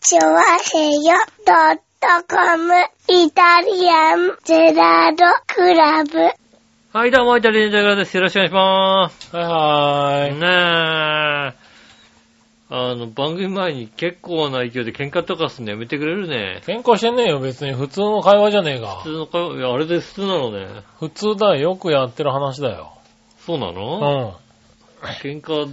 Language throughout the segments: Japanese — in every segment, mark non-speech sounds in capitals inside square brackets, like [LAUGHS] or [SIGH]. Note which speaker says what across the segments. Speaker 1: チョワヘヨドットコムイタリアンゼラードクラブ。
Speaker 2: はい、どうも、イタリアンジャグラーです。よろしくお願いしま
Speaker 3: はいは
Speaker 2: す。
Speaker 3: ーい。
Speaker 2: ねえ。あの、番組前に結構な勢いで喧嘩とかすんのやめてくれるね。
Speaker 3: 喧嘩してねえよ、別に。普通の会話じゃねえか
Speaker 2: 普通。の会話、いや、あれで普通なのね。
Speaker 3: 普通だよ。よくやってる話だよ。
Speaker 2: そうな
Speaker 3: う
Speaker 2: の、
Speaker 3: ん。
Speaker 2: 喧嘩、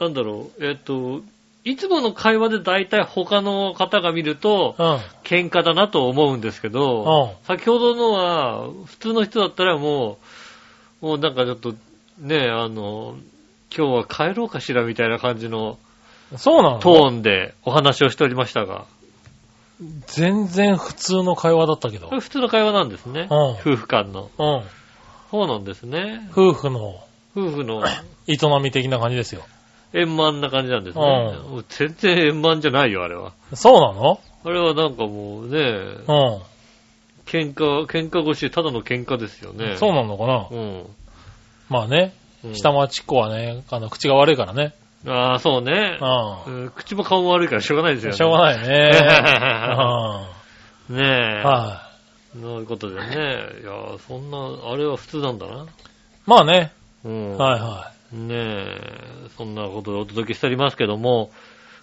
Speaker 2: なんだろう、えっと、いつもの会話で大体他の方が見ると、
Speaker 3: うん。
Speaker 2: 喧嘩だなと思うんですけど、先ほどのは、普通の人だったらもう、もうなんかちょっと、ねえ、あの、今日は帰ろうかしらみたいな感じの、
Speaker 3: そうな
Speaker 2: トー
Speaker 3: の
Speaker 2: ンでお話をしておりましたが、
Speaker 3: 全然普通の会話だったけど
Speaker 2: こ。れ普通の会話なんですね。
Speaker 3: うん
Speaker 2: 夫婦間の。
Speaker 3: うん。
Speaker 2: そうなんですね。
Speaker 3: 夫婦の
Speaker 2: 夫婦
Speaker 3: [CLEARS THROAT]
Speaker 2: の
Speaker 3: 営み的な感じですよ。
Speaker 2: 円満な感じなんですね。
Speaker 3: う
Speaker 2: もう全然円満じゃないよ、あれは。
Speaker 3: そう
Speaker 2: あ
Speaker 3: な
Speaker 2: れはなんかもうね、
Speaker 3: の
Speaker 2: 喧嘩、喧嘩越し、ただの喧嘩ですよ
Speaker 3: うん。
Speaker 2: ね。
Speaker 3: そうなのかな
Speaker 2: うん。
Speaker 3: まあね、
Speaker 2: うん。
Speaker 3: 下町っ子はね、あの、口が悪いからね。
Speaker 2: ああ、そうね。
Speaker 3: う
Speaker 2: うん口も顔も悪いからしょうがないですよ
Speaker 3: ん。
Speaker 2: [LAUGHS] ね。
Speaker 3: しょうがないね。うん。
Speaker 2: な
Speaker 3: は
Speaker 2: い。ねえ。
Speaker 3: い。
Speaker 2: そういうことでね。いや、そんな、あれは普通なんだな。
Speaker 3: まあね。
Speaker 2: うん。
Speaker 3: はいは
Speaker 2: ねえ、そんなことでお届けしておりますけども、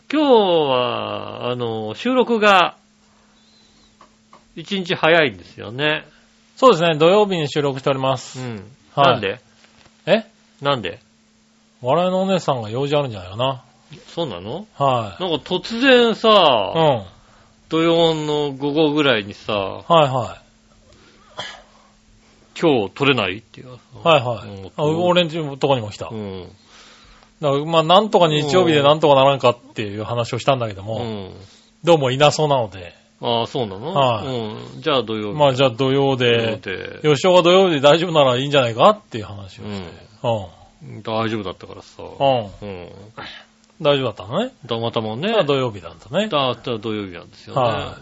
Speaker 2: 今日は、あの、収録が、一日早いんですよね。
Speaker 3: い。そうですね。土曜日に収録しておりま
Speaker 2: う
Speaker 3: す。
Speaker 2: ん。
Speaker 3: はい
Speaker 2: なんで
Speaker 3: え
Speaker 2: なんで
Speaker 3: 笑いのお姉さんが用事あるんじゃないかな。
Speaker 2: そうなの
Speaker 3: は
Speaker 2: なんか突然
Speaker 3: い。
Speaker 2: さ
Speaker 3: うん。、は
Speaker 2: 土曜の午後ぐらいにさ、
Speaker 3: いはい。
Speaker 2: 今日取れないっていう。
Speaker 3: はいはい。あ、
Speaker 2: うん
Speaker 3: 俺んちのとこにも来た。だ
Speaker 2: う
Speaker 3: か
Speaker 2: ん。
Speaker 3: らまあ、なんとか日曜日でなんとかならんかっていう話をしたんだけど
Speaker 2: う
Speaker 3: も、
Speaker 2: ん。
Speaker 3: どうもいなそうなので、
Speaker 2: ああ、そうなの
Speaker 3: はい
Speaker 2: うん。じゃあ土曜日。
Speaker 3: まあじゃあ土曜で、
Speaker 2: で、
Speaker 3: 吉尾が土曜日で大丈夫ならいいんじゃないかっていう話を
Speaker 2: う
Speaker 3: して。
Speaker 2: ん。
Speaker 3: うん。
Speaker 2: 大丈夫だったからさ。
Speaker 3: うん。
Speaker 2: うん。
Speaker 3: 大丈夫だったのね。
Speaker 2: たまたまね。
Speaker 3: だから土曜日なんだね。
Speaker 2: だったら土曜日なんですよね。
Speaker 3: は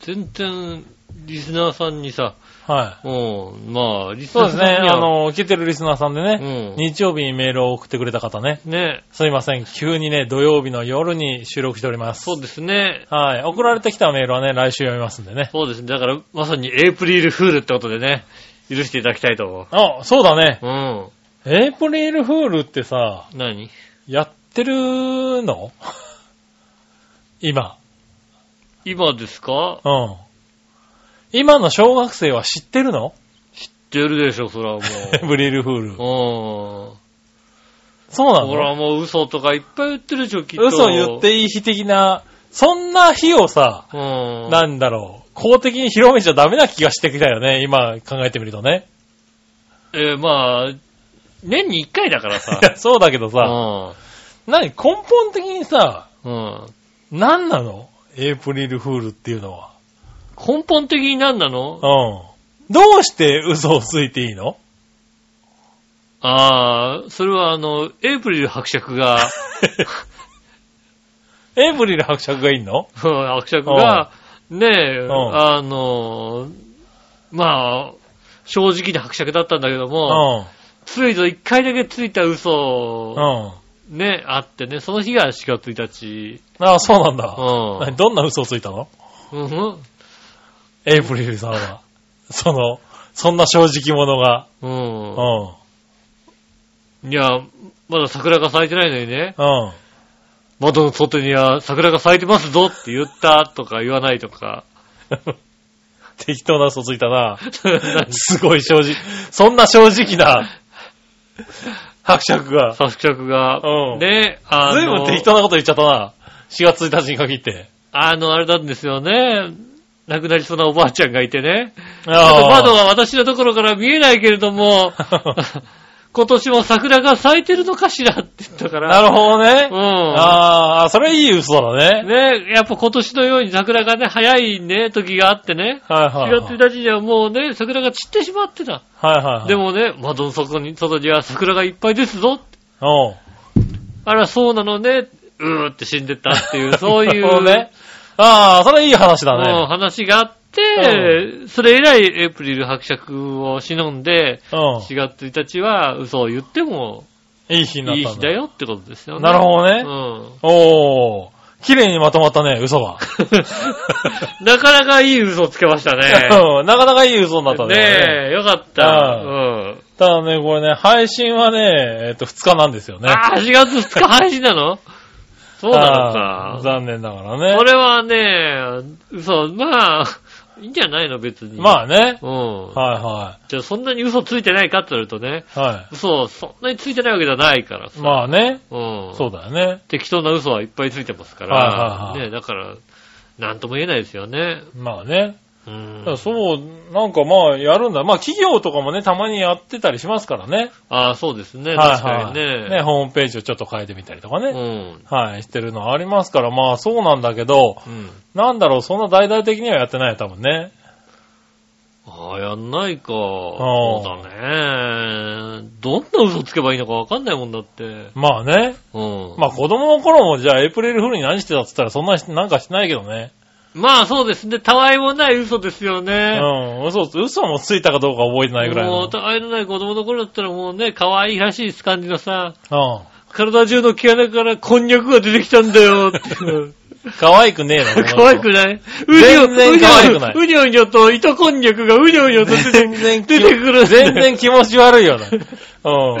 Speaker 2: 全然、リスナーさんにさ、
Speaker 3: はい。
Speaker 2: うん、まあ、リス
Speaker 3: そう
Speaker 2: ナー
Speaker 3: です
Speaker 2: さん
Speaker 3: ね。
Speaker 2: に [LAUGHS] は
Speaker 3: あ、の、来てるリスナーさんでね、
Speaker 2: う
Speaker 3: 日曜日にメールを送ってくれた方ね。
Speaker 2: ん、ね、
Speaker 3: すいません。急にね、土曜日の夜に収録しております。
Speaker 2: そうですね。
Speaker 3: はい。送られてきたメールはね、来週読みますんでね。
Speaker 2: そうですね。だから、まさにエイプリルフールってことでね、許していただきたいと思
Speaker 3: あ、そうだね。
Speaker 2: う。うん。
Speaker 3: エイプリルフールってさ、
Speaker 2: 何
Speaker 3: やってるの [LAUGHS] 今。
Speaker 2: 今ですか
Speaker 3: うん。今の小学生は知ってるの
Speaker 2: 出るでしょ、そらも
Speaker 3: エブリルフー [LAUGHS] ル。
Speaker 2: う。うん。
Speaker 3: そうな
Speaker 2: ほら、
Speaker 3: の
Speaker 2: もう嘘とかいっぱい言ってるでしょ、きっと。
Speaker 3: 嘘言っ。ていい日的な、そんな日をさ、
Speaker 2: うん。
Speaker 3: なんだろう、公的に広めちゃダメな気がしてきたよね、今考えてみるとね。
Speaker 2: えーまあ、年に一回だからさ
Speaker 3: [LAUGHS] い。やそうだけど
Speaker 2: う
Speaker 3: さ、何、根本的にさ、
Speaker 2: ん。うん。
Speaker 3: 何なのエイプリルフールっていうのは。
Speaker 2: 根本的に何なの
Speaker 3: うん。どうして嘘をついていいの
Speaker 2: ああ、それはあの、エイプリル伯爵が、
Speaker 3: [LAUGHS] エイプリル伯爵がいいの
Speaker 2: うん伯爵が、ねえ、
Speaker 3: ん
Speaker 2: あの、まあ、正直な伯爵だったんだけど
Speaker 3: う
Speaker 2: も、
Speaker 3: ん。
Speaker 2: ついぞ一回だけついた嘘、
Speaker 3: うん。
Speaker 2: ね、あってね、その日が4月1日。
Speaker 3: ああ、そうなんだ
Speaker 2: う。
Speaker 3: 何どんな嘘をついたの
Speaker 2: ん。うん
Speaker 3: エイプリルさんは。その、そんな正直者が。
Speaker 2: う。
Speaker 3: うんん。
Speaker 2: いや、まだ桜が咲いてないのにね、
Speaker 3: うん。 [LAUGHS]
Speaker 2: 窓の外には桜が咲いてますぞって言ったとか言わないと
Speaker 3: [LAUGHS]
Speaker 2: か。 [LAUGHS]
Speaker 3: 適当な嘘ついたな。すごい正直。そんな正
Speaker 2: [LAUGHS]
Speaker 3: 直な、伯爵が。
Speaker 2: 伯爵が、
Speaker 3: うん
Speaker 2: ね、あの、
Speaker 3: ずいぶん適当なこと言っちゃったな。4月1日に限って。
Speaker 2: あの、あれなんですよね。亡くなりそうなおばあちゃんがいてね。[LAUGHS]
Speaker 3: あ
Speaker 2: 窓が私のところから見えないけれども、 [LAUGHS] 今年も桜が咲いてるのかしらって言ったから。
Speaker 3: なるほどね。
Speaker 2: う
Speaker 3: ああ、それいい嘘だ
Speaker 2: ん。
Speaker 3: ね。
Speaker 2: ね、やっぱ今年のように桜がね、早いね、時があってね。
Speaker 3: はいはい
Speaker 2: 4
Speaker 3: はい。
Speaker 2: 月1日にはもうね、桜が散ってしまってた。
Speaker 3: はいはいはい。
Speaker 2: でもね、窓の外に、外には桜がいっぱいですぞ。
Speaker 3: うん、
Speaker 2: あら、そうなのね。うーって死んでったっていう、そうい
Speaker 3: [LAUGHS] なるほ
Speaker 2: う
Speaker 3: どね。ああ、それいい話だ
Speaker 2: うん
Speaker 3: ね。
Speaker 2: 話があって、それ以来エイプリル伯爵を忍んで、
Speaker 3: うん。
Speaker 2: 4月1日は嘘を言っても
Speaker 3: いい日になった
Speaker 2: い
Speaker 3: ん
Speaker 2: い
Speaker 3: だ。
Speaker 2: 日だよってことですよね。
Speaker 3: なるほどね。
Speaker 2: どね。
Speaker 3: おー。綺麗にまとまったね、嘘が。
Speaker 2: [LAUGHS] なかなかいい嘘つけましたね。
Speaker 3: [LAUGHS] うんなかなかいい嘘になったね。
Speaker 2: ねえ、よかった。
Speaker 3: う
Speaker 2: うん。
Speaker 3: ただね、これね、配信はね、えっと、2日なんですよね。
Speaker 2: ああ、4月2日配信なのそうな
Speaker 3: あー
Speaker 2: のか。
Speaker 3: 残念ながらね。
Speaker 2: これはね、嘘、まあ、いいんじゃないの別に。
Speaker 3: まあね。
Speaker 2: うん。
Speaker 3: はいは
Speaker 2: じゃあそんなに嘘ついてないかって言われるとね、
Speaker 3: い。は
Speaker 2: 嘘、 [LAUGHS] そんなについてないわけじゃないから
Speaker 3: い。
Speaker 2: さ。
Speaker 3: まあね。
Speaker 2: うん。
Speaker 3: そうだよね。
Speaker 2: 適当な嘘はいっぱいついてますから。
Speaker 3: はいはいはい
Speaker 2: ね、だから、なんとも言えないですよね。
Speaker 3: まあね。
Speaker 2: うん
Speaker 3: だか。らそう、なんかまあやるんだ。まあ企業とかもね、たまにやってたりしますからね。
Speaker 2: ああ、そうですね。
Speaker 3: はい
Speaker 2: 確か
Speaker 3: は
Speaker 2: に
Speaker 3: い。
Speaker 2: ね。
Speaker 3: ね、ホームページをちょっと変えてみたりとかね。
Speaker 2: うん。
Speaker 3: はい、してるのはありますから、まあそうなんだけど、
Speaker 2: うん。
Speaker 3: なんだろう、そんな大々的にはやってないよ、多分ね。
Speaker 2: ああ、やんないか。そうだね。どんな嘘つけばいいのかわかんないもんだって。
Speaker 3: まあね。
Speaker 2: うん。
Speaker 3: まあ子供の頃もじゃあエイプリルフールに何してたって言ったらそんなしなんかしてないけどね。
Speaker 2: まあそうですね。たわいもない嘘ですよね。
Speaker 3: うん、嘘、嘘もついたかどうか覚えてないぐらい
Speaker 2: も
Speaker 3: の。
Speaker 2: う、たわいのない子供の頃だったらもうね、可愛いらしい感じのさ、
Speaker 3: う
Speaker 2: 体中の毛穴からこんにゃくが出てきたんだ
Speaker 3: [LAUGHS]
Speaker 2: よって。
Speaker 3: ん。可愛くねえな。
Speaker 2: [LAUGHS] 可愛く
Speaker 3: い。
Speaker 2: ないうにょ、
Speaker 3: 全然可愛くないう
Speaker 2: にょうにょと糸こんにゃくがうにょうにょと出て
Speaker 3: 全然、
Speaker 2: 出てくるんだよ。
Speaker 3: 全然気持ち悪いよな。うん。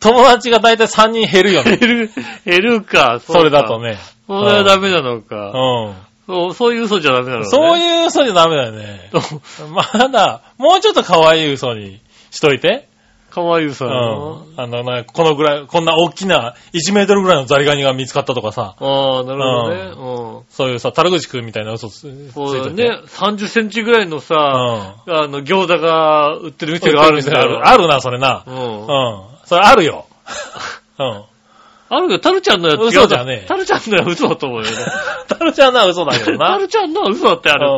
Speaker 3: 友達が大体3人減るよ
Speaker 2: [LAUGHS]
Speaker 3: ね。
Speaker 2: 減る、減るか。うか
Speaker 3: それだと。ね。
Speaker 2: それはダメなのか。
Speaker 3: う
Speaker 2: そうそういう嘘じゃダメなのね。
Speaker 3: ん。そういう嘘じゃダメだよね。
Speaker 2: う。
Speaker 3: まだ、もうちょっと可愛い嘘にしといて。
Speaker 2: かわいいう嘘
Speaker 3: ん
Speaker 2: なの。
Speaker 3: あの、なんかこのぐらい、こんな大きな1メートルぐらいのザリガニが見つかったとかさ、
Speaker 2: ああ、なるほどね。
Speaker 3: そういうさ、樽口くんみたいな嘘つつ
Speaker 2: うん。
Speaker 3: いと
Speaker 2: そうだ
Speaker 3: いて。
Speaker 2: ね。30センチぐらいの
Speaker 3: う
Speaker 2: さ、
Speaker 3: ん。
Speaker 2: あの、餃子が売ってる店があるんだよ。
Speaker 3: ある。あるな、それな
Speaker 2: う。。
Speaker 3: うんん。それあ
Speaker 2: [LAUGHS]
Speaker 3: るよ。うん。
Speaker 2: あるよ、タルちゃんのやつ。
Speaker 3: 嘘じゃねえ
Speaker 2: タルちゃんのやつ嘘だと思うよね。
Speaker 3: タルちゃんな、嘘だけ
Speaker 2: タ
Speaker 3: どな。
Speaker 2: ルちゃんのは嘘だってある。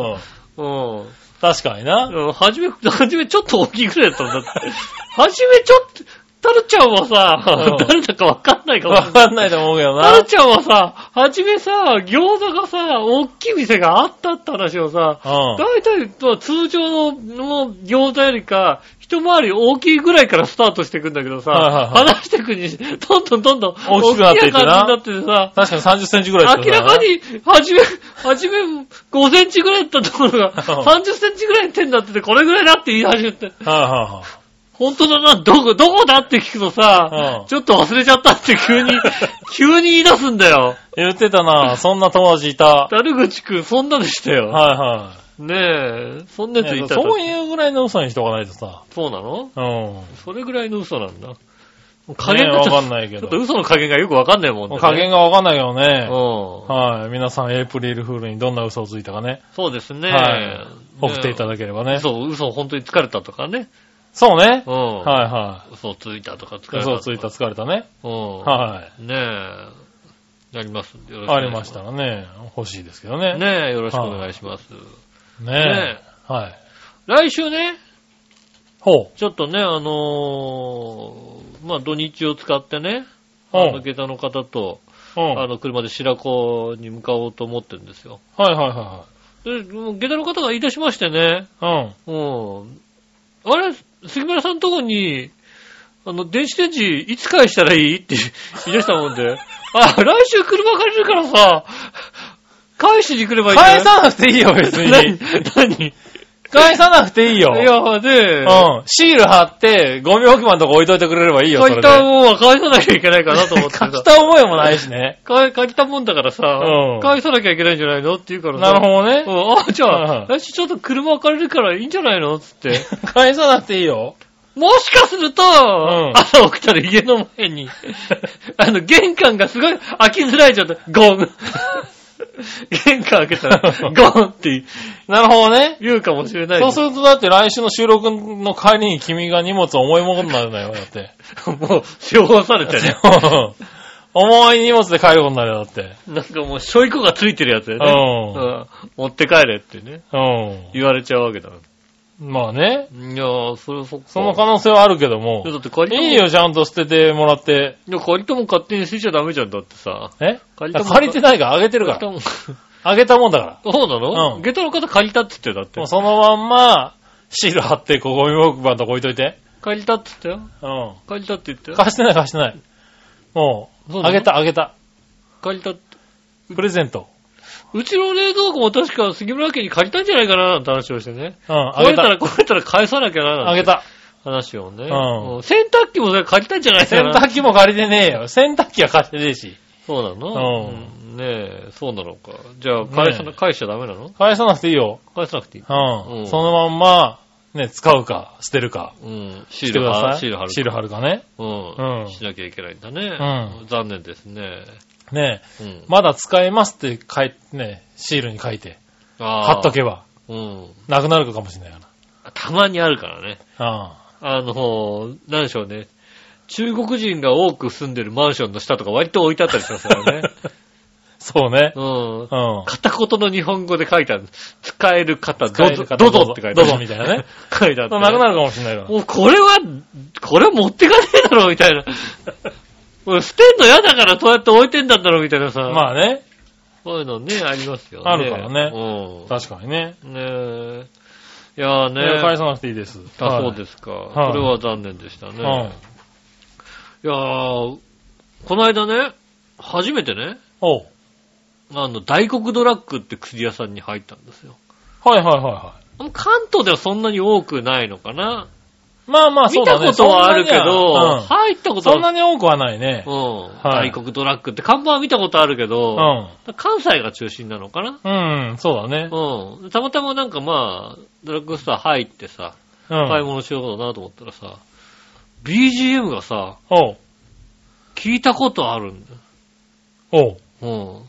Speaker 3: うん。
Speaker 2: うん。
Speaker 3: 確かにな。
Speaker 2: うんはじめ、 [LAUGHS] はじめちょっと大きいくらいだったんだって。はじめちょっと、タルちゃんはさ
Speaker 3: う、ん
Speaker 2: 誰だかわかんないかもしれ
Speaker 3: わ
Speaker 2: ない。
Speaker 3: かんないと思うけど
Speaker 2: タ
Speaker 3: な
Speaker 2: ル。ちゃんはさ、はじめさ、餃子がさ、大きい店があったって話をさ、
Speaker 3: うん。
Speaker 2: 大体、まあ通常のの餃子よりか、一回り大きいぐらいからスタートしていくんだけどさ、
Speaker 3: はいはいはい
Speaker 2: 話していくに、どんどんどんどん
Speaker 3: 大きくなっていってな
Speaker 2: 大きな感じになっててさ、
Speaker 3: 確かに30センチぐらい
Speaker 2: 明らかに、はじめ、はじめ5センチぐらいだったところが、30センチぐらいの手になってて、これぐらいだって言い始めて、
Speaker 3: はいはいはい。
Speaker 2: 本当だな、どこ、どこだって聞くとさ、
Speaker 3: うん
Speaker 2: ちょっと忘れちゃったって急
Speaker 3: [LAUGHS]
Speaker 2: に、急に言い出すんだよ。
Speaker 3: 言ってたな。そんな友達いた。
Speaker 2: 樽口くん、そんなでしたよ。
Speaker 3: はいは。
Speaker 2: ねえ、そんないやつい
Speaker 3: ね
Speaker 2: たと
Speaker 3: そういうぐらいの嘘にしとかないとさ。
Speaker 2: そうなの
Speaker 3: うん。
Speaker 2: それぐらいの嘘なんだ。もう加
Speaker 3: ね
Speaker 2: 減が
Speaker 3: わ
Speaker 2: ち
Speaker 3: か
Speaker 2: ょっ
Speaker 3: ん
Speaker 2: と、
Speaker 3: ない
Speaker 2: ち
Speaker 3: け
Speaker 2: ょ
Speaker 3: ど
Speaker 2: っと。嘘の加減がよくわかんないもんね。
Speaker 3: 加減がわかんないけど
Speaker 2: う
Speaker 3: ね。
Speaker 2: ん。
Speaker 3: はい。皆さん、エイプリルフールにどんな嘘をついたかね。
Speaker 2: そうですね。
Speaker 3: はい送っていた
Speaker 2: だ
Speaker 3: だければね。
Speaker 2: そう、嘘本当に疲れたとかね。
Speaker 3: そうね
Speaker 2: う。ん。
Speaker 3: はいは
Speaker 2: 嘘ついたとか疲れたとか。
Speaker 3: い。嘘をついた疲れたね。
Speaker 2: うん。
Speaker 3: は
Speaker 2: ねえ、なりますんで。よろし
Speaker 3: い。
Speaker 2: くお
Speaker 3: あ
Speaker 2: 願
Speaker 3: り
Speaker 2: い
Speaker 3: ましたらね、欲しいですけどね。ね
Speaker 2: ねえ、よろしくお願いします。ね
Speaker 3: え。はい。
Speaker 2: 来週ね、
Speaker 3: ほ
Speaker 2: ちょっとね、あのーまあ、土日を使ってね、
Speaker 3: うん
Speaker 2: あの、下駄の方と、
Speaker 3: う。うん。
Speaker 2: あ
Speaker 3: はい
Speaker 2: の、車で白子に向かおうと思ってるんですよ。
Speaker 3: はいは
Speaker 2: で、もう下駄の方が言い出しましてね、
Speaker 3: いはい。
Speaker 2: うん。あれ、杉村さんのとこに、あの、電子レンジ、いつ返したらいいって言い出したもん
Speaker 3: [LAUGHS]
Speaker 2: で、あ、来週車借りるからさ、返しに来れば
Speaker 3: う
Speaker 2: い
Speaker 3: ん。
Speaker 2: いんだ
Speaker 3: 返
Speaker 2: よ
Speaker 3: さなくていいよ、別に。
Speaker 2: 何
Speaker 3: 返さなくていいよ。
Speaker 2: 何いや、で、
Speaker 3: うん。シール貼って、ゴミ置き場のとこ置いといてくれればいいよ、そ
Speaker 2: 書
Speaker 3: れ
Speaker 2: い
Speaker 3: で。
Speaker 2: たもんは返さなきゃいけないかなと
Speaker 3: [LAUGHS]
Speaker 2: 思って
Speaker 3: 書
Speaker 2: た
Speaker 3: き。た覚えもないしね。
Speaker 2: か書きたもんだからさ、
Speaker 3: うん
Speaker 2: 返さなきゃいけないんじゃないのって言うから
Speaker 3: な
Speaker 2: さ。
Speaker 3: るほどね。
Speaker 2: ど。あ、じゃ
Speaker 3: う
Speaker 2: あ、
Speaker 3: ん
Speaker 2: 来週ちょっと車を借りるからいいんじゃない
Speaker 3: [LAUGHS]
Speaker 2: のつって。
Speaker 3: 返さなくていいよ。
Speaker 2: もしかすると、
Speaker 3: ん
Speaker 2: 朝起きたら家の前 [LAUGHS] に、あの、玄関がすごい開きづらい状態、ゴン。玄関開けた [LAUGHS] ら、ゴンって
Speaker 3: なるほどね。
Speaker 2: 言うかもしれない。
Speaker 3: そうするとだって来週の収録の帰りに君が荷物を思い物になるんだよ、だって。
Speaker 2: もう、処方されてね。
Speaker 3: [LAUGHS] 重い荷物で帰ることになるよ、だって。
Speaker 2: なんかもう、しょいこがついてるやつだよね。
Speaker 3: う
Speaker 2: うん持って帰れってね、
Speaker 3: ん。
Speaker 2: 言われちゃうわけだ。い
Speaker 3: うん。まあね。
Speaker 2: やー、それはそっか。
Speaker 3: その可能性はあるけども
Speaker 2: いや。だって借りたもん
Speaker 3: いいよ、ちゃんと捨ててもらって。
Speaker 2: いや、借りたもん勝手に捨てちゃダメじゃんだってさ。
Speaker 3: え
Speaker 2: 借りたもん
Speaker 3: 借りてないから、あげてる
Speaker 2: 借りた
Speaker 3: から。
Speaker 2: もん。そ
Speaker 3: あげたもんだから。
Speaker 2: うなの
Speaker 3: うん
Speaker 2: 下駄の方借りたって言ってよ、だって
Speaker 3: もう。そのまんま、シール貼って、ここゴミ置き場のとこ置いといて。
Speaker 2: 借りたって言ったよ。
Speaker 3: うん。
Speaker 2: 借りたって言ったよ。
Speaker 3: 貸してない、貸してない。も
Speaker 2: そうな
Speaker 3: う、
Speaker 2: の
Speaker 3: あげた、あげた。
Speaker 2: 借りたって。
Speaker 3: プレゼント。
Speaker 2: うちの冷蔵庫も確か杉村家に借りたんじゃないかななんて話をしてね。
Speaker 3: うん、あ
Speaker 2: 壊
Speaker 3: げ
Speaker 2: れたら
Speaker 3: た。
Speaker 2: 壊れたら返さなきゃな
Speaker 3: あ
Speaker 2: なん
Speaker 3: げ
Speaker 2: て
Speaker 3: た。
Speaker 2: 話をね。
Speaker 3: うん
Speaker 2: うん洗濯機もそれ借りたんじゃないか
Speaker 3: 洗
Speaker 2: な。
Speaker 3: 濯機も借りてねえよ。洗濯機は貸してねえし。
Speaker 2: そうなのうん。ねえ、そうなのか。じゃあ返さな、
Speaker 3: ね
Speaker 2: 返しちゃダメなの
Speaker 3: 返さなくていいよ。
Speaker 2: 返さなくていい。
Speaker 3: うん。
Speaker 2: うん
Speaker 3: そのまんま、ね、使うか、捨てるか。
Speaker 2: うん。シ
Speaker 3: し
Speaker 2: ー
Speaker 3: てく
Speaker 2: ル
Speaker 3: ださい。
Speaker 2: シール貼る。
Speaker 3: シール貼るかね。
Speaker 2: うん。
Speaker 3: うん
Speaker 2: しなきゃいけないんだね。残念ですね。
Speaker 3: ね
Speaker 2: うん。
Speaker 3: まだ使えますって書いね、シールに書いて、
Speaker 2: あー
Speaker 3: 貼っと。けば、
Speaker 2: うん。
Speaker 3: なくなるかもしれないか
Speaker 2: たまにあるからね。
Speaker 3: ら。
Speaker 2: あのー、なんでしょうね。中国人が多く住んでるマンションの下とか割と置いてあったりしますから
Speaker 3: [LAUGHS]
Speaker 2: ね。
Speaker 3: うん。そうね。
Speaker 2: うん。
Speaker 3: うん。
Speaker 2: 片言の日本語で書いてある。使える方、
Speaker 3: 使
Speaker 2: ド
Speaker 3: え
Speaker 2: ド
Speaker 3: る方
Speaker 2: ドドって書いてある。
Speaker 3: ドドみたいなね。
Speaker 2: [LAUGHS] 書いてあって。
Speaker 3: なくなるかもしれないから。
Speaker 2: [LAUGHS] もうこれは、これは持ってかねえだろ、みたいな。 [LAUGHS] もう捨てんの嫌だからそうやって置いてんだんだろ、みたいなさ。
Speaker 3: まあね、
Speaker 2: そういうのね、ありますよね。
Speaker 3: あるからね
Speaker 2: う
Speaker 3: 確かにね。
Speaker 2: ん。ねえ。いやーね
Speaker 3: ね返さなくていいです。
Speaker 2: あ、そう
Speaker 3: す。
Speaker 2: ですか。
Speaker 3: はい
Speaker 2: それは残念でしたね。
Speaker 3: う
Speaker 2: い
Speaker 3: ん。
Speaker 2: やー、この間ね、初めてね、
Speaker 3: おう
Speaker 2: あの、大黒ドラッグって薬屋さんに入ったんですよ。
Speaker 3: はいはいはいは
Speaker 2: 関東ではそんなに多くないのかな、
Speaker 3: い。まあまあ、そ
Speaker 2: 見
Speaker 3: うだ
Speaker 2: た
Speaker 3: ね。
Speaker 2: ことはあるけど、
Speaker 3: そ
Speaker 2: 入ったこと
Speaker 3: んな
Speaker 2: は、
Speaker 3: にはうんそんなに多くはないね
Speaker 2: う。ん、
Speaker 3: はい
Speaker 2: 大黒ドラッグって看板は見たことあるけ
Speaker 3: う
Speaker 2: ど、
Speaker 3: ん。
Speaker 2: 関西が中心なのかな
Speaker 3: うん、そうだね。
Speaker 2: うん。たまたまなんかまあ、ドラッグストア入ってさ、
Speaker 3: う
Speaker 2: 買い
Speaker 3: ん。
Speaker 2: 物しようかなと思ったらさ、BGM がさ、
Speaker 3: おう
Speaker 2: 聞いたことあるんだよ。
Speaker 3: おう
Speaker 2: うん。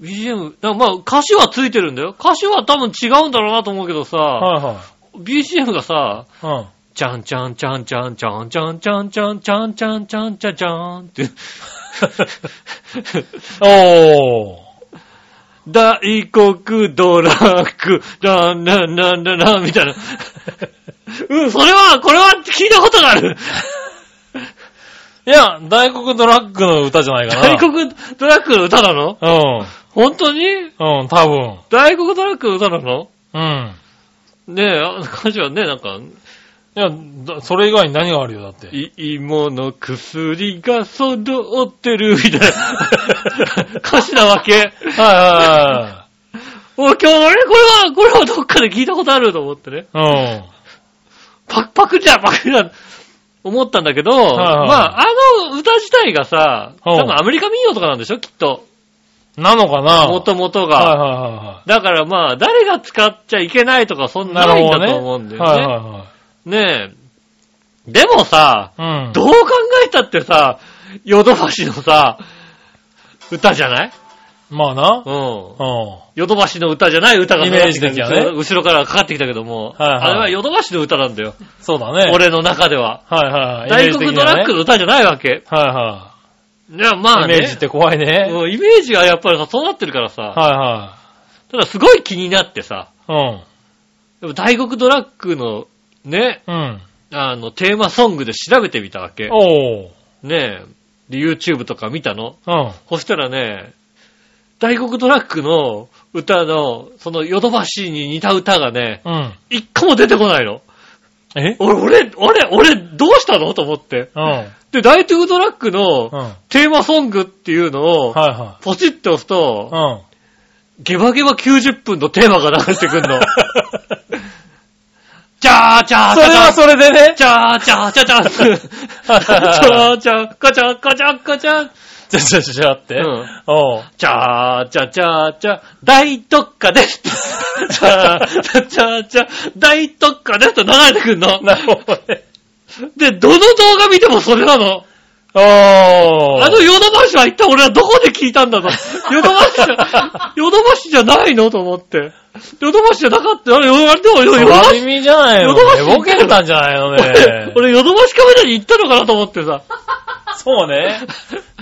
Speaker 2: BGM、だまあ歌詞はついてるんだよ。歌詞は多分違うんだろうなと思うけどさ、
Speaker 3: は
Speaker 2: BGM がさ、
Speaker 3: いはい。
Speaker 2: ちゃんちゃんちゃんちゃんちゃんちゃんちゃんちゃんちゃんちゃんちゃんちゃんちゃんって。
Speaker 3: うん。おー。
Speaker 2: 大黒ドラッグ、ランランランランランみたいな。 [LAUGHS] うん、それは、これは聞いたことがある。
Speaker 3: いや、大黒ドラッグの歌じゃないかな。
Speaker 2: 大黒ドラッグの歌なの本当に
Speaker 3: うん。うん、多分。
Speaker 2: 大黒ドラッグの歌なの
Speaker 3: うん。
Speaker 2: ねえ、あの歌詞はね、なんか、
Speaker 3: いや、だそれ以外に何があるよ、だって。
Speaker 2: い芋の薬が揃ってるみたいな [LAUGHS] 歌詞なわけ。
Speaker 3: は
Speaker 2: 俺今日、あれこれは、これはどっかで聞いたことあると思ってね。
Speaker 3: いはいはい。うん。
Speaker 2: パクパクじゃんパクじゃん思ったんだけど、
Speaker 3: はい
Speaker 2: まあ、あの歌自体がさ、
Speaker 3: うん
Speaker 2: 多分アメリカ民謡とかなんでしょきっと。
Speaker 3: なのかな
Speaker 2: もともと
Speaker 3: はいはい
Speaker 2: が。
Speaker 3: はいはい。
Speaker 2: だからまあ、誰が使っちゃいけないとか、そんなないんだと思うんだよね。
Speaker 3: はいは
Speaker 2: ねえ。でもさ、
Speaker 3: いはい。うん。
Speaker 2: どう考えたってさ、ヨドバシのさ、歌じゃない
Speaker 3: まあな。
Speaker 2: うん。
Speaker 3: う
Speaker 2: ヨドバシの歌じゃない歌が
Speaker 3: イメージ的にはね
Speaker 2: 後ろからかかってきたけども、
Speaker 3: はいはい
Speaker 2: あれはヨドバシの歌なんだよ。
Speaker 3: ん。そうだね。。
Speaker 2: 俺の中では。
Speaker 3: はいはいはい。
Speaker 2: 大黒ドラッグ
Speaker 3: グ
Speaker 2: の歌じゃないわけ。
Speaker 3: はい
Speaker 2: や、ま
Speaker 3: いは
Speaker 2: あ
Speaker 3: い。イ
Speaker 2: ね。
Speaker 3: メージって怖いね。
Speaker 2: うんイメージがやっぱりさ、そうなってるからさ。
Speaker 3: は
Speaker 2: ただすごい気になってさ。
Speaker 3: いはい。
Speaker 2: でも大黒ドラッグの、ね、
Speaker 3: うん。うん。
Speaker 2: あの、テーマソングで調べてみたわけ。
Speaker 3: おー。
Speaker 2: ねえ。で、YouTube とか見たの。
Speaker 3: うん。
Speaker 2: そしたらね、大黒ドラッグの歌の、そのヨドバシに似た歌がね、
Speaker 3: うん。
Speaker 2: 一個も出てこないの。
Speaker 3: え
Speaker 2: 俺、俺、俺、俺、どうしたのと思って。
Speaker 3: うん。う
Speaker 2: で、大黒ドラッグの
Speaker 3: ん。
Speaker 2: テーマソングっていうのを、
Speaker 3: はいは
Speaker 2: ポチッと押すと
Speaker 3: い。、うん。
Speaker 2: ゲバゲバ90分のテーマが流れてくん
Speaker 3: [LAUGHS]
Speaker 2: の。じゃーちゃー
Speaker 3: それはそれでね。
Speaker 2: ちゃーちゃーちゃーちゃーちゃーちゃーちゃーカチャカチャカチャ
Speaker 3: ちゃちゃちゃちゃって。
Speaker 2: うん
Speaker 3: おう。
Speaker 2: ちゃーちゃーちゃーちゃー大特価ですちゃーちゃーちゃーちゃー大特価ですと流れてくんの。
Speaker 3: なるほどね。
Speaker 2: で、どの動画見てもそれなの。
Speaker 3: おー。
Speaker 2: あのヨドバシは一体俺はどこで聞いたんだ
Speaker 3: [LAUGHS]
Speaker 2: と。ヨドバシじゃ、ヨドバシじゃないのと思って。ヨドバシじゃなかった。あれ、ヨドバシでもヨドバシ
Speaker 3: 悪耳じゃないの
Speaker 2: ヨドバシ
Speaker 3: ね。ボケてたんじゃないのね。
Speaker 2: [LAUGHS] 俺、ヨドバシカメラに行ったのかなと思ってさ、
Speaker 3: そうね。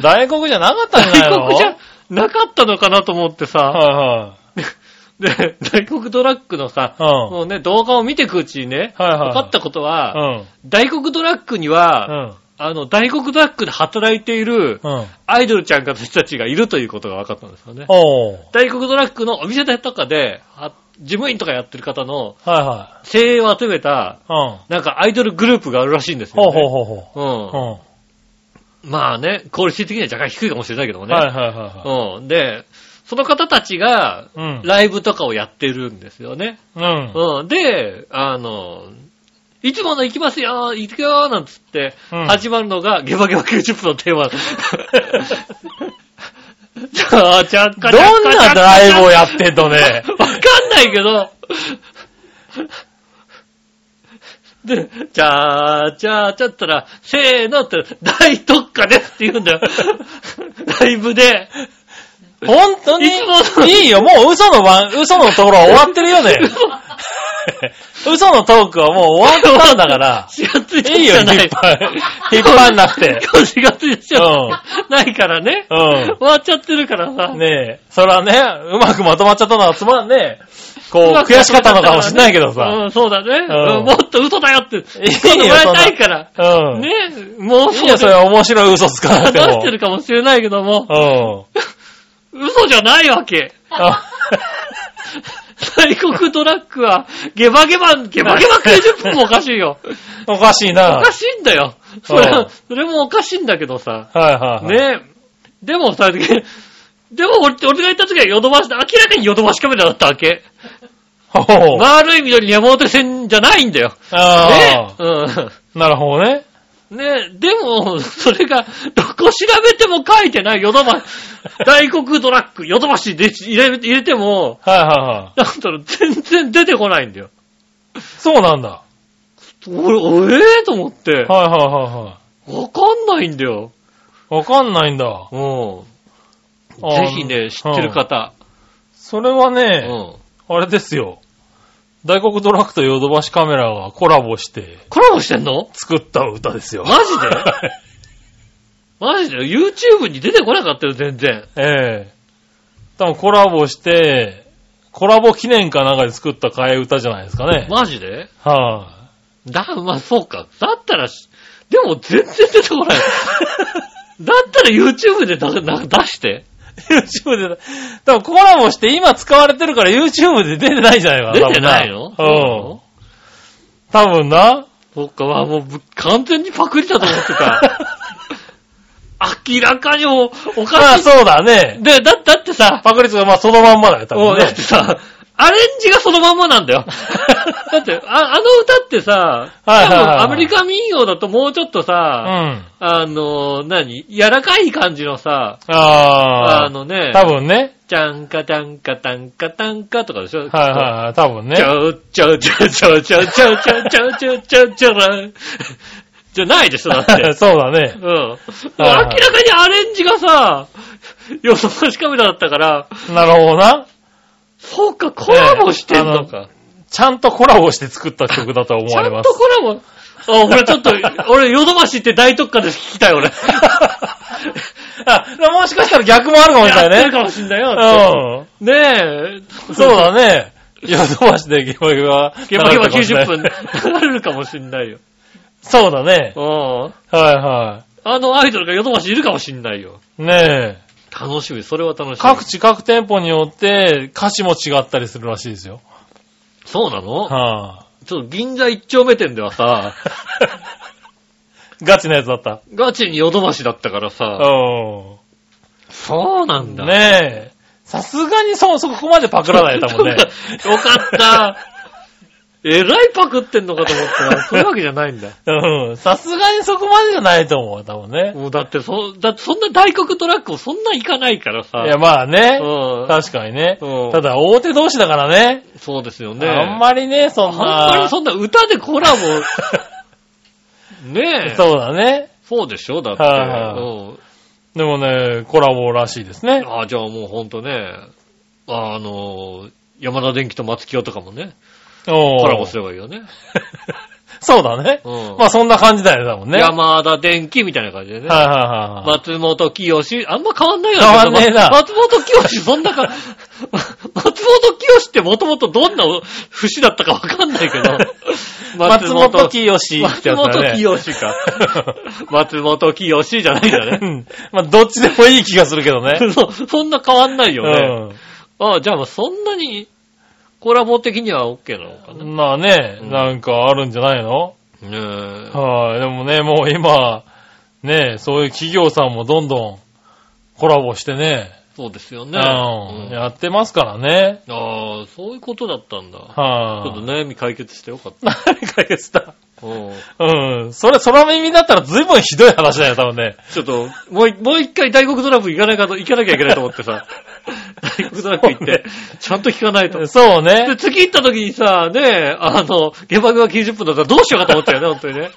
Speaker 3: 大黒じゃなかったんじゃない
Speaker 2: 大
Speaker 3: の
Speaker 2: 黒じゃなかったのかなと思ってさ、
Speaker 3: は
Speaker 2: で、大黒ドラッグのさ、
Speaker 3: いはい。うん。
Speaker 2: もうね、動画を見てくうちにね、
Speaker 3: はいはい。
Speaker 2: 分かったことは、
Speaker 3: うん。
Speaker 2: 大黒ドラッグには、
Speaker 3: う
Speaker 2: あの、大黒ドラッグで働いている
Speaker 3: ん。うん。
Speaker 2: アイドルちゃんたちがいるということが分かったんですよね。
Speaker 3: おー。
Speaker 2: 大黒ドラッグのお店とかで、あ事務員とかやってる方の
Speaker 3: はいは
Speaker 2: 精鋭を集めた、
Speaker 3: い。うん。
Speaker 2: なんかアイドルグループがあるらしいんです
Speaker 3: ほう
Speaker 2: よ、
Speaker 3: ほう
Speaker 2: ね。
Speaker 3: ほうほ
Speaker 2: うん
Speaker 3: う。うん。
Speaker 2: まあね、クオリティ的には若干低いかもしれないけどもね。
Speaker 3: はいはいは
Speaker 2: うん。で、その方たちが、
Speaker 3: いはい。
Speaker 2: ライブとかをやってるんですよね。
Speaker 3: うん。うん。
Speaker 2: うん。で、あの、いつもの行きますよ行くよなんつって、
Speaker 3: うん
Speaker 2: 始まるのが、ゲバゲバ90分のテーマ。じゃあ、ちゃっかちゃっか
Speaker 3: どんなライブをやってんのね。
Speaker 2: わかんないけど、で、ちゃーちゃーちゃったら、せーのって、大特価ですって言うんだよ。ライブ
Speaker 3: [LAUGHS]
Speaker 2: で。
Speaker 3: [LAUGHS] 本当に
Speaker 2: いつもの
Speaker 3: いいよ、もう嘘の番、嘘のところは終わってるよね。嘘のトークはもう終わったんだから。
Speaker 2: 4月
Speaker 3: いい
Speaker 2: 1日じ
Speaker 3: よ、引
Speaker 2: ゃ
Speaker 3: っ
Speaker 2: ない。
Speaker 3: 張り、引っ張んなくて。
Speaker 2: 今日4月1日じゃないからね。
Speaker 3: う
Speaker 2: 終わっちゃってるからさ。
Speaker 3: ん。ねえ、そらね、うまくまとまっちゃったのはつまんねえ。こう
Speaker 2: う、まく
Speaker 3: 悔しかったのかもしんないけどさ。
Speaker 2: うん、そうだね。
Speaker 3: うん
Speaker 2: うんもっと嘘だよって。
Speaker 3: いよ
Speaker 2: もらいたいから。
Speaker 3: うん。
Speaker 2: ね、もう
Speaker 3: い
Speaker 2: そ
Speaker 3: いうよ、それは面白い嘘つかなく
Speaker 2: 話
Speaker 3: ても
Speaker 2: して。るかもしれないけども、
Speaker 3: [LAUGHS] うん。
Speaker 2: 嘘じゃないわけ。
Speaker 3: あ、
Speaker 2: 大黒ドラッグは、ゲバゲバ、ゲバゲ
Speaker 3: [LAUGHS]
Speaker 2: バ90分もおかしいよ。
Speaker 3: おかしい
Speaker 2: お
Speaker 3: な。は
Speaker 2: か
Speaker 3: い
Speaker 2: しいんだよ。それ
Speaker 3: うん
Speaker 2: は、それもおかしいんだけどさ。
Speaker 3: はいはい。
Speaker 2: ねでもさ、 [LAUGHS] でも俺俺が行った時はヨドバシ、明らかにヨドバシカメラだったわけ。
Speaker 3: ほう。
Speaker 2: 丸い緑山手線じゃないんだよ。ね
Speaker 3: あ
Speaker 2: うん。
Speaker 3: あ。なるほどね。
Speaker 2: ねでも、それが、どこ調べても書いてない、ヨドバ
Speaker 3: [LAUGHS]
Speaker 2: シ、大黒ドラッグ、ヨドバシで入れ入れても、
Speaker 3: はいはいはい。
Speaker 2: なんだろう、全然出てこないんだよ。
Speaker 3: そうなんだ。は
Speaker 2: 俺、ええと思って
Speaker 3: い、はいはいは
Speaker 2: わかんないんだよ。
Speaker 3: い。わかんないんだ。
Speaker 2: うん。
Speaker 3: あ
Speaker 2: ぜひね、知ってる方。
Speaker 3: それは
Speaker 2: う
Speaker 3: ね、
Speaker 2: ん。
Speaker 3: あれですよ。大黒ドラッグとヨドバシカメラがコラボして
Speaker 2: コラボしてんの
Speaker 3: 作った歌ですよ。
Speaker 2: マジで
Speaker 3: [LAUGHS]
Speaker 2: マジで ?YouTube に出てこなかったよ、全然。
Speaker 3: ええ多分コラボして、コラボ記念かなんかで作った替え歌じゃないですかね。
Speaker 2: マジで
Speaker 3: はい、
Speaker 2: だ、まあ、そうか。だったらし、でも全然出てこ
Speaker 3: [LAUGHS]
Speaker 2: ない。だったら YouTube でなな出して。
Speaker 3: YouTube で、多分コラボして今使われてるから YouTube で出てないんじゃないかな。
Speaker 2: 出てないの
Speaker 3: 多分なうん。多分な。
Speaker 2: そっか、わもうぶ完全にパクリだと思って
Speaker 3: [LAUGHS]
Speaker 2: た。明らかにおお
Speaker 3: あ
Speaker 2: か
Speaker 3: あ、
Speaker 2: しい。
Speaker 3: そうだね。
Speaker 2: で、だ、だってさ、
Speaker 3: パクリツがまあそのまんまだよ、多
Speaker 2: も
Speaker 3: 分
Speaker 2: うだっ
Speaker 3: ね
Speaker 2: て。さ、アレンジがそのまんまなんだよ。だって、ああの歌ってさ、
Speaker 3: はいはいはい
Speaker 2: 多分アメリカ民謡だともうちょっと
Speaker 3: う
Speaker 2: さ、
Speaker 3: ん。
Speaker 2: あの、何柔らかい感じのさ、
Speaker 3: あ
Speaker 2: あ
Speaker 3: あ。
Speaker 2: のね、
Speaker 3: 多分ね。
Speaker 2: ちゃんかちゃんかたんかたんかとかでしょ
Speaker 3: はいはいはい、多分ね
Speaker 2: ち。ゃうちゃうちゃうちゃうちゃうちゃうちゃうちゃうちゃうちゃうちゃうらんじゃないでしょ、だって。
Speaker 3: [LAUGHS] そうだね。
Speaker 2: うん。明
Speaker 3: はい
Speaker 2: らかにアレンジがさ、よそ差しカメラだったから、
Speaker 3: なるほどな。
Speaker 2: そうか、コラボしてんのか。
Speaker 3: ちゃんとコラボして作った曲だと思
Speaker 2: ち
Speaker 3: わ
Speaker 2: ゃ
Speaker 3: れ
Speaker 2: ん
Speaker 3: ま
Speaker 2: と
Speaker 3: す。
Speaker 2: コラボ。あ、俺ちょっと、俺、ヨドバシって大特価で聞きたい、
Speaker 3: [LAUGHS]
Speaker 2: 俺。
Speaker 3: あ、もしかしたら逆もあるかもしれ
Speaker 2: やって
Speaker 3: ない
Speaker 2: る
Speaker 3: ね。
Speaker 2: かもしんないよ。
Speaker 3: う
Speaker 2: ねえ。
Speaker 3: ん。そうだね。ヨドバシでゲバゲバ。
Speaker 2: ゲバゲバ90分、
Speaker 3: 流れてます
Speaker 2: 流
Speaker 3: ね
Speaker 2: れるかもしんないよ。
Speaker 3: そうだね。
Speaker 2: うん。
Speaker 3: はいは
Speaker 2: あのアイドルがヨドバシいるかもしんないよ。
Speaker 3: い。ねえ。
Speaker 2: 楽しみ、それは楽しみ。
Speaker 3: 各地各店舗によって歌詞も違ったりするらしいですよ。
Speaker 2: そうなの
Speaker 3: は
Speaker 2: ちょっと銀座一丁目店では
Speaker 3: [LAUGHS]
Speaker 2: さ、
Speaker 3: あ、
Speaker 2: [LAUGHS]
Speaker 3: ガチなやつだった。
Speaker 2: ガチにヨドバシだったからさ、
Speaker 3: う
Speaker 2: そうなんだ。
Speaker 3: ん。ねえ。さすがにそう、そこまでパクらないだ [LAUGHS] もんね。
Speaker 2: [LAUGHS] よかった。えらいパクってんのかと思ったら、そういうわけじゃないんだ。
Speaker 3: うん。さすがにそこまでじゃないと思う、多分ね。
Speaker 2: もうだってそ、だってそんな大黒トラックをそんな行かないからさ。
Speaker 3: いや、まあね。
Speaker 2: うん
Speaker 3: 確かにね。
Speaker 2: うん
Speaker 3: ただ、大手同士だからね。
Speaker 2: そうですよね。
Speaker 3: あんまりね、そんな。
Speaker 2: あんまりそんな歌でコラボ、
Speaker 3: [LAUGHS]
Speaker 2: ねえ。そう
Speaker 3: そうだね。
Speaker 2: でしょだって。
Speaker 3: はいはい
Speaker 2: うん
Speaker 3: でもね、コラボらしいですね。
Speaker 2: ああ、じゃあもうほんとね、あの、山田電機と松清とかもね、
Speaker 3: コ
Speaker 2: コラボすればいいよね。
Speaker 3: そうだね。
Speaker 2: うん
Speaker 3: まあ、そんな感じだよね、多分ね。はい
Speaker 2: 山田電機みたいな感じでね。
Speaker 3: はいはいはい。
Speaker 2: 松本清、あんま変わんないよ
Speaker 3: 変わんねえな
Speaker 2: 松本清、そんなか、 [LAUGHS] 松本清ってもともとどんな節だったかわかんないけど。
Speaker 3: [LAUGHS] 松本清っ
Speaker 2: 松
Speaker 3: てやつだ
Speaker 2: 本
Speaker 3: ね。
Speaker 2: 清
Speaker 3: [LAUGHS]
Speaker 2: か。松本清じゃないんだ
Speaker 3: う
Speaker 2: ね。
Speaker 3: ん。まあ、どっちでもいい気がするけどね。
Speaker 2: そうそんな変わんないうよね。ああ、じゃあまあそんなに、コラボ的には OK なのかな。ね
Speaker 3: ん。まあね、
Speaker 2: うん
Speaker 3: なんかあるんじゃないの
Speaker 2: え。
Speaker 3: はい。でもね、もう今、ねえ、そういう企業さんもどんどんコラボしてね、
Speaker 2: そうですよね。
Speaker 3: うん
Speaker 2: うん
Speaker 3: やってますからね。
Speaker 2: ああ、そういうことだったんだ。
Speaker 3: は
Speaker 2: ちょっと
Speaker 3: い、
Speaker 2: 悩み解決してよかった。
Speaker 3: [LAUGHS] 何解決した
Speaker 2: うん
Speaker 3: うん。それ、空耳だったら随分ひどい話だよ、多分 [LAUGHS] ね。
Speaker 2: ちょっと、もうい、もう一回大黒ドラム行かないかと、行かなきゃいけないと思ってさ、大黒ドラム行って、ちゃんと聞かないと。
Speaker 3: そう
Speaker 2: で、
Speaker 3: [LAUGHS] ね。
Speaker 2: 次行った時にさ、ねえ、あの、下爆が90分だったらどうしようかと思ったよね、本当にね。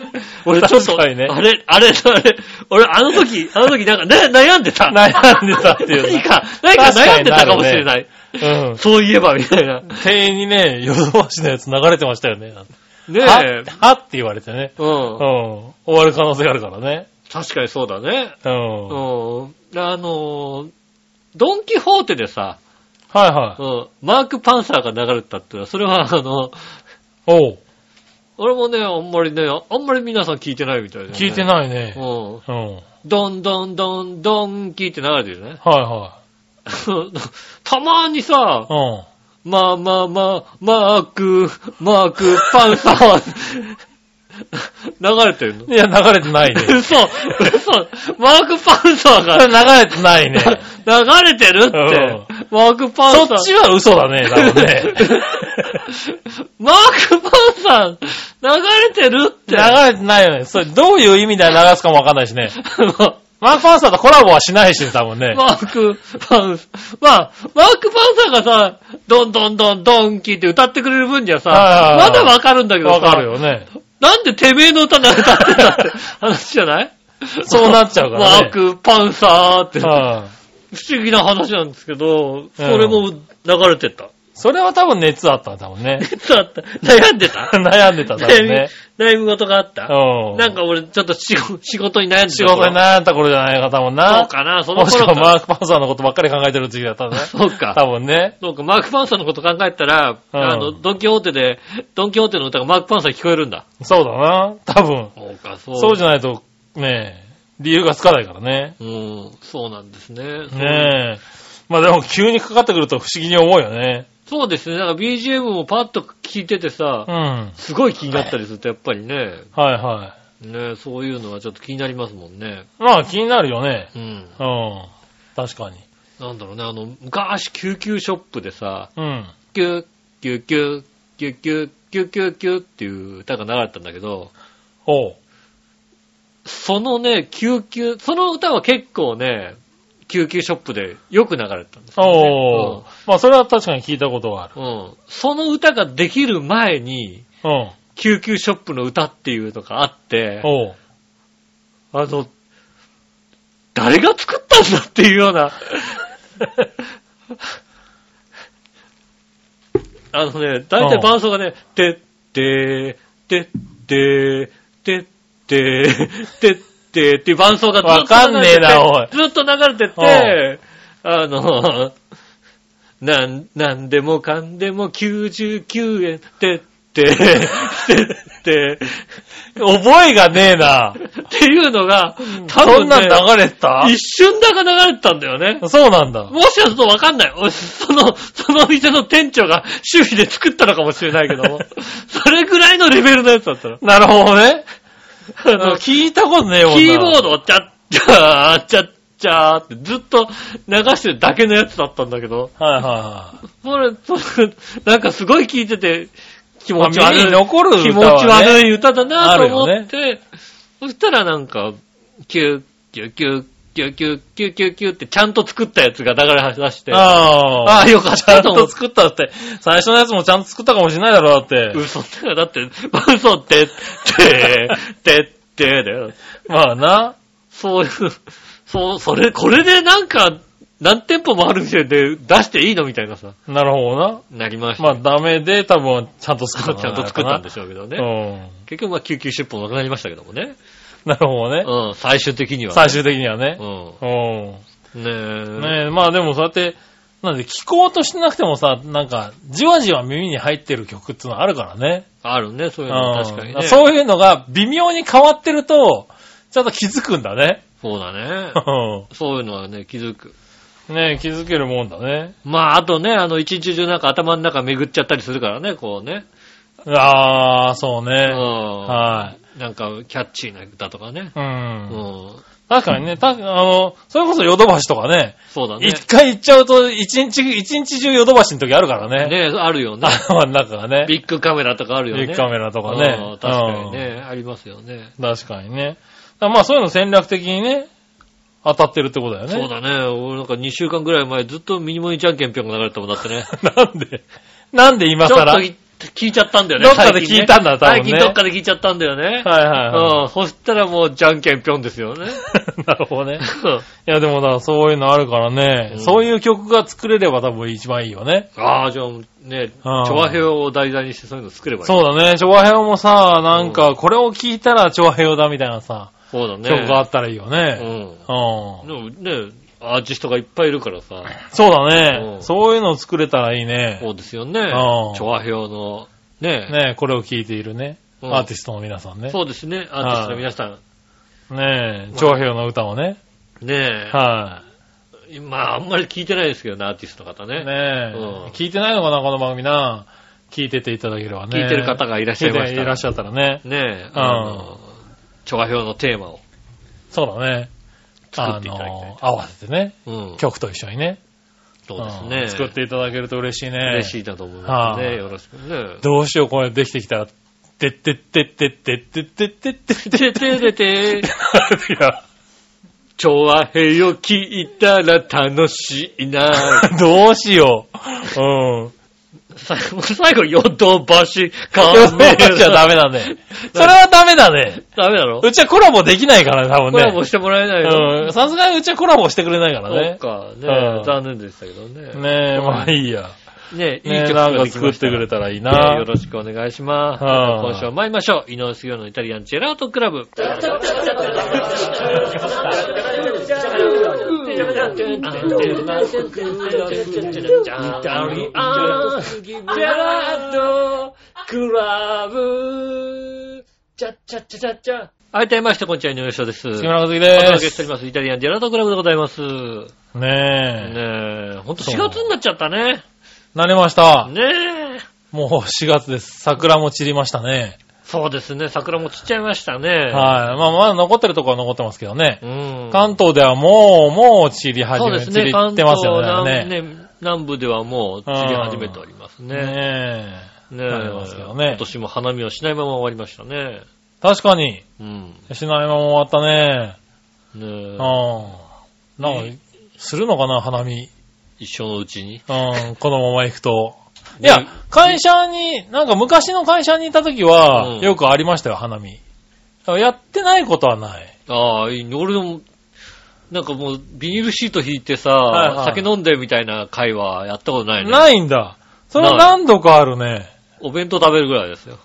Speaker 2: 俺ちょっと、
Speaker 3: 確かにね
Speaker 2: あれ、あれ、あれ、俺あの時、あの時なんか、ね、悩んでた。
Speaker 3: 悩んでたっていう
Speaker 2: 何
Speaker 3: ね
Speaker 2: か、何か悩んでたかもしれない。
Speaker 3: うん。
Speaker 2: そういえば、みたいな。
Speaker 3: 店員にね、ヨドバシのやつ流れてましたよね。
Speaker 2: ねえ
Speaker 3: は、はって言われてね。
Speaker 2: うん
Speaker 3: うん。。終わる可能性があるからね。
Speaker 2: 確かにそうだね。
Speaker 3: うん。はい
Speaker 2: うん。あのー、ドンキホーテでさ、
Speaker 3: は
Speaker 2: う
Speaker 3: い。
Speaker 2: ん、マーク・パンサーが流れてたってのは、それはあの、
Speaker 3: おう。
Speaker 2: 俺もね、あんまりね、あんまり皆さん聞いてないみたいで、ね。
Speaker 3: 聞いて
Speaker 2: い。
Speaker 3: ないね。
Speaker 2: うん。
Speaker 3: うん。はい
Speaker 2: ドンドンドンドンキーって流れてるよね。 [LAUGHS]
Speaker 3: は
Speaker 2: たまにさ
Speaker 3: い。、うん。
Speaker 2: まあまあまあ、マーク、マーク、パンサー、 [LAUGHS] 流れてるの
Speaker 3: いや、流れてないね。 [LAUGHS]
Speaker 2: 嘘、嘘、マーク・パンサー
Speaker 3: それ
Speaker 2: が
Speaker 3: 流れてないね。
Speaker 2: 流れてるって、マーク・パンサ
Speaker 3: そ
Speaker 2: ー。
Speaker 3: っちは嘘だ [LAUGHS] ね、多分ね。
Speaker 2: [LAUGHS] マーク・パンさん、流れてるって。
Speaker 3: 流れてないよね。それどういう意味で流すかもわかんないしね。マーク・パンサーとコラボはしないしね、多分ね。
Speaker 2: [LAUGHS] マーク・パン、まあ、マーク・パンさんがさ、ドンドンドンドンキーって歌ってくれる分にはさ、
Speaker 3: はいはいは
Speaker 2: ま
Speaker 3: い
Speaker 2: だわかる [LAUGHS] んだけど
Speaker 3: わ
Speaker 2: さ、
Speaker 3: かるよね。
Speaker 2: なんでてめえの歌で歌ってんだって [LAUGHS] 話じゃない
Speaker 3: そうなっちゃうからね
Speaker 2: マーク・パンサーって、
Speaker 3: はい
Speaker 2: 不思議な話なんですけど、それも流れてた。 [LAUGHS]
Speaker 3: それは多分熱あったんだもんね。
Speaker 2: だって悩んでた
Speaker 3: [LAUGHS] 悩んでた、多分ね。
Speaker 2: 悩み事があった、
Speaker 3: うん。
Speaker 2: なんか俺、ちょっと仕事仕事に悩んでた。
Speaker 3: 仕事に悩んだ頃じゃないか、多分
Speaker 2: そう
Speaker 3: な。
Speaker 2: かな、その
Speaker 3: もしく
Speaker 2: 頃
Speaker 3: [LAUGHS] は
Speaker 2: か。
Speaker 3: マーク・パンサーのことばっかり考えてる時期だったね。
Speaker 2: そうか。
Speaker 3: 多分ね。
Speaker 2: そうか、マーク・パンサーのこと考えたら、
Speaker 3: うん
Speaker 2: あの、ドン・キホーテで、ドン・キホーテの歌がマーク・パンサーに聞こえるんだ。
Speaker 3: そうだな。多分。
Speaker 2: そうか、そう。
Speaker 3: そうじ
Speaker 2: ゃ
Speaker 3: ゃないと、ねえ、理由がつかないからね。
Speaker 2: うん、そうなんですね。
Speaker 3: ねえ。まあでも急にかかってくると不思議に思うよね。
Speaker 2: そうそうですね、なんか BGM もパッと聞いててさ
Speaker 3: う、ん。はい
Speaker 2: すごい気になったりすると、やっぱりね、
Speaker 3: は
Speaker 2: ね、そういうのはちょっと気になりますもんね。
Speaker 3: い。まあ気になるよね。
Speaker 2: うん。
Speaker 3: うん。確かに。
Speaker 2: なんだろうね、あの、昔、救急ショップでさ、
Speaker 3: うん。
Speaker 2: キュッ、キュッキュッ、キュッキュッ、キュッキュッキュッっていう歌が流れてたんだけど、
Speaker 3: おう。
Speaker 2: そのね、救急、その歌は結構ね、救急ショップでよく流れてたんですよ、
Speaker 3: おう。まあそれは確かに聞いたことがある。
Speaker 2: うん。その歌ができる前に、
Speaker 3: うん。
Speaker 2: 救急ショップの歌っていうのがあって、
Speaker 3: おう。
Speaker 2: あの、誰が作ったんだっていうような。あのね、大体伴奏がね、てってー、てってー、てってー、てってーっていう伴奏がずっ
Speaker 3: わかん
Speaker 2: と流れ
Speaker 3: ねえ
Speaker 2: てて
Speaker 3: なおい
Speaker 2: ずっと流れてて、あの、なん、なんでもかんでも99円、てってー、てってー、
Speaker 3: 覚えがねえな。
Speaker 2: っていうのが、多
Speaker 3: そん
Speaker 2: 分
Speaker 3: な
Speaker 2: ね、
Speaker 3: ん流れてた
Speaker 2: 一瞬だか流れてたんだよね。
Speaker 3: そうなんだ。
Speaker 2: もしかするとわかんない。 [LAUGHS] 俺その、その店の店長が趣味で作ったのかもしれないけど [LAUGHS] も、それぐらいのレベルのやつだったの。
Speaker 3: なるほどね。
Speaker 2: あの、キ
Speaker 3: 聞いたことねえもんな。
Speaker 2: ーボードをちゃっちゃー、ちゃっちゃーってずっと流してるだけのやつだったんだけど、
Speaker 3: はいは
Speaker 2: それ、それ、なんかすごい聞いてて、気
Speaker 3: い
Speaker 2: 持
Speaker 3: はい。
Speaker 2: ち
Speaker 3: まあ
Speaker 2: 悪
Speaker 3: 耳に
Speaker 2: い。
Speaker 3: 残る歌は、ね。
Speaker 2: 気持ち悪い歌だなと思っ
Speaker 3: あ
Speaker 2: て、そしたらなんか、キュッ、キュッ、キュッ、キュッ、キュッ、キュッ、キュッ、キュッってちゃんと作ったやつが流れ出して、あ
Speaker 3: ああ。
Speaker 2: あ、よかっ
Speaker 3: ちゃ
Speaker 2: た
Speaker 3: ん
Speaker 2: と思
Speaker 3: と
Speaker 2: って。
Speaker 3: 作ったって。最初のやつもちゃんと作ったかもしれないだろ、だって。
Speaker 2: [LAUGHS] 嘘だよ。だって、嘘って、て、て、てだよ。
Speaker 3: まあな。
Speaker 2: そういう、そう、それ、これでなんか、何店舗もある店で出していいのみたいなさ、
Speaker 3: なるほどな。
Speaker 2: なりました。
Speaker 3: まあダメで多分ちゃんと作った
Speaker 2: ちゃんと作ったんでしょうけどね。
Speaker 3: ね。
Speaker 2: 結局、まあ、救急出歩なくなりましたけどもね。
Speaker 3: うん。なるほどね。
Speaker 2: うん、最終的には。
Speaker 3: 最終的にはね。う
Speaker 2: うん。ねえ。
Speaker 3: ん。ねえ、まあでもそうやって、なんで聞こうとしてなくてもさ、なんか、じわじわ耳に入ってる曲っていうのはあるからね。
Speaker 2: あるね、そういう
Speaker 3: う
Speaker 2: の。
Speaker 3: ん
Speaker 2: 確かにね。そう
Speaker 3: そういうのが微妙に変わってると、ちゃんと気づくんだね。
Speaker 2: だ
Speaker 3: [LAUGHS]
Speaker 2: ね。そういうのはね、気づく。
Speaker 3: ねえ、気づけるもんだね。
Speaker 2: まあ、あとね、あの、一日中なんか頭の中巡っちゃったりするからね、こうね。
Speaker 3: ああ、そう
Speaker 2: うん。
Speaker 3: ね。はい。
Speaker 2: なんか、キャッチーな歌とかね。
Speaker 3: う。
Speaker 2: うんん。
Speaker 3: 確かにね、た、あの、それこそヨドバシとかね、
Speaker 2: そうだね。
Speaker 3: 一回行っちゃうと、一日、一日中ヨドバシの時あるからね。
Speaker 2: ねあるよね。
Speaker 3: 頭の中がね。
Speaker 2: ビッグカメラとかあるよね。
Speaker 3: ビッグカメラとかね
Speaker 2: うん。確かにね。ありますよね。
Speaker 3: うん。確かにね。だからまあそういうの戦略的にね、当たってるってことだよね。
Speaker 2: そうだね。俺なんか2週間ぐらい前ずっとミニモニじゃんけんぴょんが流れてたもんだってね。
Speaker 3: [LAUGHS] なんで、なんで今
Speaker 2: ちょっ
Speaker 3: 更
Speaker 2: と
Speaker 3: はい
Speaker 2: い聞いちゃったんだよね。
Speaker 3: どっかで
Speaker 2: 最近ね
Speaker 3: 聞いたんだ多分ね
Speaker 2: 最近どっかで聞いちゃったんだよね。
Speaker 3: はいは
Speaker 2: うん。そしたらもうじゃんけんぴょんですよね。
Speaker 3: い。 [LAUGHS] なるほどね。いやでもだからそういうのあるからね、
Speaker 2: うん
Speaker 3: そういう曲が作れれば多分一番いいよね。
Speaker 2: ああ、じゃあね、調和表を題材にしてそういうの作ればいい。
Speaker 3: そうだね、調和平もさ、なんかこれを聞いたら調和平だみたいなさ、
Speaker 2: そうだね。
Speaker 3: 曲があったらいいよ
Speaker 2: う
Speaker 3: ね。
Speaker 2: ん。
Speaker 3: うん。
Speaker 2: でもね、アーティストがいっぱいいるからさ、
Speaker 3: そうだね、
Speaker 2: うん
Speaker 3: そういうのを作れたらいいね。
Speaker 2: そうですよね。
Speaker 3: ん
Speaker 2: 調和表の、ね
Speaker 3: ねこれを聞いているね、
Speaker 2: うん
Speaker 3: アーティストの皆さんね。
Speaker 2: そうですね、アーティストの皆さん。
Speaker 3: ねえ、調和平の歌をね。
Speaker 2: ね
Speaker 3: は
Speaker 2: え、まああんまり聞いてないですけどね、アーティストの方
Speaker 3: い。
Speaker 2: ね。
Speaker 3: ねえ、
Speaker 2: うん
Speaker 3: 聞いてないのかな、この番組な。聞いてていただければね。
Speaker 2: 聞いてる方がいらっしゃいま
Speaker 3: 聞
Speaker 2: し
Speaker 3: い
Speaker 2: た
Speaker 3: てい
Speaker 2: ら
Speaker 3: らっしゃったらね。
Speaker 2: ねえ、
Speaker 3: うん
Speaker 2: あの、調和表のテーマを
Speaker 3: そうだね。
Speaker 2: 作っていただきた
Speaker 3: あ
Speaker 2: い
Speaker 3: の合わせてね。
Speaker 2: と。うん。
Speaker 3: 曲と一緒にね。
Speaker 2: そうです
Speaker 3: う
Speaker 2: ね。
Speaker 3: ん作っていただけると嬉しいね。
Speaker 2: 嬉しいだと思います
Speaker 3: は
Speaker 2: ね。
Speaker 3: い
Speaker 2: よろしくね。
Speaker 3: どうしよう、これできてきたら。てってってってってってってってってってっ
Speaker 2: て
Speaker 3: て。
Speaker 2: ててて
Speaker 3: いや、
Speaker 2: [LAUGHS] 調和兵を聞いたら楽しいな
Speaker 3: どうしよう。うん。
Speaker 2: [LAUGHS] 最後、最後、ヨドバシカ
Speaker 3: そ
Speaker 2: メラ。
Speaker 3: うじゃダメだね。それはダメだね。
Speaker 2: ダメだろ
Speaker 3: うちはコラボできないからね、多分ね。
Speaker 2: コラボしてもらえないよ。
Speaker 3: うん。さすがにうちはコラボしてくれないから
Speaker 2: そ
Speaker 3: ね
Speaker 2: っ。か、
Speaker 3: う
Speaker 2: ね
Speaker 3: ん
Speaker 2: 残念でしたけどね。
Speaker 3: ねえ、まあいいや。
Speaker 2: ねいい
Speaker 3: ねえ、
Speaker 2: 曲
Speaker 3: な
Speaker 2: が
Speaker 3: んか
Speaker 2: でき
Speaker 3: 作
Speaker 2: ま
Speaker 3: っ
Speaker 2: してた
Speaker 3: く
Speaker 2: ら
Speaker 3: れたらいい
Speaker 2: ねよ
Speaker 3: な。
Speaker 2: ろしくお願いします。
Speaker 3: はい
Speaker 2: 今週は参りましょう。井上杉尾のイタリアンジェラートクラブ。はい、どうもこんにちは、井上翔です。お
Speaker 3: 杉村和
Speaker 2: 届
Speaker 3: 樹で
Speaker 2: けして
Speaker 3: す。
Speaker 2: おります。イタリアンジェラートクラブでございます。ね
Speaker 3: ねえ。
Speaker 2: え、ほんと
Speaker 3: そう
Speaker 2: 4月になっちゃったね。
Speaker 3: なりました。
Speaker 2: ねえ。
Speaker 3: もう4月です。桜も散りましたね。
Speaker 2: そうですね、桜も散っちゃいましたね。
Speaker 3: はい。まあまだ残ってるとこは残ってますけどね。
Speaker 2: うん。
Speaker 3: 関東ではもう、もう散り始
Speaker 2: そう
Speaker 3: め、
Speaker 2: です
Speaker 3: 散
Speaker 2: ね、
Speaker 3: り
Speaker 2: 関
Speaker 3: って
Speaker 2: 東
Speaker 3: ますよ
Speaker 2: 南,、
Speaker 3: ね。
Speaker 2: ね、南部ではもう散り始めております
Speaker 3: ね
Speaker 2: ね。
Speaker 3: ねえ。
Speaker 2: ね
Speaker 3: なりますよね
Speaker 2: 今年も花見をしないまま終わりましたね。
Speaker 3: 確かに、
Speaker 2: うん。
Speaker 3: しないまま終わったね。
Speaker 2: ねえ
Speaker 3: うん。なんか、するのかな、花見。
Speaker 2: 一生のうちに。
Speaker 3: うん、このまま行くと。い
Speaker 2: ね
Speaker 3: や、会社に、なんか昔の会社にいた時は
Speaker 2: う、ん
Speaker 3: よくありましたよ、花見。やってないことはない。
Speaker 2: ああ、いい俺も、なんかもうビニールシート引いてさ、
Speaker 3: はいはい
Speaker 2: 酒飲んでみたいな会はやったことないね。
Speaker 3: ないんだ。それは
Speaker 2: ない
Speaker 3: 何度かあるね。
Speaker 2: お弁当食べるぐらいですよ。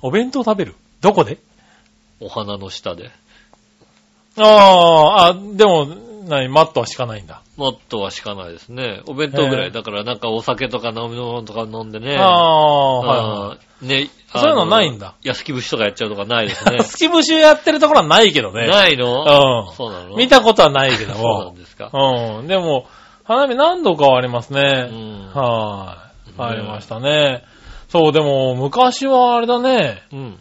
Speaker 3: お弁当食べるどこで
Speaker 2: お花の下で。
Speaker 3: あーあ、でも、何、マットは敷かないんだ。
Speaker 2: もっとはしかないですね。お弁当ぐら
Speaker 3: へえ
Speaker 2: い。だからなんかお酒とか飲み物とか飲んでね。
Speaker 3: ああ、はいは
Speaker 2: あーね、
Speaker 3: そういうのないんだ
Speaker 2: あの。安木節とかやっちゃうとかないですね
Speaker 3: い。。月節やってるところはないけどね。
Speaker 2: ないの
Speaker 3: う
Speaker 2: そうなの
Speaker 3: ん。見たことはないけど
Speaker 2: そうなん
Speaker 3: も。
Speaker 2: ですか。
Speaker 3: うん。でも、花見何度かはあります
Speaker 2: う
Speaker 3: ね。
Speaker 2: ん。う
Speaker 3: はい。
Speaker 2: ん
Speaker 3: ありましたね。そう、でも、昔はあれだね。
Speaker 2: うん。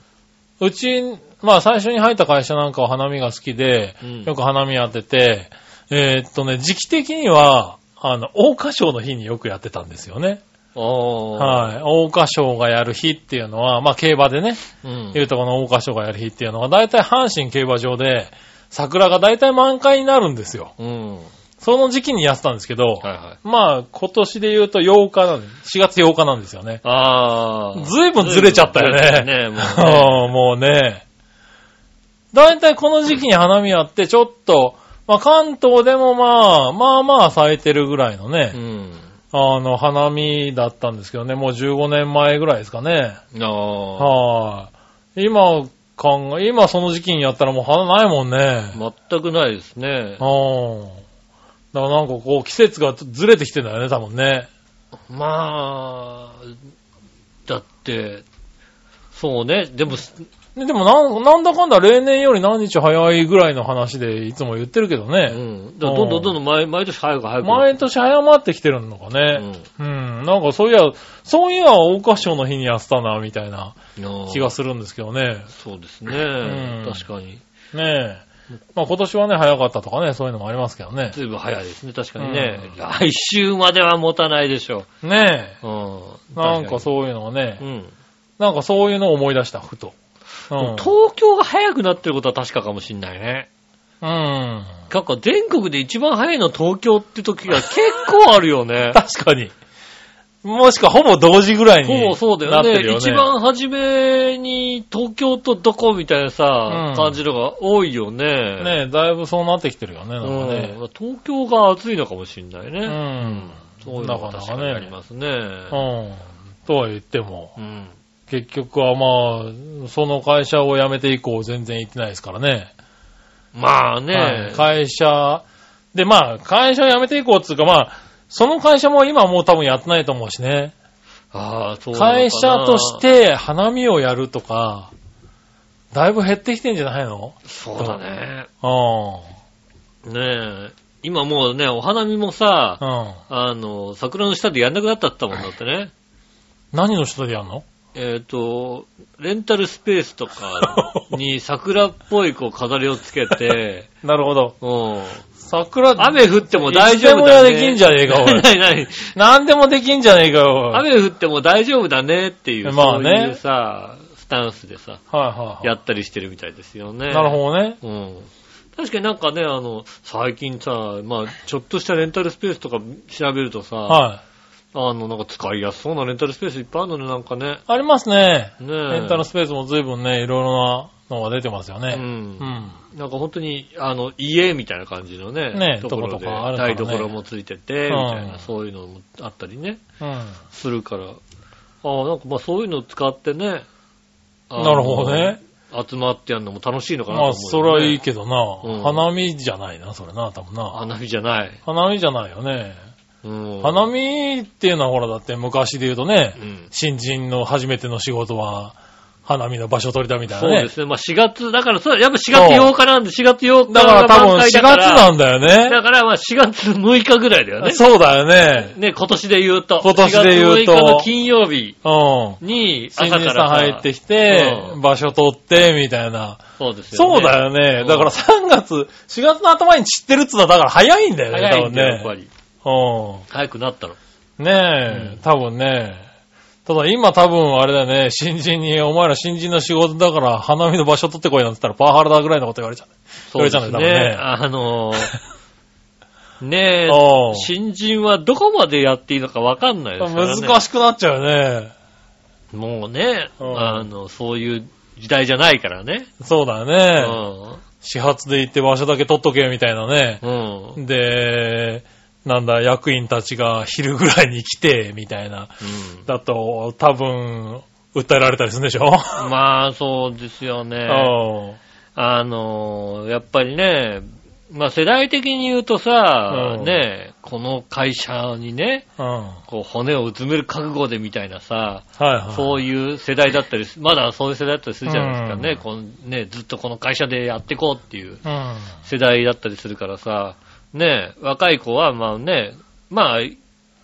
Speaker 3: うち、まあ最初に入った会社なんかは花見が好きで
Speaker 2: うん、
Speaker 3: よく花見やってて、えーっとね、時期的には、あの、大花賞の日によくやってたんですよね。
Speaker 2: おー。
Speaker 3: はい。大花賞がやる日っていうのは、まあ競馬でね、
Speaker 2: うん。
Speaker 3: いうとこの大花賞がやる日っていうのが、大体阪神競馬場で、桜が大体満開になるんですよ。
Speaker 2: うん。はい
Speaker 3: その時期にやってたんですけど、
Speaker 2: はい。
Speaker 3: まあ今年で言うと8日なんです。4月8日なんですよね。
Speaker 2: あー。
Speaker 3: ずいぶんずれちゃったよ
Speaker 2: ね、
Speaker 3: ね。
Speaker 2: もうね。
Speaker 3: ああ [LAUGHS] もうね。だいたいこの時期に花見あって、ちょっと、まあ関東でもまあ、まあまあ咲いてるぐらいの
Speaker 2: う
Speaker 3: ね、 [LAUGHS]
Speaker 2: ん。
Speaker 3: あの、花見だったんですけどね、もう15年前ぐらいですかね。
Speaker 2: あ
Speaker 3: はい。今考え、今その時期にやったらもう花ないもんね。
Speaker 2: ー。全くないですね。
Speaker 3: うん。だからなんかこう季節がずれてきてんだよね、多分ね。
Speaker 2: まあ、だって、そうね。でも、
Speaker 3: ねでもなん、なんだかんだ例年より何日早いぐらいの話でいつも言ってるけど
Speaker 2: う
Speaker 3: ね。
Speaker 2: ん。だからどんどんどんどん毎毎年早く早く。
Speaker 3: 毎年早まってきてるのかね。うん。なんかそういや、そういや、桜花賞の日にやってたな、みたいな
Speaker 2: うん
Speaker 3: 気がするんですけどね。
Speaker 2: そうですね。
Speaker 3: うん
Speaker 2: 確かに。
Speaker 3: ねえ。まあ今年はね、早かったとかね、そういうのもありますけどね。
Speaker 2: ずいぶん早いですね。確かにね。
Speaker 3: うん
Speaker 2: 来週までは持たないでしょ
Speaker 3: ね
Speaker 2: う。うん。
Speaker 3: え。なんか
Speaker 2: 確
Speaker 3: そういうのがね
Speaker 2: に。う、ん。
Speaker 3: なんかそういうのを思い出した、ふと。うん。
Speaker 2: 東京が早くなってることは確かかもしんないね。
Speaker 3: うん。
Speaker 2: なんか全国で一番早いの東京って時が結構あるよね。
Speaker 3: [LAUGHS] 確かに。もしくはほぼ同時ぐらいに。
Speaker 2: ほぼそうだ
Speaker 3: な
Speaker 2: よ
Speaker 3: って
Speaker 2: ね。
Speaker 3: るよね。
Speaker 2: 一番初めに東京とどこみたいなさ、
Speaker 3: うん
Speaker 2: 感じのが多いよね。
Speaker 3: ねえ、だいぶそうなってきてるよね、なんかね。
Speaker 2: うん、東京が暑いのかもしんないね。
Speaker 3: うん。
Speaker 2: そういうのが確かにありますね。
Speaker 3: うん。とは言っても、
Speaker 2: うん。
Speaker 3: 結局はまあ、その会社を辞めて以降全然行ってないですからね。
Speaker 2: まあね、
Speaker 3: はい会社、でまあ、会社を辞めて以降っていうかまあ、その会社も今はもう多分やってないと思うしね。
Speaker 2: ああ、そうなのかな
Speaker 3: 会社とし、て花見をやるとか、だいぶ減ってきてんじゃないの
Speaker 2: そうだね。
Speaker 3: う
Speaker 2: ねえ。今もうね、お花見もさ、
Speaker 3: ん。うん。
Speaker 2: あの、桜の下でやんなくなったって言ったもんだってね。
Speaker 3: 何の人でやんの
Speaker 2: えっ、と、レンタルスペースとか
Speaker 3: [LAUGHS]
Speaker 2: に桜っぽいこう飾りをつけて、
Speaker 3: なるほど。 [LAUGHS]
Speaker 2: うん。
Speaker 3: 桜、
Speaker 2: 雨降っても大丈夫
Speaker 3: いつ
Speaker 2: だ
Speaker 3: で
Speaker 2: ね。
Speaker 3: もやできんじゃねえか
Speaker 2: [LAUGHS]
Speaker 3: おい
Speaker 2: 何何
Speaker 3: 何でもできんじゃねえかよ。はい
Speaker 2: 雨降っても大丈夫だねっていう、
Speaker 3: まあね
Speaker 2: そういうさ、スタンスでさ、
Speaker 3: はいはい。
Speaker 2: やったりしてるみたいですよね。
Speaker 3: なるほどね。
Speaker 2: ど。うん。確かになんかね、あの、最近さ、まあ、ちょっとしたレンタルスペースとか調べるとさ、
Speaker 3: はい。
Speaker 2: あの、なんか使いやすそうなレンタルスペースいっぱいあるのね、なんかね。
Speaker 3: ありますね。
Speaker 2: ね
Speaker 3: レンタル
Speaker 2: ス
Speaker 3: スペースも随分ね、いろいろなのが出てますよ
Speaker 2: ペう。
Speaker 3: ね。うんん。
Speaker 2: なんか本当に、あの、家みたいな感じのね、
Speaker 3: ね
Speaker 2: ところで、
Speaker 3: とことかあるから
Speaker 2: 台
Speaker 3: ね
Speaker 2: 所もついてて、みたいな、
Speaker 3: うん
Speaker 2: そういうのもあったりね、
Speaker 3: うん。
Speaker 2: するから。ああ、なんかまあそういうのを使ってね、あの
Speaker 3: なるほどね。。
Speaker 2: 集まってやるのも楽しいのかなと
Speaker 3: ま
Speaker 2: 思う、
Speaker 3: あ、それはいい。けど
Speaker 2: うん
Speaker 3: な。花見じゃないな、それな、多分な。
Speaker 2: 花見じゃない。
Speaker 3: 花見じゃないよね。
Speaker 2: うん。
Speaker 3: 花見っていうのはほら、だって昔で言うとね
Speaker 2: う、ん。
Speaker 3: 新人の初めての仕事は、花見の場所取りだみたい
Speaker 2: そう
Speaker 3: な
Speaker 2: で
Speaker 3: ね。
Speaker 2: すね。まあ4月、だから、そうやっぱ4月8日なんで、4月8日
Speaker 3: だから多
Speaker 2: 満
Speaker 3: 分4
Speaker 2: 開だ
Speaker 3: 月
Speaker 2: から
Speaker 3: なんだよね。
Speaker 2: だから、まあ、4月6日ぐらいだよね。
Speaker 3: そうだよね。
Speaker 2: ね、今年で言うと。
Speaker 3: 今年で言うと
Speaker 2: 4月6日の金曜日
Speaker 3: うん。
Speaker 2: に、朝
Speaker 3: 新
Speaker 2: か
Speaker 3: 人
Speaker 2: ら
Speaker 3: さん入ってきて
Speaker 2: う、ん
Speaker 3: 場所取って、みたいな。
Speaker 2: そうですよね。
Speaker 3: そうだよね。
Speaker 2: うん
Speaker 3: だから3月、4月の頭に散ってるっつうのは、だから早いんだよね、
Speaker 2: 早い
Speaker 3: 多
Speaker 2: んだよ、やっぱ
Speaker 3: 分ね。
Speaker 2: り。
Speaker 3: う
Speaker 2: 早くなったの。
Speaker 3: ん。ねえ、多分ね。ただ今多分あれだよね、新人に、お前ら新人の仕事だから花見の場所取ってこいなんて言ったらパワハラだぐらいのこと言われちゃう。
Speaker 2: そうです
Speaker 3: 言われちゃうんだよね
Speaker 2: ね。あのー、
Speaker 3: [LAUGHS]
Speaker 2: ねえ
Speaker 3: うん、
Speaker 2: 新人はどこまでやっていいのかわかんないですからね。
Speaker 3: 難しくなっちゃうよね。
Speaker 2: もうね、
Speaker 3: うん
Speaker 2: あの、そういう時代じゃないからね。
Speaker 3: そうだ
Speaker 2: う
Speaker 3: よね。
Speaker 2: ん。
Speaker 3: 始発で行って場所だけ取っとけ、みたいなね。
Speaker 2: うん。うん。
Speaker 3: で、なんだ、役員たちが昼ぐらいに来て、みたいな。だと、多分、訴えられたりするんでしょ
Speaker 2: まあ、そうですよ
Speaker 3: う
Speaker 2: ね。
Speaker 3: ん。
Speaker 2: あのーやっぱりね、まあ世代的に言うとさ、
Speaker 3: うん
Speaker 2: ね、この会社にね、
Speaker 3: うん。は
Speaker 2: こう骨をうずめる覚悟でみたいなさ、
Speaker 3: いはい。
Speaker 2: そういう世代だったりす、まだそういう世代だったりするじゃないですかね、
Speaker 3: うん
Speaker 2: このね、ずっとこの会社でやっていこうっていう
Speaker 3: うん。
Speaker 2: 世代だったりするからさ、ね、若い子はまあね、まあ、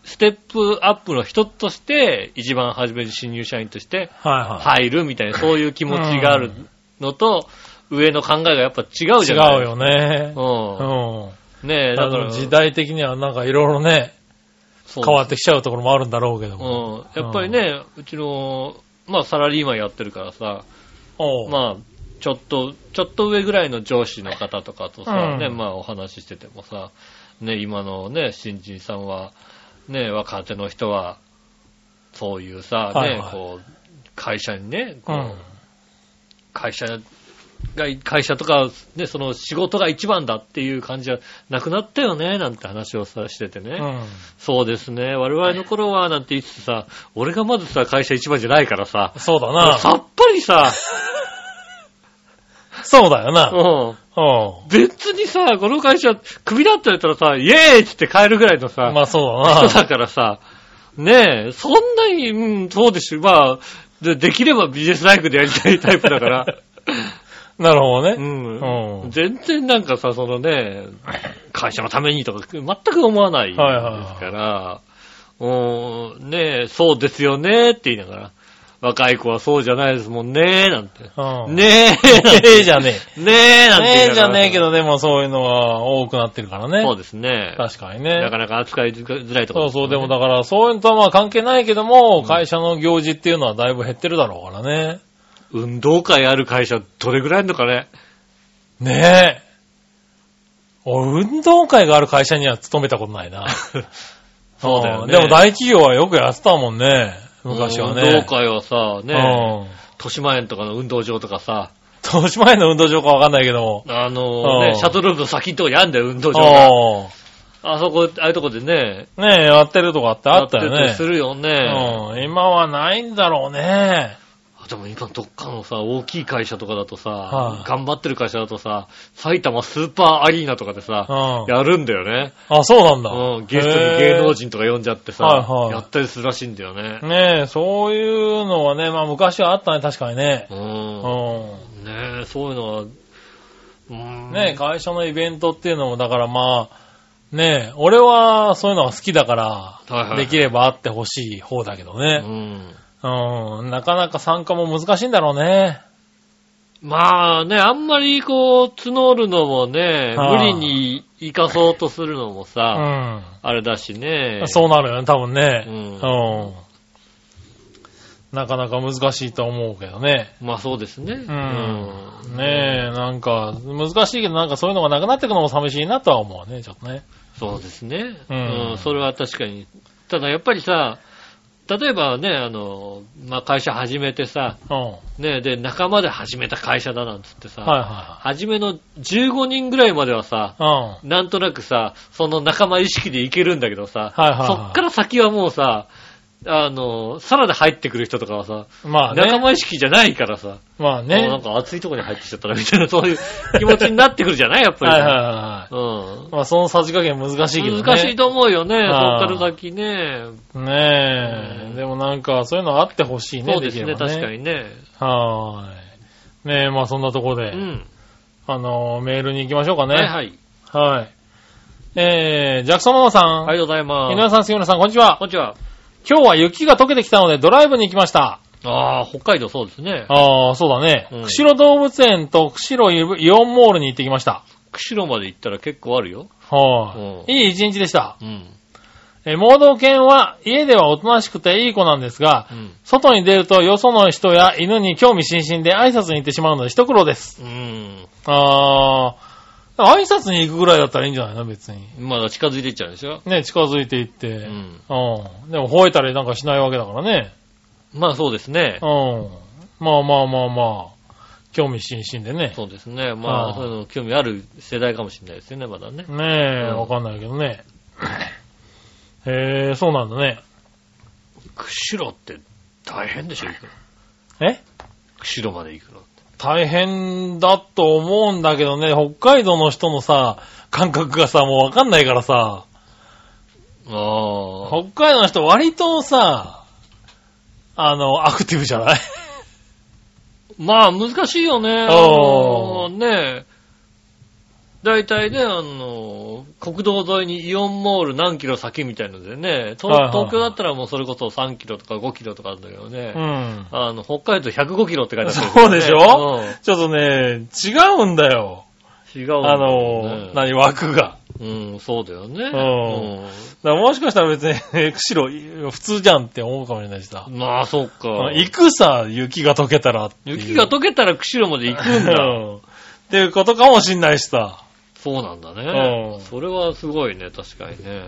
Speaker 2: ステップアップの一つとして、一番初めに新入社員として
Speaker 3: は
Speaker 2: [LAUGHS] 入るみたいな、そういう気持ちがあるのと、上の考えがやっぱ違う
Speaker 3: いはい。
Speaker 2: じ
Speaker 3: 違
Speaker 2: ゃないう
Speaker 3: よね。
Speaker 2: う。
Speaker 3: うん
Speaker 2: ねえ、
Speaker 3: ん。
Speaker 2: だか、
Speaker 3: だからら時代的にはなんかいろいろね、
Speaker 2: 変
Speaker 3: 変わってきちゃうところもあるんだろうけど
Speaker 2: う
Speaker 3: も。
Speaker 2: ん。やっぱりね、うちの、まあサラリーマンやってるからさ、
Speaker 3: おう
Speaker 2: まあ、ちょっと、ちょっと上ぐらいの上司の方とかとさ、
Speaker 3: うん
Speaker 2: ね、まあお話ししててもさ、ね、今のね、新人さんは、ね、若手の人は、そういうさ、ね、
Speaker 3: はいはい
Speaker 2: こう、会社にね、こ
Speaker 3: う
Speaker 2: う、
Speaker 3: ん。
Speaker 2: 会社が、会社とか、ね、その仕事が一番だっていう感じはなくなったよね、なんて話をさ、しててね。
Speaker 3: うん。
Speaker 2: そうですね。我々の頃は、なんて言ってさ、俺がまずさ、会社一番じゃないからさ、
Speaker 3: そうだな。
Speaker 2: さっぱりさ、
Speaker 3: [LAUGHS] そうだよな。
Speaker 2: うん。
Speaker 3: う
Speaker 2: 別にさ、この会社、クビだったらやったらさ、イエーイっつって帰るぐらいのさ、
Speaker 3: ん。まあそ
Speaker 2: 人
Speaker 3: うだ
Speaker 2: [LAUGHS] だからさ、ねえ、そんなに、うん、そうでしょ。まあ、でできればビジネスライクでやりたいタイプだから、
Speaker 3: なるほどね。
Speaker 2: う。
Speaker 3: うんん
Speaker 2: 全然なんかさ、そのね、会社のためにとか、全く思わないです
Speaker 3: はいはいはい
Speaker 2: から、うーん、ねえ、そうですよねって言いながら、若い子はそうじゃないですもんねなんて。
Speaker 3: うん。ね
Speaker 2: ねえ、なんて
Speaker 3: えじゃね
Speaker 2: ねえ、
Speaker 3: え。
Speaker 2: なんて言いながら
Speaker 3: ねえじゃねえけど、でもそういうのが多くなってるからね。
Speaker 2: そうですね。
Speaker 3: 確かにね。
Speaker 2: なかなか扱いづらいとこ
Speaker 3: そ
Speaker 2: ろ
Speaker 3: うそう、でも
Speaker 2: だ。
Speaker 3: だから、そういうのとはまあ関係ないけども、
Speaker 2: ん
Speaker 3: 会社の行事っていうのはだいぶ減ってるだろうからね。
Speaker 2: 運動会ある会社、どれぐらいあるのかね。
Speaker 3: ねえ。俺、運動会がある会社には勤めたことない
Speaker 2: [LAUGHS]
Speaker 3: な。
Speaker 2: そうだよね
Speaker 3: んでも大企業はよくやってたもんね。昔はね。
Speaker 2: 運動会はさ、ねえ、
Speaker 3: うん。
Speaker 2: 豊島園とかの運動場とかさ、
Speaker 3: 豊島園の運動場かわかんないけども。
Speaker 2: あの
Speaker 3: う
Speaker 2: ね、
Speaker 3: ん
Speaker 2: シャトル部の先のとこやんだよ、運動場が。
Speaker 3: あ
Speaker 2: あそこ、ああいうとこでね、
Speaker 3: あ。ねえ、やってるとこあった、あったよ
Speaker 2: やって
Speaker 3: ね
Speaker 2: てす。るよね。
Speaker 3: うん。今はないんだろうね。
Speaker 2: でも今どっかのさ、大きい会社とかだと
Speaker 3: は
Speaker 2: さ
Speaker 3: い、
Speaker 2: 頑張ってる会社だとさ、埼玉スーパーアリーナとかで
Speaker 3: うん
Speaker 2: さ、。やるんだよね。
Speaker 3: あ、そうなんだ。
Speaker 2: うん、ゲストに芸能
Speaker 3: 人
Speaker 2: 人とか呼んじゃって
Speaker 3: はい
Speaker 2: さ
Speaker 3: は、い
Speaker 2: やったりするらしいんだよね。
Speaker 3: ねえ、そういうのはね、まあ昔はあったね、確かにね。
Speaker 2: う。
Speaker 3: うんん。
Speaker 2: ねえ、そういうのは、うん
Speaker 3: ねえ、会社のイベントっていうのも、だからまあ、ねえ、俺はそういうのが好きだか
Speaker 2: はいは
Speaker 3: ら、
Speaker 2: い
Speaker 3: できればあってほしい方だけど
Speaker 2: う
Speaker 3: ね。
Speaker 2: ん。
Speaker 3: うん。なかなか参加も難しいんだろうね。
Speaker 2: まあね、あんまりこう、募るのもね、
Speaker 3: はあ
Speaker 2: 無理に生かそうとするのも
Speaker 3: う
Speaker 2: さ、
Speaker 3: ん。
Speaker 2: あれだしね。
Speaker 3: そうなるよね、多分ね。
Speaker 2: う
Speaker 3: うん。なかなか難しいと思うけどね。
Speaker 2: まあそうですね。う
Speaker 3: うん。ねえ、なんか、難しいけど、なんかそういうのがなくなってくのも寂しいなとは思うね、ちょっとね。
Speaker 2: そうですね。う
Speaker 3: うんん、
Speaker 2: それは確かに。ただやっぱりさ、例えばね、あの、まあ会社始めてさ、
Speaker 3: うん。
Speaker 2: ね、で、仲間で始めた会社だなんつってさ、
Speaker 3: はいは
Speaker 2: 初めの15人ぐらいまではさ、
Speaker 3: いはい。うん。
Speaker 2: なんとなくさ、その仲間意識でいけるんだけどさ、
Speaker 3: はいはいはい
Speaker 2: そっから先はもうさ、あの、さらで入ってくる人とかはさ、
Speaker 3: まあ
Speaker 2: 仲
Speaker 3: ね。
Speaker 2: 間意識じゃないからさ、
Speaker 3: まあ
Speaker 2: も
Speaker 3: ね。
Speaker 2: うなんか熱いとこに入ってきちゃったなみたいな、 [LAUGHS] そういう気持ちになってくるじゃないやっぱり。
Speaker 3: はいはいは
Speaker 2: うん
Speaker 3: い。。まあそのさじ加減難しいけどね。
Speaker 2: 難しいと思うよね、そっ
Speaker 3: あ
Speaker 2: か
Speaker 3: ー
Speaker 2: ら先ね。
Speaker 3: ね
Speaker 2: うん
Speaker 3: え。でもなんかそういうのあってほしいね、
Speaker 2: そうです
Speaker 3: き
Speaker 2: ね、
Speaker 3: れば
Speaker 2: 確か。にね。
Speaker 3: はーい。ねえ、まあそんなところ
Speaker 2: う
Speaker 3: で、
Speaker 2: ん。
Speaker 3: あのー、メールに行きましょうかね。
Speaker 2: はいはい。
Speaker 3: はい。えー、ジャクソンママさん。
Speaker 2: ありがとうござい
Speaker 3: 井
Speaker 2: ま
Speaker 3: 上
Speaker 2: す。
Speaker 3: さん、杉村さん、こんにちは
Speaker 2: こん。にちは。
Speaker 3: 今日は雪が溶けてきたのでドライブに行きました。
Speaker 2: ああ、北海道そうですね。
Speaker 3: ああ、そうだね。
Speaker 2: うん
Speaker 3: 釧路動物園と釧路イオンモールに行ってきました。
Speaker 2: 釧路まで行ったら結構あるよ。
Speaker 3: は
Speaker 2: うん
Speaker 3: い、いい一日でした。
Speaker 2: うん。
Speaker 3: えー、盲導犬は家ではおとなしくていい子なんですが、
Speaker 2: うん。
Speaker 3: 外に出るとよその人や犬に興味津々で挨拶に行ってしまうので一苦労です。
Speaker 2: うん。
Speaker 3: ああ、挨拶に行くぐらいだったらいいんじゃないの別に。
Speaker 2: まだ近づいていっちゃうんでしょ
Speaker 3: ね、近づいて行って。う。
Speaker 2: うんん。
Speaker 3: でも吠えたりなんかしないわけだからね。
Speaker 2: まあそうですね。
Speaker 3: うん。まあまあまあまあ、興味津々でね。
Speaker 2: そうですね。ま
Speaker 3: あ
Speaker 2: あ、
Speaker 3: あ
Speaker 2: そういうの興味ある世代かもしれないですよね、まだね。
Speaker 3: ねえ、
Speaker 2: うん
Speaker 3: わかんないけどね。へえ、そうなんだね。
Speaker 2: 釧路って大変でしょ、行くの。
Speaker 3: え
Speaker 2: 釧路まで行くの。
Speaker 3: 大変だと思うんだけどね、北海道の人のさ、感覚がさ、もうわかんないからさ、
Speaker 2: ああ。
Speaker 3: 北海道の人割とさ、あの、アクティブじゃない
Speaker 2: まあ、難しいよね。あのねえ。大体ね、あの、国道沿いにイオンモール何キロ先みたいのでね、東
Speaker 3: はいはい
Speaker 2: 東京だったらもうそれこそ3キロとか5キロとかあるんだけどね、
Speaker 3: うん。
Speaker 2: あの、北海道105キロって書いてある、
Speaker 3: そうでしょちょっとね、違うんだよ。
Speaker 2: うん、違う、ね。
Speaker 3: あの、何、枠が。
Speaker 2: うん、そうだよね。
Speaker 3: んだからもしかしたら別に、釧路、普通じゃんって思うかもしれないしさ。
Speaker 2: うんまあ、そうか。
Speaker 3: 行くさ、雪が溶けたらっていう。
Speaker 2: 雪が溶けたら釧路まで行くんだ。
Speaker 3: うんっていうことかもしんないしさ。
Speaker 2: そうなんだね
Speaker 3: うん。
Speaker 2: それはすごいね、確かにね。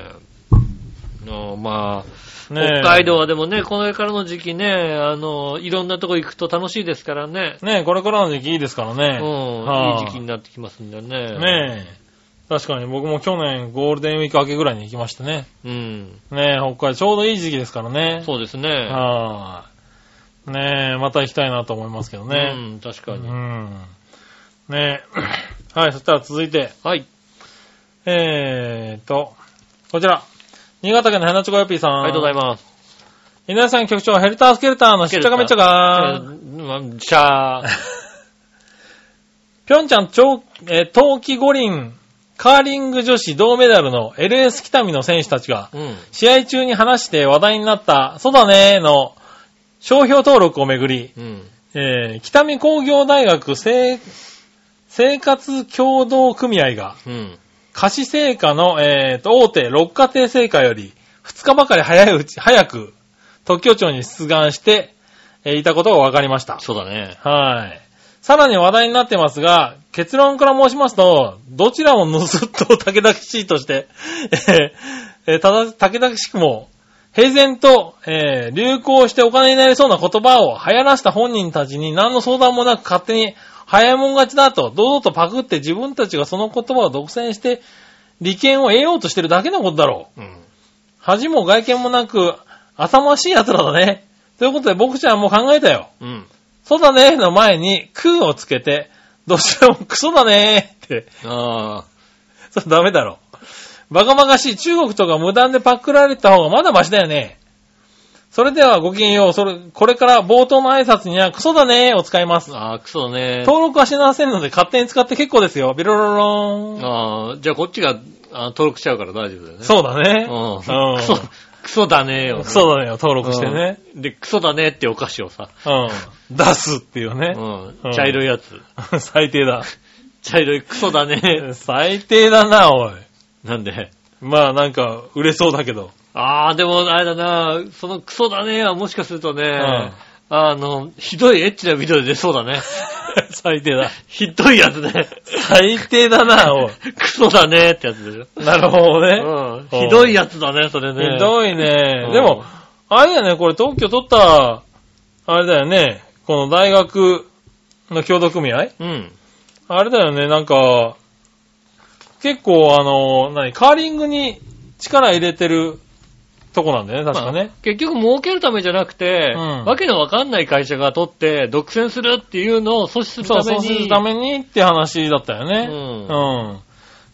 Speaker 2: うんまあ、
Speaker 3: ねえ
Speaker 2: 北海道はでもね、これからの時期ね、あの、いろんなとこ行くと楽しいですからね。
Speaker 3: ねえ、これからの時期いいですから
Speaker 2: うん、
Speaker 3: ね。
Speaker 2: い
Speaker 3: はいい
Speaker 2: 時期になってきますんでね。
Speaker 3: ねえ。確かに僕も去年ゴールデンウィーク明けぐらいに行きましたね。
Speaker 2: うん、
Speaker 3: ねえ、北海道ちょうどいい時期ですからね。
Speaker 2: そうですね。
Speaker 3: はい。ねえ、また行きたいなと思いますけど
Speaker 2: う
Speaker 3: ね。
Speaker 2: ん、確か
Speaker 3: う
Speaker 2: に。
Speaker 3: ん。ねえ。 [CLEARS THROAT] はい、そしたら続いて、
Speaker 2: はい、
Speaker 3: えーと、こちら。新潟県のヘナチョコヨッピーさん。
Speaker 2: ありがとうござい
Speaker 3: ま
Speaker 2: ます。
Speaker 3: す。皆さん局長、ヘルタースケルターのしっちゃかめっちゃ
Speaker 2: え
Speaker 3: か
Speaker 2: ーまあじゃあ、
Speaker 3: ぴょんちゃん長、えー冬季五輪、カーリング女子銅メダルの LS 北見の選手たちが、
Speaker 2: うん。
Speaker 3: 試合中に話して話題になった、そうだねーの商標登録をめぐり、
Speaker 2: うん。
Speaker 3: えー北見工業大学生、生活協同組合が、
Speaker 2: うん。
Speaker 3: 貸し成果の、えーと、大手六家庭成果より、2日ばかり早いうち、早く、特許庁に出願して、えーいたことが分かりました。
Speaker 2: そうだね。
Speaker 3: はい。さらに話題になってますが、結論から申しますと、どちらもぬすっと武田騎士として、えーえーただ、武田騎士も、平然と、えー流行してお金になりそうな言葉を流行らせた本人たちに何の相談もなく勝手に早いもん勝ちだと、堂々とパクって自分たちがその言葉を独占して、利権を得ようとしてるだけのことだろう。
Speaker 2: うん。
Speaker 3: 恥も外見もなく、浅ましい奴らだね。ということで僕ちゃんも考えたよ。
Speaker 2: うん。
Speaker 3: そうだねの前に、空をつけて、どちらもクソだねって、
Speaker 2: ああ。
Speaker 3: それダメだろ。バカバカしい中国とか無断でパクられた方がまだマシだよね。それではごきげんよう。それ、これから冒頭の挨拶にはクソだねを使います。
Speaker 2: ああ、クソだね。
Speaker 3: 登録はしませんので勝手に使って結構ですよ。ビロロローン。
Speaker 2: ああ、じゃあこっちがあ登録しちゃうから大丈夫だよね。
Speaker 3: そうだね。
Speaker 2: うん。
Speaker 3: うん
Speaker 2: クソ、クソだねよ。
Speaker 3: クソだねを登録してね。
Speaker 2: うん。で、クソだねってお菓子をさ、
Speaker 3: うん。出すっていう
Speaker 2: う
Speaker 3: ね。
Speaker 2: ん
Speaker 3: う。ん
Speaker 2: 茶色いやつ。
Speaker 3: 最低だ。
Speaker 2: 茶色いクソだね。
Speaker 3: 最低だ [LAUGHS] な、おい。
Speaker 2: なんで。
Speaker 3: まあなんか、売れそうだけど。
Speaker 2: ああ、でもあれだな、そのクソだねはもしかするとね
Speaker 3: ん、
Speaker 2: あの、ひどいエッチなビデオで出そうだね。
Speaker 3: [LAUGHS] 最低だ。
Speaker 2: ひどいやつね。
Speaker 3: 最低だな、おい。 [LAUGHS]
Speaker 2: クソだねってやつでしょ。
Speaker 3: なるほどね。
Speaker 2: うん。
Speaker 3: うん
Speaker 2: ひどいやつだね、それね。
Speaker 3: ひどいね
Speaker 2: う。ん
Speaker 3: でも、あれだよね、これ特許取った、あれだよね、この大学の共同組合
Speaker 2: うん。
Speaker 3: あれだよね、なんか、結構あの、何、カーリングに力入れてるとこなんだよね、確かね
Speaker 2: ま。あ結局儲けるためじゃなくて、
Speaker 3: うん
Speaker 2: わけのわかんない会社が取って独占するっていうのを阻止するた
Speaker 3: そ
Speaker 2: め
Speaker 3: う、
Speaker 2: に。
Speaker 3: そうするためにって話だったよね。
Speaker 2: うん
Speaker 3: うん。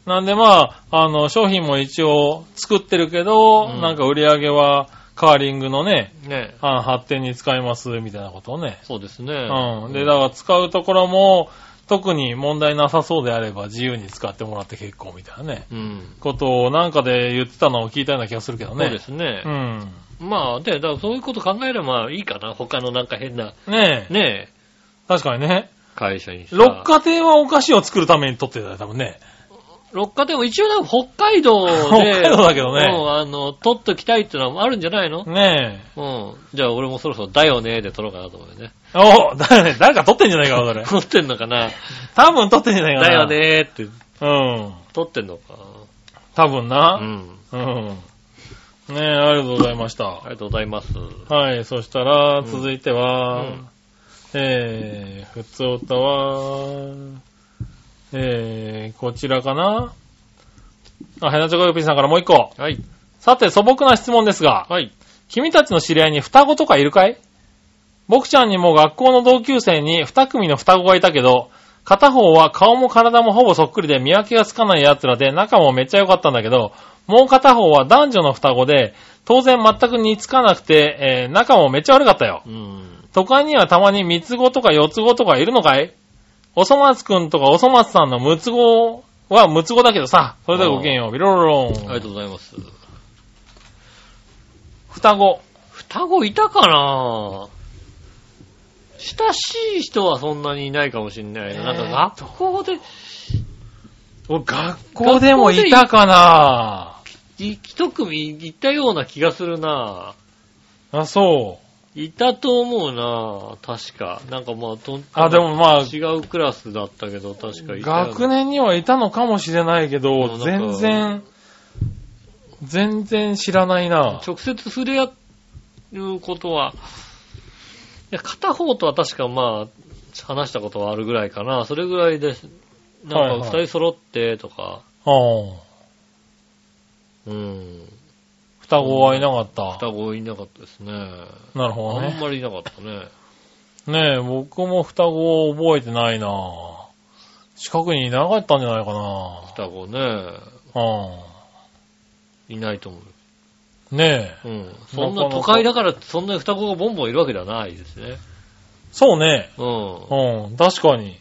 Speaker 3: なんでまあ、あの、商品も一応作ってるけど、
Speaker 2: うん
Speaker 3: なんか売り上げはカーリングのね、
Speaker 2: ね。
Speaker 3: あ発展に使います、みたいなことをね。
Speaker 2: そうですね。
Speaker 3: うん。で、だから使うところも、特に問題なさそうであれば自由に使ってもらって結構みたいなね、
Speaker 2: うん。
Speaker 3: ことをなんかで言ってたのを聞いたような気がするけどね。
Speaker 2: そうですね
Speaker 3: う。ん。
Speaker 2: まあ、で、だからそういうこと考えればまあいいかな。他のなんか変な、
Speaker 3: ねえ。
Speaker 2: ねえ、
Speaker 3: 確かにね。
Speaker 2: 会社にさ。
Speaker 3: 六花亭はお菓子を作るために取ってたよ、多分ね。
Speaker 2: 六花でも一応なんか北海道で。
Speaker 3: 北海道だけどね
Speaker 2: うんあの、取っときたいってのはあるんじゃないの
Speaker 3: ねえ。
Speaker 2: うん。じゃあ俺もそろそろだよねで取ろうかなと思うよね。
Speaker 3: お [LAUGHS] 誰誰か撮ってんじゃないか、
Speaker 2: [LAUGHS]
Speaker 3: それ。
Speaker 2: 取ってんのかな
Speaker 3: 多分撮ってんじゃないかな。
Speaker 2: だよ。ねって
Speaker 3: うん。
Speaker 2: 取ってんのか
Speaker 3: 多分
Speaker 2: な。う
Speaker 3: な。
Speaker 2: ん。
Speaker 3: うん。ねえ、ありがとうございました
Speaker 2: あ。りがとうございます。
Speaker 3: はい、そしたら、
Speaker 2: ん
Speaker 3: 続いては、
Speaker 2: うん
Speaker 3: えー、ふつおたは、えー、こちらかな。あ、ヘナチョコヨピーさんからもう一個。
Speaker 2: はい。
Speaker 3: さて、素朴な質問ですが、
Speaker 2: はい。
Speaker 3: 君たちの知り合いに双子とかいるかい僕ちゃんにも学校の同級生に二組の双子がいたけど、片方は顔も体もほぼそっくりで見分けがつかない奴らで仲もめっちゃ良かったんだけど、もう片方は男女の双子で、当然全く似つかなくて、えー仲もめっちゃ悪かったよ
Speaker 2: う。ん。
Speaker 3: 都会にはたまに三つ子とか四つ子とかいるのかいおそ松くんとかおそ松さんの六つ子は六つ子だけどさ、それではごきげんよう。ビロロロ
Speaker 2: ありがと
Speaker 3: ン。
Speaker 2: うございます。
Speaker 3: 双子。
Speaker 2: 双子いたかな親しい人はそんなにいないかもしれないな。
Speaker 3: えー
Speaker 2: なんか学校で、
Speaker 3: お学校でもいたかない
Speaker 2: 一組いたような気がするな。
Speaker 3: あ、そう。
Speaker 2: いたと思うな。確か。なんかまあ、と
Speaker 3: あ、でもまあ、
Speaker 2: 違うクラスだったけど、確かいたような
Speaker 3: 学年にはいたのかもしれないけど、
Speaker 2: あなん
Speaker 3: 全
Speaker 2: か
Speaker 3: 然、全然知らないな。
Speaker 2: 直接触れ合うことは、いや片方とは確かまあ、話したことはあるぐらいかな。それぐらいです。な
Speaker 3: はい
Speaker 2: ん
Speaker 3: は
Speaker 2: か
Speaker 3: い
Speaker 2: 二人揃ってとか、
Speaker 3: う
Speaker 2: う
Speaker 3: ん
Speaker 2: ん。
Speaker 3: 双子はいなかった。
Speaker 2: 双子いなかったですね。
Speaker 3: なるほど
Speaker 2: あん
Speaker 3: ね。
Speaker 2: まりいなかったね。
Speaker 3: ねえ、僕も双子を覚えてないな近くにいなかったんじゃないかな
Speaker 2: 双子ね、
Speaker 3: う
Speaker 2: いないと思う。
Speaker 3: ん。ねえ。
Speaker 2: うん。そん
Speaker 3: なか
Speaker 2: な
Speaker 3: なか
Speaker 2: 都会だからそんなに双子がボンボンいるわけではないですね。
Speaker 3: そうね。
Speaker 2: うん。
Speaker 3: うん、確かに。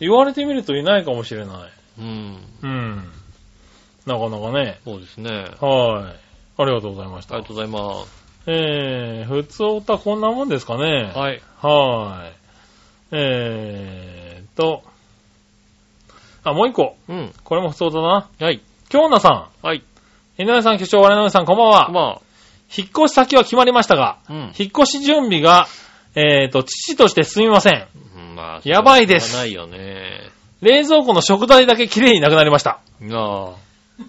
Speaker 3: 言われてみるといないかもしれない。
Speaker 2: うん。
Speaker 3: うん。なかなかね。
Speaker 2: そうですね。あ
Speaker 3: はい。ありがとうございまし
Speaker 2: り
Speaker 3: た
Speaker 2: が。とうございま
Speaker 3: えー、普通おたこんなもんですかね
Speaker 2: す。。はい。
Speaker 3: はい。えーっと。あ、もう一個。
Speaker 2: うん。
Speaker 3: これも普通だな。
Speaker 2: はい。
Speaker 3: 京奈さ
Speaker 2: はい。
Speaker 3: ん。井上さん、局長、我々さん、こんばんは。
Speaker 2: ま
Speaker 3: 引っ越し先は決まりましたが、
Speaker 2: あ、うん。
Speaker 3: 引っ越し準備が、えーっと、父としてすみません。
Speaker 2: うんまあ、
Speaker 3: やばいです
Speaker 2: しょうがないよね。
Speaker 3: 冷蔵庫の食材だけきれいになくなりました。
Speaker 2: なあ。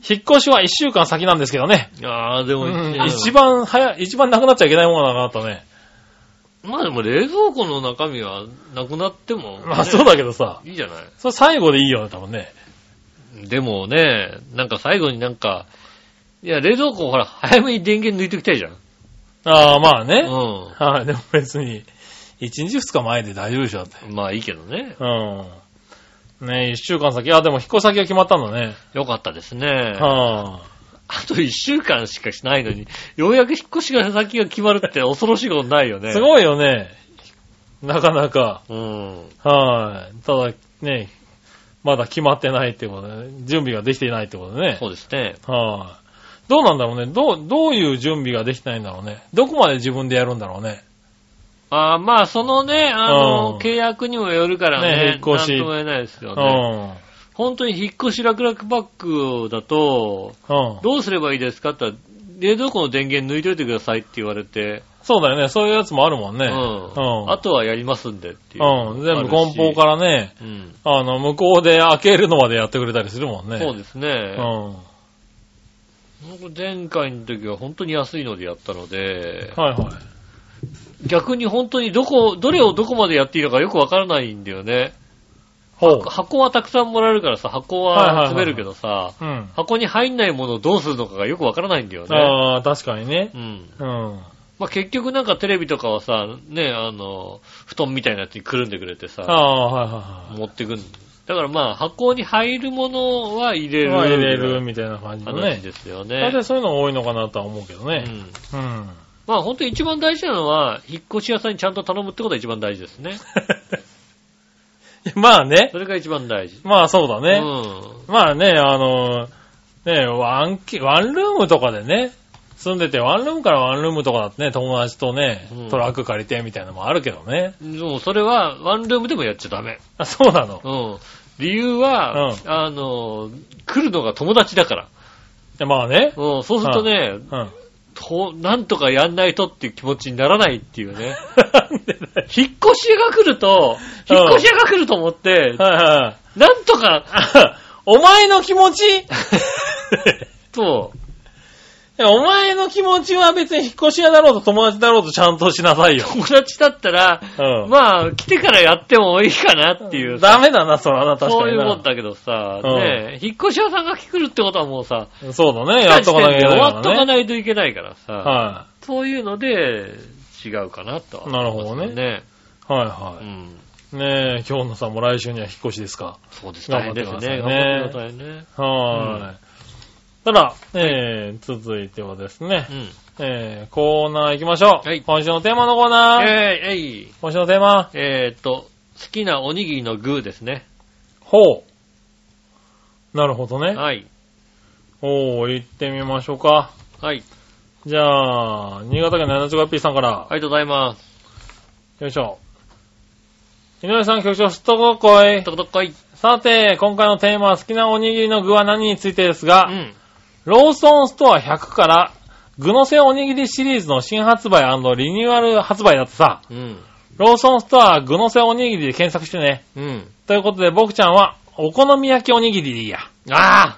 Speaker 3: 引っ越しは一週間先なんですけどね。
Speaker 2: ああ、でも、
Speaker 3: うん一。番早い、一番なくなっちゃいけないものだなとね。
Speaker 2: まあでも冷蔵庫の中身はなくなっても、
Speaker 3: まあそうだけどさ。
Speaker 2: いいじゃない。
Speaker 3: それ最後でいいよね、多分ね。
Speaker 2: でもね、なんか最後になんか、いや、冷蔵庫ほら、早めに電源抜いておきたいじゃん。
Speaker 3: ああ、まあね。
Speaker 2: う
Speaker 3: はい、でも別に、一日二日前で大丈夫でしょ、だって。
Speaker 2: ん。まあいいけどね。
Speaker 3: うん。ねえ、一週間先。あ、でも引っ越し先が決まったんだね。
Speaker 2: よかったですね。
Speaker 3: は
Speaker 2: あと一週間しかしないのに、ようやく引っ越しが先が決まるって恐ろしいことないよ
Speaker 3: あ。
Speaker 2: ね。
Speaker 3: すごいよね。なかなか。
Speaker 2: うん。
Speaker 3: はい。ただ、ね、まだ決まってないってことね。準備ができていないってことね。
Speaker 2: そうですね。
Speaker 3: はい。どうなんだろうね。どう、どういう準備ができてないんだろうね。どこまで自分でやるんだろうね。
Speaker 2: あーまあ、そのね、あの、
Speaker 3: うん
Speaker 2: 契約にもよるからね、
Speaker 3: ね引っ越し
Speaker 2: なんとも言えないですよ
Speaker 3: う
Speaker 2: ね。
Speaker 3: ん。
Speaker 2: 本当に引っ越し楽々バッグだと、
Speaker 3: うん。
Speaker 2: どうすればいいですかって言ったら、冷蔵庫の電源抜いといてくださいって言われて、
Speaker 3: そうだよね。そういうやつもあるもんね。
Speaker 2: うん。
Speaker 3: うん
Speaker 2: あとはやりますんでっていう。
Speaker 3: うん。全部梱包からね、
Speaker 2: ら。うん。
Speaker 3: あの、向こうで開けるのまでやってくれたりするもんね。
Speaker 2: そうですね。
Speaker 3: うん。
Speaker 2: 僕前回の時は本当に安いのでやったので、
Speaker 3: はいはい。
Speaker 2: 逆に本当にどこ、どれをどこまでやっていいのかよくわからないんだよね。
Speaker 3: ほう。
Speaker 2: 箱はたくさんもらえるからさ、箱
Speaker 3: はいはいは
Speaker 2: はい詰めるけどさ、
Speaker 3: うん。
Speaker 2: 箱に入んないものをどうするのかがよくわからないんだよね。
Speaker 3: ああ、確かにね
Speaker 2: う。ん。
Speaker 3: うん。
Speaker 2: まあ、結局なんかテレビとかはさ、ね、あの、布団みたいなやつにくるんでくれて
Speaker 3: あ
Speaker 2: さ、
Speaker 3: あ、はいはいはい。
Speaker 2: 持ってくんだからまあ、箱に入るものは入れる。
Speaker 3: まあ入れる。みたいな感じの
Speaker 2: 話
Speaker 3: ね。
Speaker 2: ですよ
Speaker 3: 大体
Speaker 2: ね。
Speaker 3: そういうの多いのかなとは思うけど
Speaker 2: う
Speaker 3: ね。
Speaker 2: ん。
Speaker 3: うん。 [LAUGHS]
Speaker 2: まあ本当に一番大事なのは、引っ越し屋さんにちゃんと頼むってことが一番大事ですね。
Speaker 3: まあね。
Speaker 2: それが一番大事。
Speaker 3: まあそうだ
Speaker 2: う
Speaker 3: ね。
Speaker 2: ん。
Speaker 3: まあね、あの、ね、ワンキ、ワンルームとかでね、住んでてワンルームからワンルームとかだってね、友達とね
Speaker 2: うん、
Speaker 3: トラック借りてみたいなのもあるけどね。
Speaker 2: でもそれは、ワンルームでもやっちゃダメ。
Speaker 3: あ、そうなの。
Speaker 2: うん。理由は、
Speaker 3: う
Speaker 2: あの、来るのが友達だから。
Speaker 3: いやまあね。
Speaker 2: うん、そうするとね、
Speaker 3: うん。
Speaker 2: と、なんとかやんないとっていう気持ちにならないっていうね。
Speaker 3: [LAUGHS] なんでだよ。
Speaker 2: 引っ越し屋が来ると、
Speaker 3: うん
Speaker 2: 引っ越し屋が来ると思って、
Speaker 3: はいはい。
Speaker 2: なんとか、
Speaker 3: お前の気持
Speaker 2: [LAUGHS]
Speaker 3: ち
Speaker 2: と、
Speaker 3: いやお前の気持ちは別に引っ越し屋だろうと友達だろうとちゃんとしなさいよ。
Speaker 2: 友達だったら、
Speaker 3: うん。
Speaker 2: まあ、来てからやってもいいかなっていう。
Speaker 3: ダメだな、そらな、確
Speaker 2: そ
Speaker 3: か
Speaker 2: うい
Speaker 3: に
Speaker 2: うも。
Speaker 3: なん
Speaker 2: だけどさ、
Speaker 3: うん
Speaker 2: ねえ、引っ越し屋さんが来るってことはもうさ、
Speaker 3: そうだね、やっとかなきゃいけな
Speaker 2: 終
Speaker 3: いか
Speaker 2: わっとから
Speaker 3: ね。
Speaker 2: ないといけないからさ、
Speaker 3: は
Speaker 2: そういうので違うかなとは思います
Speaker 3: なるほどい。
Speaker 2: う
Speaker 3: は
Speaker 2: ん。
Speaker 3: いはい。ねえ、今日のさんも来週には引っ越しですか。
Speaker 2: そうですね。
Speaker 3: 頑
Speaker 2: 大
Speaker 3: 張
Speaker 2: 変
Speaker 3: っ
Speaker 2: です
Speaker 3: てく
Speaker 2: ね
Speaker 3: ださい。
Speaker 2: 頑張って
Speaker 3: ね
Speaker 2: くださいね。
Speaker 3: はーい。ただ、えー、続いてはですね
Speaker 2: う、ん。
Speaker 3: えー、コーナー行きましょう。
Speaker 2: はい
Speaker 3: 今週のテーマのコーナー。
Speaker 2: えー、えい、
Speaker 3: 今週のテーマ、
Speaker 2: えーっと、好きなおにぎりの具ですね。
Speaker 3: ほう。なるほどね。
Speaker 2: はい。
Speaker 3: おー、行ってみましょうか。
Speaker 2: はい。
Speaker 3: じゃあ、新潟県の 75P さんから。
Speaker 2: ありがとうございます。
Speaker 3: よいしょ。井上さん、局長、すっとここい
Speaker 2: と。ことっこい。
Speaker 3: さて、今回のテーマは好きなおにぎりの具は何についてですが、
Speaker 2: うん。
Speaker 3: ローソンストア100から、具のせおにぎりシリーズの新発売リニューアル発売だってさ、
Speaker 2: うん。
Speaker 3: ローソンストア具のせおにぎりで検索してね。
Speaker 2: うん。
Speaker 3: ということで、僕ちゃんは、お好み焼きおにぎりでいいや。
Speaker 2: ああ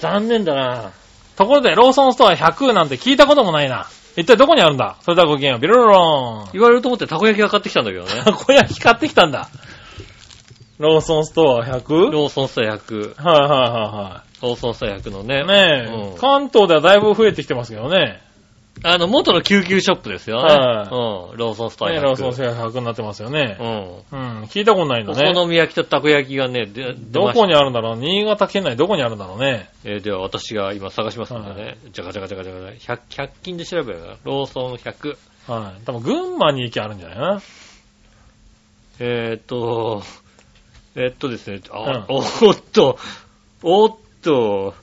Speaker 2: 残念だな
Speaker 3: ところで、ローソンストア100なんて聞いたこともないな。一体どこにあるんだそれではごきげんよう。ビロロローン。
Speaker 2: 言われると思ってたこ焼きが買ってきたんだけど
Speaker 3: [LAUGHS]
Speaker 2: ね。
Speaker 3: たこ焼き買ってきたんだ。ローソンストア 100? はい
Speaker 2: ローソンスタ100。
Speaker 3: は
Speaker 2: ローソンスタ100の
Speaker 3: い
Speaker 2: ね。
Speaker 3: はいはい。ね
Speaker 2: う
Speaker 3: え、
Speaker 2: ん
Speaker 3: 関東ではだいぶ増えてきてますけどね。
Speaker 2: あの、元の救急ショップですよね。
Speaker 3: はい
Speaker 2: うん。ローソンスター
Speaker 3: ね
Speaker 2: 100。
Speaker 3: ローソンストア100になってますよ
Speaker 2: う
Speaker 3: ね。
Speaker 2: ん。
Speaker 3: うん、聞いたことないん
Speaker 2: お
Speaker 3: だね。
Speaker 2: 好み焼きとたこ焼きがね、で
Speaker 3: どこ
Speaker 2: に
Speaker 3: にあるんだろう新潟県内どこにあるんだろうね。
Speaker 2: えーでは私が今探しますんでね。じゃがじゃがじゃがじゃが。100、100均で調べるから。ローソン100。
Speaker 3: はい。多分群馬に行きあるんじゃないかな。
Speaker 2: えーっと、えっとですね、あ、
Speaker 3: う
Speaker 2: おっと、おっと、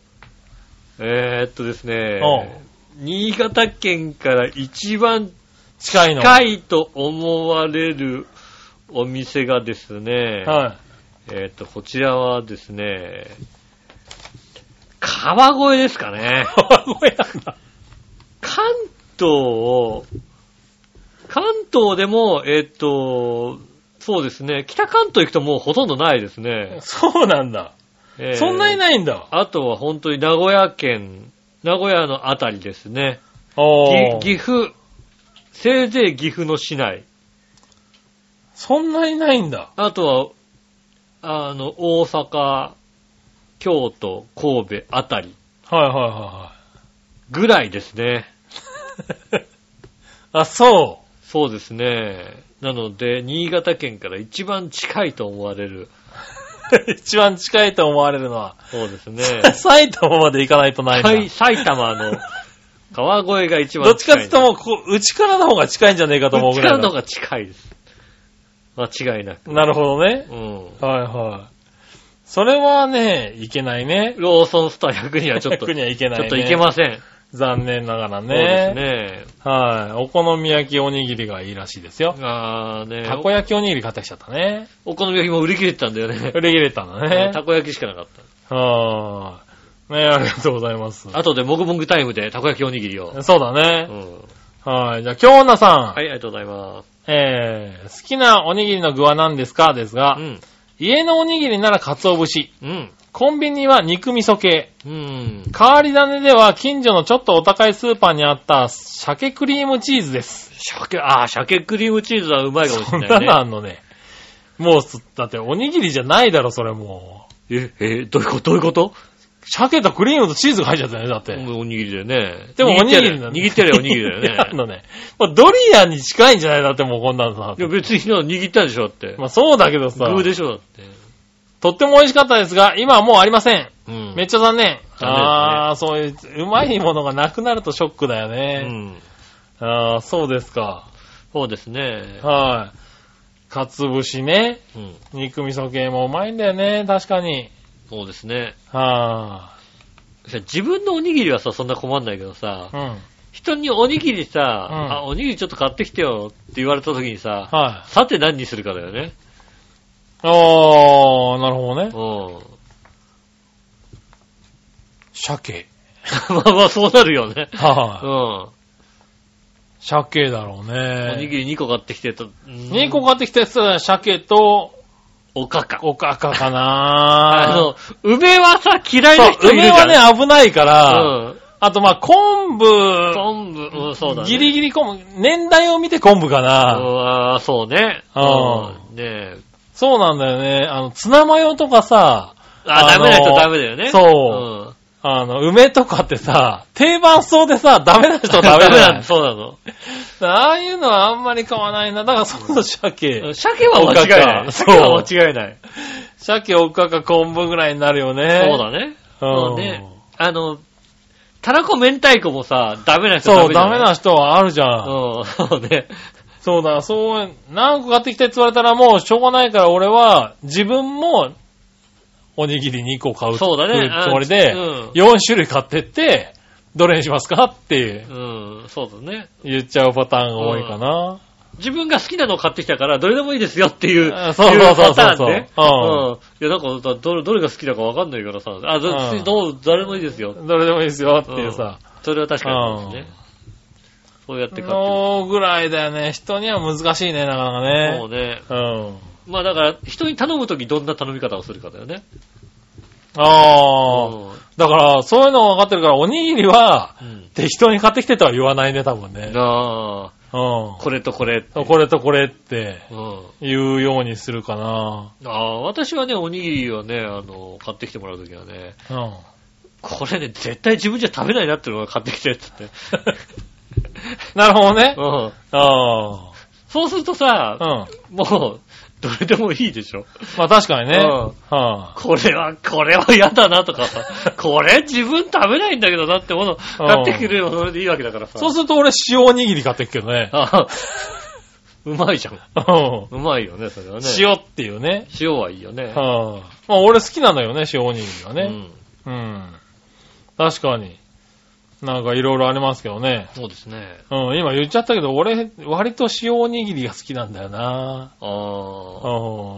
Speaker 2: えーっとですね、新潟県から一番
Speaker 3: 近いの。
Speaker 2: 近いと思われるお店がですね、
Speaker 3: [LAUGHS] は
Speaker 2: えーっと、こちらはですね、川越ですかね。
Speaker 3: い。川越なんだ。
Speaker 2: 関東を、関東でも、えーっと、そうですね、北関東行くともうほとんどないですね。
Speaker 3: そうなんだ。
Speaker 2: えー
Speaker 3: そんないないんだ。
Speaker 2: あとは本当に名古屋県、名古屋のあたりですね。
Speaker 3: お
Speaker 2: ぎ
Speaker 3: ー
Speaker 2: 岐阜、せいぜい岐阜の市内。
Speaker 3: そんなにないんだ。
Speaker 2: あとは、あの、大阪、京都、神戸あたり
Speaker 3: はいはいは
Speaker 2: ぐらいですね。
Speaker 3: いはい。あ、そ
Speaker 2: そうですね。なので、新潟県から一番近いと思われる。
Speaker 3: う。 [LAUGHS] 一番近いと思われるのは、
Speaker 2: そうですね。
Speaker 3: [LAUGHS] 埼玉まで行かないとないんだ。
Speaker 2: はい、埼玉の川越が一
Speaker 3: ど
Speaker 2: 番
Speaker 3: っちか
Speaker 2: 近
Speaker 3: っ
Speaker 2: いで
Speaker 3: ていう
Speaker 2: す。
Speaker 3: ともう、こう、内からの方が近いんじゃねえかと思うぐらい
Speaker 2: 力
Speaker 3: だ
Speaker 2: の方が近いです。間違いなく。
Speaker 3: なるほどね。
Speaker 2: うん。
Speaker 3: はいはい。それはね、いけないね。
Speaker 2: ローソンスター100にはちょっと、
Speaker 3: 100にはいけない、
Speaker 2: ちょ
Speaker 3: ね。
Speaker 2: っといけません。
Speaker 3: 残念ながらね。
Speaker 2: そうですね。
Speaker 3: はい。お好み焼きおにぎりがいいらしいですよ。
Speaker 2: あーね。
Speaker 3: たこ焼きおにぎり買ってきちゃったね。
Speaker 2: お好み焼きも売り切れてたんだよね。
Speaker 3: 売り切れたんだね。
Speaker 2: たこ焼きしかなかっ
Speaker 3: はーい。ねありがとうございます。
Speaker 2: た。あとで、もぐもぐタイムでたこ焼きおにぎりを。
Speaker 3: そうだ
Speaker 2: う
Speaker 3: ね。
Speaker 2: ん。
Speaker 3: はい。じゃあ、京女さん。
Speaker 2: はい、ありがとうございま
Speaker 3: えー、好きなおにぎりの具は何ですかですが、
Speaker 2: す。うん。
Speaker 3: 家のおにぎりなら鰹節。
Speaker 2: うん。
Speaker 3: コンビニは肉味噌系。
Speaker 2: うん。
Speaker 3: 変わり種では近所のちょっとお高いスーパーにあった鮭クリームチーズです。
Speaker 2: 鮭、あー、鮭クリームチーズはうまいかもし
Speaker 3: そ
Speaker 2: れな
Speaker 3: んない
Speaker 2: ね。
Speaker 3: のあんのね。もうす、だっておにぎりじゃないだろ、それも
Speaker 2: え、え、どういうことどういうこと
Speaker 3: う。鮭とクリームとチーズが入っちゃったよね、だって。
Speaker 2: おにぎりだよね。
Speaker 3: でもおにぎりな
Speaker 2: だ
Speaker 3: ん
Speaker 2: 握ってるおにぎりだ
Speaker 3: あ
Speaker 2: よね。
Speaker 3: んのね。まあ、ドリアンに近いんじゃないだってもうこんなのさ
Speaker 2: [LAUGHS] い。や、別に握ったでしょ、だって。
Speaker 3: まあそうだけどさ。
Speaker 2: 具でしょ、だって。
Speaker 3: とっても美味しかったですが、今はもうありません。
Speaker 2: うん
Speaker 3: めっちゃ残念。
Speaker 2: すね
Speaker 3: ああ、そういう、うまいものがなくなるとショックだよ
Speaker 2: う
Speaker 3: ね。
Speaker 2: ん。
Speaker 3: ああ、そうですか。
Speaker 2: そうですね。
Speaker 3: はい。かつぶしね。
Speaker 2: うん。
Speaker 3: 肉味噌系もうまいんだよね。確かに。
Speaker 2: そうですね。
Speaker 3: は
Speaker 2: さ自分のおにぎりはさ、そんな困んないけどさ
Speaker 3: あ。う、ん。
Speaker 2: 人におにぎりさ、
Speaker 3: ん
Speaker 2: あ、おにぎりちょっと買ってきてよって言われた時にさ、
Speaker 3: は
Speaker 2: さて何にするかだよね。
Speaker 3: い。おー、なるほどね。
Speaker 2: う
Speaker 3: 鮭。
Speaker 2: ん。 [LAUGHS] まあまあ、そうなるよね。う
Speaker 3: はあ。
Speaker 2: ん。
Speaker 3: 鮭だろうね。
Speaker 2: おにぎり2個買ってきてと、2
Speaker 3: 2個買ってきたやつは鮭と
Speaker 2: おかか。
Speaker 3: おかかか
Speaker 2: あ
Speaker 3: な
Speaker 2: の、梅はさ、嫌い
Speaker 3: そ
Speaker 2: な
Speaker 3: う、
Speaker 2: 人いる
Speaker 3: 梅
Speaker 2: じゃ
Speaker 3: は
Speaker 2: ん。
Speaker 3: ね、危ないから、
Speaker 2: うん。
Speaker 3: あとまあ昆布、
Speaker 2: 昆布、うん、そうだね。
Speaker 3: ギリギリ昆布、年代を見て昆布か
Speaker 2: う
Speaker 3: な。
Speaker 2: ん、あーそうね。。
Speaker 3: うん
Speaker 2: ねえ。
Speaker 3: そうなんだよね。あの、ツナマヨとかさ、
Speaker 2: あ、
Speaker 3: あ
Speaker 2: ダ
Speaker 3: の
Speaker 2: メな人ダメだよね。。
Speaker 3: そうあの、梅とかってさ、定番そうでさ、ダメな人
Speaker 2: うん。
Speaker 3: [LAUGHS] はダ
Speaker 2: ダ
Speaker 3: メ
Speaker 2: メな
Speaker 3: だ
Speaker 2: ん
Speaker 3: よ
Speaker 2: だ、そうなの。
Speaker 3: ああいうのはあんまり買わないな。だからその鮭、
Speaker 2: 鮭は間違いな
Speaker 3: おか
Speaker 2: い。
Speaker 3: か
Speaker 2: 鮭は間違いない。
Speaker 3: 鮭、おかか、昆布ぐらいになるよね。
Speaker 2: そうだね。そうね
Speaker 3: ん。
Speaker 2: あの、たらこ明太子もさ、ダメな人
Speaker 3: そう、ダメな
Speaker 2: 人。
Speaker 3: 人はあるじゃん。
Speaker 2: うん、そうね。
Speaker 3: そうだ、そう、何個買ってきてって言われたらもうしょうがないから俺は自分もおにぎり2個買う
Speaker 2: そうだねあ
Speaker 3: つもりで、
Speaker 2: うん
Speaker 3: 4種類買ってって、どれにしますかって
Speaker 2: うん、そうだね。
Speaker 3: 言っちゃうパターンが多いかな。
Speaker 2: 自分が好きなのを買ってきたから、どれでもいいですよっていう。
Speaker 3: あそうそうそうそうそう
Speaker 2: いパタ
Speaker 3: うん
Speaker 2: ーンねうん。いや、なんか、どれ、どれが好きだかわかんないからさ。あ、ど、
Speaker 3: うん
Speaker 2: どう、どれもいいですよ。
Speaker 3: どれでもいいですよっていうさ。
Speaker 2: それは確かにそうですね。そうやって買ってる。
Speaker 3: のぐらいだよね。人には難しいね、なかなかね。
Speaker 2: そうね。
Speaker 3: うん。
Speaker 2: まあだから、人に頼むときどんな頼み方をするかだよね。
Speaker 3: ああ、
Speaker 2: うん
Speaker 3: だから、そういうの分かってるから、おにぎりは
Speaker 2: うん。
Speaker 3: 適当に買ってきてとは言わないね、多分ね。
Speaker 2: あ
Speaker 3: うん
Speaker 2: あ、。これとこれ。
Speaker 3: これとこれって
Speaker 2: うん。
Speaker 3: 言うようにするかな。
Speaker 2: ああ、私はね、おにぎりをね、あの、買ってきてもらうときはね、
Speaker 3: うん。
Speaker 2: これね、絶対自分じゃ食べないなっていうのが買ってきてって言
Speaker 3: [LAUGHS]
Speaker 2: って。
Speaker 3: なるほどね。
Speaker 2: うん。
Speaker 3: あ
Speaker 2: そうするとさ
Speaker 3: あ。う、ん。
Speaker 2: もう、どれでもいいでしょ。
Speaker 3: まあ確かにね。
Speaker 2: う
Speaker 3: は
Speaker 2: これは、これは嫌だなとかさ、
Speaker 3: [LAUGHS]
Speaker 2: これ自分食べないんだけどなってもの買ってくれればそれでいいわけだから
Speaker 3: あ、
Speaker 2: さ。
Speaker 3: [LAUGHS] そうすると俺塩おにぎり買ってくけどね。
Speaker 2: あうまいじゃん。
Speaker 3: うん
Speaker 2: うまいよね、それはね。。
Speaker 3: 塩っていうね。
Speaker 2: 塩はいいよね。
Speaker 3: はあ、まあ俺好きなんだよね、塩おにぎりは
Speaker 2: う
Speaker 3: ね。
Speaker 2: ん。
Speaker 3: うん。確かに。なんかいろいろありますけどね。
Speaker 2: そうですね。
Speaker 3: うん、今言っちゃったけど、俺、割と塩おにぎりが好きなんだよな。
Speaker 2: あ
Speaker 3: う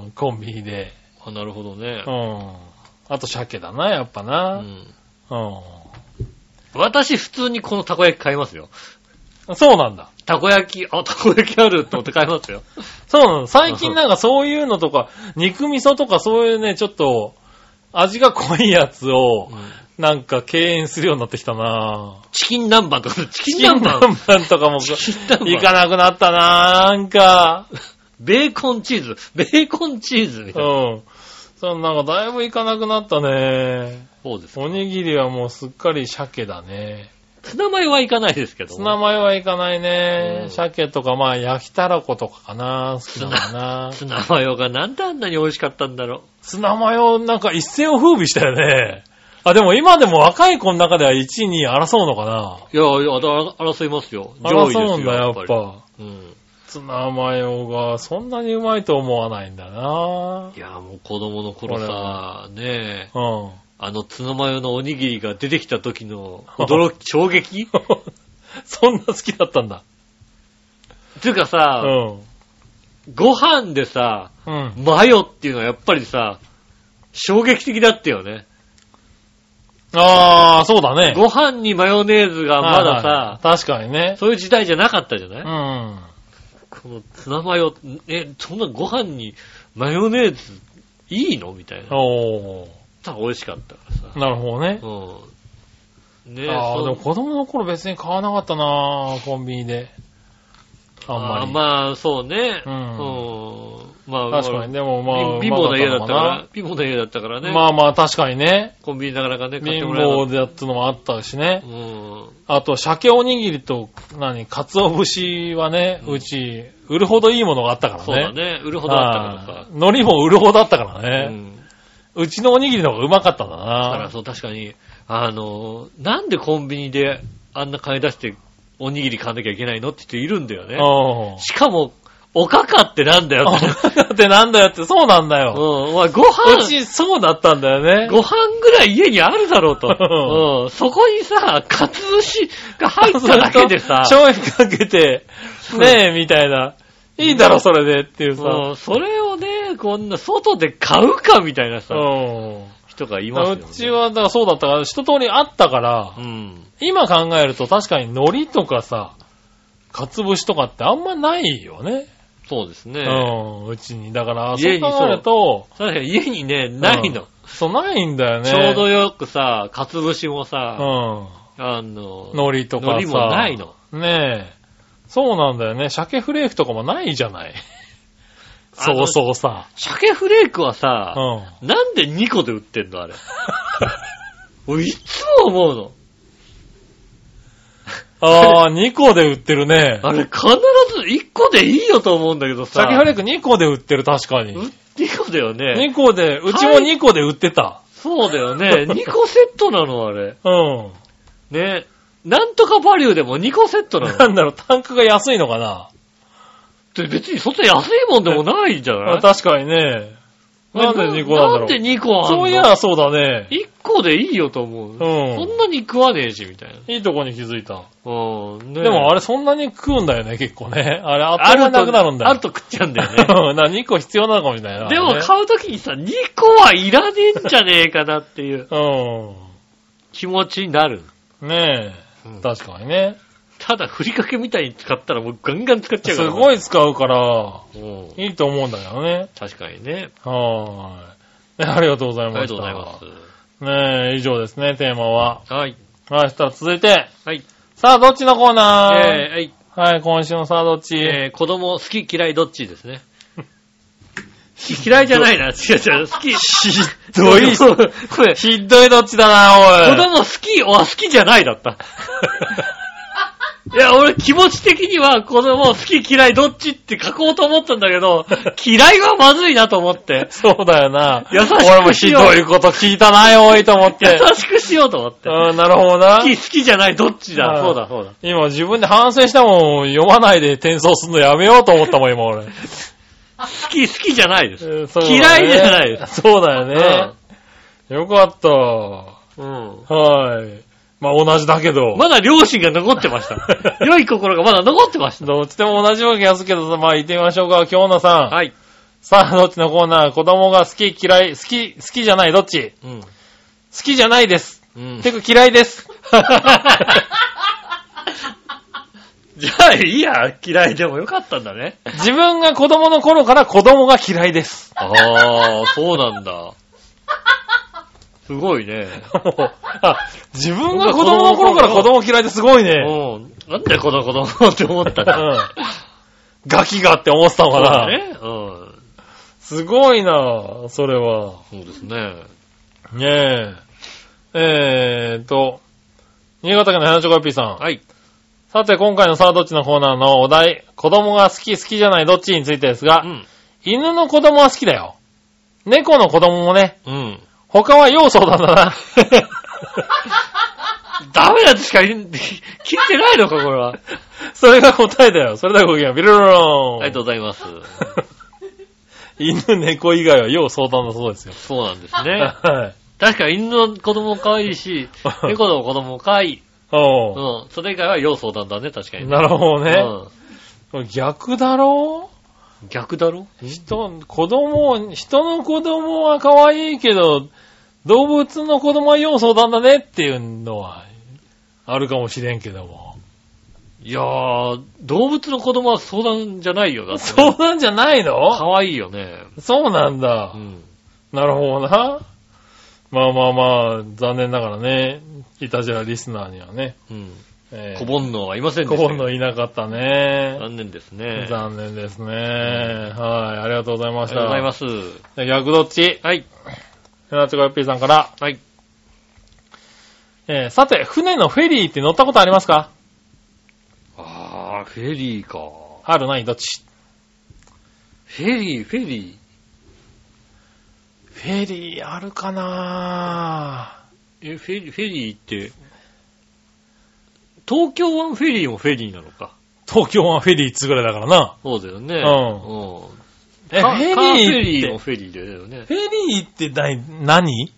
Speaker 3: ん、コンビニで。
Speaker 2: ーあ、なるほどね
Speaker 3: う。ん。あと鮭だな、やっぱ
Speaker 2: う
Speaker 3: な。
Speaker 2: ん。
Speaker 3: う
Speaker 2: 私普通にこのたこ焼き買いますよ。
Speaker 3: ん。そうなんだ。
Speaker 2: たこ焼き、あ、たこ焼きあると思って買いますよ。
Speaker 3: そうなの。最近なんかそういうのとか、肉味噌とかそういうね、ちょっと、味が濃いやつを、なんか敬遠するようになってきたな
Speaker 2: チキン南蛮とか、チキン
Speaker 3: チキン
Speaker 2: 南蛮
Speaker 3: 南蛮とかも、
Speaker 2: チキン南蛮
Speaker 3: 行かなくなったななんか。
Speaker 2: ベーコンチーズ、ベーコンチーズみ
Speaker 3: う
Speaker 2: たいな。
Speaker 3: ん。そう、なんかだいぶ行かなくなったね。
Speaker 2: そうです。
Speaker 3: おにぎりはもうすっかり鮭だね。
Speaker 2: ツナマヨはいかないですけど。
Speaker 3: ツナマヨは行かないね
Speaker 2: う。ん
Speaker 3: 鮭とか、まあ、焼きたらことかかな。好きなのか
Speaker 2: [LAUGHS]
Speaker 3: な。
Speaker 2: ツナマヨがなんであんなに美味しかったんだろ
Speaker 3: ツナマヨ、なんか一世を風靡したよね。あ、でも今でも若い子の中では1位に争うのかな。
Speaker 2: う。いや、いや、だ争いますよ。上位ですよ。
Speaker 3: 争うんだ、やっ
Speaker 2: り
Speaker 3: ぱ。
Speaker 2: うん。。
Speaker 3: ツナマヨがそんなにうまいと思わないんだない
Speaker 2: や、もう子供の頃さ、ねえ、
Speaker 3: うん。 [LAUGHS]
Speaker 2: あのツナマヨのおにぎりが出てきた時の驚き、衝
Speaker 3: [LAUGHS]
Speaker 2: 撃
Speaker 3: そんな好きだったんだ。
Speaker 2: っていうか
Speaker 3: う
Speaker 2: さ、
Speaker 3: ん。
Speaker 2: ご飯でさ、
Speaker 3: うん。
Speaker 2: マヨっていうのはやっぱりさ、衝撃的だったよね。
Speaker 3: ああ、そうだね。
Speaker 2: ご飯にマヨネーズがまだ
Speaker 3: はいは
Speaker 2: さ
Speaker 3: い、確かにね。
Speaker 2: そういう時代じゃなかったじゃない、
Speaker 3: うん。
Speaker 2: このツナマヨ、え、そんなご飯にマヨネーズいいのみたいな。
Speaker 3: おー。
Speaker 2: ただ美味しかったからさ。
Speaker 3: なるほどね。
Speaker 2: うん。ねえ、
Speaker 3: ああ、
Speaker 2: そう
Speaker 3: でも子供の頃別に買わなかったなコンビニで。あんまり。
Speaker 2: あまあ、そうね。
Speaker 3: うん
Speaker 2: うん。まあ、
Speaker 3: 確かに、でもま
Speaker 2: 貧
Speaker 3: あ、
Speaker 2: 貧乏な家だったか
Speaker 3: うま
Speaker 2: ら、貧乏な家だったから
Speaker 3: ったのか
Speaker 2: ね。
Speaker 3: な。まあまあ、確かにね。
Speaker 2: コンビニなかなかね、買っ
Speaker 3: 貧
Speaker 2: てもらえなかっ
Speaker 3: 乏でやったのもあったしね
Speaker 2: た。。うん。
Speaker 3: あと、鮭おにぎりと、何、鰹節はね、
Speaker 2: うん
Speaker 3: うち、売るほどいいものがあったからね。
Speaker 2: そうだね。売るほどあったから
Speaker 3: あ
Speaker 2: さ
Speaker 3: ー。海苔も売るほどあったから
Speaker 2: う
Speaker 3: ね。
Speaker 2: ん。
Speaker 3: うちのおにぎりの方がうまかったんだ
Speaker 2: だから
Speaker 3: な。
Speaker 2: そう、確かに、あの、なんでコンビニであんな金出しておにぎり買わなきゃいけないのって人いるんだよね。
Speaker 3: うん。
Speaker 2: しかも、おかかってなんだよって。
Speaker 3: だってなんだよって、そうなんだ
Speaker 2: [LAUGHS] うん、
Speaker 3: よ。
Speaker 2: お前ご
Speaker 3: う
Speaker 2: 飯、
Speaker 3: ち、そうだったんだよね。
Speaker 2: ご飯ぐらい家にあるだろう
Speaker 3: う
Speaker 2: と。うん、そこにさ、かつ節が入っただけで
Speaker 3: [LAUGHS]
Speaker 2: さ、
Speaker 3: 醤油かけて、ねえ、みたいな。いいだろ、それでっていうさ。
Speaker 2: うん、それをね、こんな外で買うかみたいなさ、
Speaker 3: うん。
Speaker 2: 人がいますよ
Speaker 3: う
Speaker 2: ね。
Speaker 3: ち、は、だからそうだったから、一通りあったから
Speaker 2: う、ん。
Speaker 3: 今考えると確かに海苔とかさ、かつぶしとかってあんまないよね。
Speaker 2: そうですね。
Speaker 3: うん、うちに。だから、そ
Speaker 2: 家
Speaker 3: う
Speaker 2: にそう
Speaker 3: 考えると、
Speaker 2: 確かに家にね、ないの。
Speaker 3: そうないんだよね。
Speaker 2: ちょうどよくさ、かつぶしもさ、
Speaker 3: うん。
Speaker 2: あの、
Speaker 3: 海苔とか
Speaker 2: 海苔
Speaker 3: さ。
Speaker 2: もないの。
Speaker 3: ねえ。そうなんだよね。鮭フレークとかもないじゃない。
Speaker 2: あ
Speaker 3: そ
Speaker 2: の
Speaker 3: うそうさ。
Speaker 2: 鮭フレークは
Speaker 3: う
Speaker 2: さ、
Speaker 3: ん。
Speaker 2: なんで2個で売ってんのあれ。 [LAUGHS] 俺いつも思うの。
Speaker 3: ああ、2個で売ってるね。
Speaker 2: あれ必ず1個でいいよと思うんだけどさ。
Speaker 3: 鮭フレーク2個で売ってる、確かに。
Speaker 2: 2個だよね。
Speaker 3: 2個で、うちも2個で売ってた。
Speaker 2: そうだよ
Speaker 3: [LAUGHS]
Speaker 2: ね。2個セットなのあれ。
Speaker 3: うん。
Speaker 2: ね。なんとかバリューでも2個セットな
Speaker 3: な
Speaker 2: の。
Speaker 3: んだろう、単価が安いのかな。
Speaker 2: で別にそんな安いもんでもないんじゃない
Speaker 3: あ確かにね。なんで2個なんだろ
Speaker 2: なん
Speaker 3: う
Speaker 2: で。2個あんの
Speaker 3: そういや、そうだね。
Speaker 2: 1個でいいよと思う。
Speaker 3: ん
Speaker 2: そんなに食わねえし、みたいな。
Speaker 3: いいとこに気づいた。
Speaker 2: うん。ね
Speaker 3: でもあ
Speaker 2: れ、
Speaker 3: れそんなに食うんだよね、結構ね。あれ、あっという間になくなるんだよ。
Speaker 2: あると食っちゃうんだよね。
Speaker 3: うんな2個必要なのかもしれないな。
Speaker 2: でも
Speaker 3: [LAUGHS] あ
Speaker 2: 買うときにさ、2個はいらねえんじゃねえかなっていう
Speaker 3: れね
Speaker 2: 気持ちになる。
Speaker 3: うん。ねえ。確かにね。
Speaker 2: ただ、ふりかけみたいに使ったらもうガンガン使っちゃうか
Speaker 3: す
Speaker 2: ら。
Speaker 3: ごい使うから、
Speaker 2: うん。
Speaker 3: いいと思うんだけどね。
Speaker 2: 確かにね。
Speaker 3: はーい。ねありがとうござ
Speaker 2: あ
Speaker 3: い
Speaker 2: り
Speaker 3: ま
Speaker 2: がと
Speaker 3: した。
Speaker 2: うございます。
Speaker 3: ねえ、以上ですね、テーマは。
Speaker 2: はい。
Speaker 3: はい、そしたら続いて、
Speaker 2: はい。
Speaker 3: さあ、どっちのコー
Speaker 2: えー、
Speaker 3: ナー、
Speaker 2: はい。
Speaker 3: はい、今週のさあ、どっち、
Speaker 2: えー、子供、好き嫌いどっちです
Speaker 3: [LAUGHS]
Speaker 2: ね。好き嫌いじゃないな。違う違う。好き。ひ
Speaker 3: どい
Speaker 2: これ、
Speaker 3: ひっどいどっちだな、お
Speaker 2: 子
Speaker 3: い。 [LAUGHS]
Speaker 2: 供好き、お好きじゃないだった。いや、俺気持ち的には子供を好き嫌いどっちって書こうと思ったんだけど、嫌いはまずいなと思
Speaker 3: [LAUGHS]
Speaker 2: って。
Speaker 3: そうだよな。
Speaker 2: 優しくしよう
Speaker 3: 俺もひどいこと聞いたな、多いと思っ
Speaker 2: 優 [LAUGHS]
Speaker 3: て。
Speaker 2: しくしようと思って。
Speaker 3: うん、なるほどな
Speaker 2: 好。き、好きじゃない、どっちだ。
Speaker 3: うん
Speaker 2: そうだ、そうだ。
Speaker 3: 今自分で反省したもん、読まないで転送するのやめようと思ったもん、今俺。
Speaker 2: 好き、好きじゃないです。
Speaker 3: 嫌
Speaker 2: 嫌
Speaker 3: い
Speaker 2: いじゃないで
Speaker 3: そうだよね。よかった。
Speaker 2: うん。
Speaker 3: はい。まあ同じだけど。
Speaker 2: [LAUGHS] まだ両親が残ってました。 [LAUGHS] 良い心がまだ残ってました。
Speaker 3: どっちでも同じわけやすけどさ、まあ行ってみましょうか、京奈さん。
Speaker 2: はい。
Speaker 3: さあ、どっちのコーナー子供が好き、嫌い、好き、好きじゃない、どっち
Speaker 2: うん。
Speaker 3: 好きじゃないです。
Speaker 2: うん。
Speaker 3: てか嫌
Speaker 2: [LAUGHS]
Speaker 3: いです。
Speaker 2: じゃあ、いいや、嫌いでもよかったんだね。
Speaker 3: 自分が子供の頃から子供が嫌いです。
Speaker 2: ああ、そうなんだ。すごい [LAUGHS] ね。
Speaker 3: もうあ自分が子供の頃から子供嫌いってすごいね。
Speaker 2: うん。なんでこの子供って思った
Speaker 3: う
Speaker 2: か。
Speaker 3: ん。ガキがって思ってたの
Speaker 2: そ
Speaker 3: か
Speaker 2: うだ
Speaker 3: な。
Speaker 2: ね。うん。
Speaker 3: すごいなそれは。
Speaker 2: そうですね。
Speaker 3: ねえ。えーっと、新潟県の花チョコヨッピーさん。
Speaker 2: はい。
Speaker 3: さて、今回のさあどっちのコーナーのお題、子供が好き好きじゃないどっちについてですが、
Speaker 2: うん。
Speaker 3: 犬の子供は好きだよ。猫の子供もね、
Speaker 2: うん。
Speaker 3: 他は要相談だ
Speaker 2: [LAUGHS]
Speaker 3: な。
Speaker 2: ダメなやつしかい聞いてないのか、これは。
Speaker 3: それが答えだよ。それではごきげんようビルルローン。
Speaker 2: ありがとうございます。
Speaker 3: 犬、猫以外は要相談だそうですよ。
Speaker 2: そうなんです [LAUGHS] ね。
Speaker 3: [LAUGHS] はい。
Speaker 2: 確か犬の子供も可愛い [LAUGHS] し、猫の子供も可愛い。
Speaker 3: おう
Speaker 2: うん。それ以外は要相談だね、確かに。
Speaker 3: なるほどね。
Speaker 2: ね。
Speaker 3: 逆だろ
Speaker 2: うん。逆だろ
Speaker 3: 人、子供、人の子供は可愛いけど、動物の子供は要相談だねっていうのは、あるかもしれんけども。
Speaker 2: いやー、動物の子供は相談じゃないよ、だってね、
Speaker 3: 相談じゃないの
Speaker 2: 可愛いよね。
Speaker 3: そうなんだ
Speaker 2: う。ん。
Speaker 3: なるほどな。まあまあまあ、残念ながらね、いたじらリスナーにはね、
Speaker 2: うん。
Speaker 3: えー
Speaker 2: こぼんのはいませんで
Speaker 3: こ
Speaker 2: した。
Speaker 3: ぼんのいなかったね。
Speaker 2: 残念ですね。あ
Speaker 3: 残念ですね。はい、ありがとうございまし
Speaker 2: り
Speaker 3: た。。
Speaker 2: がとうございますす。
Speaker 3: 逆どっち
Speaker 2: はい。
Speaker 3: ヘナチョコヨッピーさんから。
Speaker 2: はい。
Speaker 3: えーさて、船のフェリーって乗ったことありますか
Speaker 2: あー、フェリーか。
Speaker 3: あるないどっち
Speaker 2: フェリー、フェリ
Speaker 3: フェリーあるかな
Speaker 2: ー。え、フェリー、フェリーって、東京湾フェリーもフェリーなのか。
Speaker 3: 東京湾フェリーっつうぐらいだからな。
Speaker 2: そうだよね。
Speaker 3: うん
Speaker 2: うん。
Speaker 3: え、
Speaker 2: カ
Speaker 3: フェ
Speaker 2: カーフェ
Speaker 3: リ
Speaker 2: リー
Speaker 3: ー
Speaker 2: も
Speaker 3: って、
Speaker 2: フェリーだよね
Speaker 3: フ。ェリーって何何い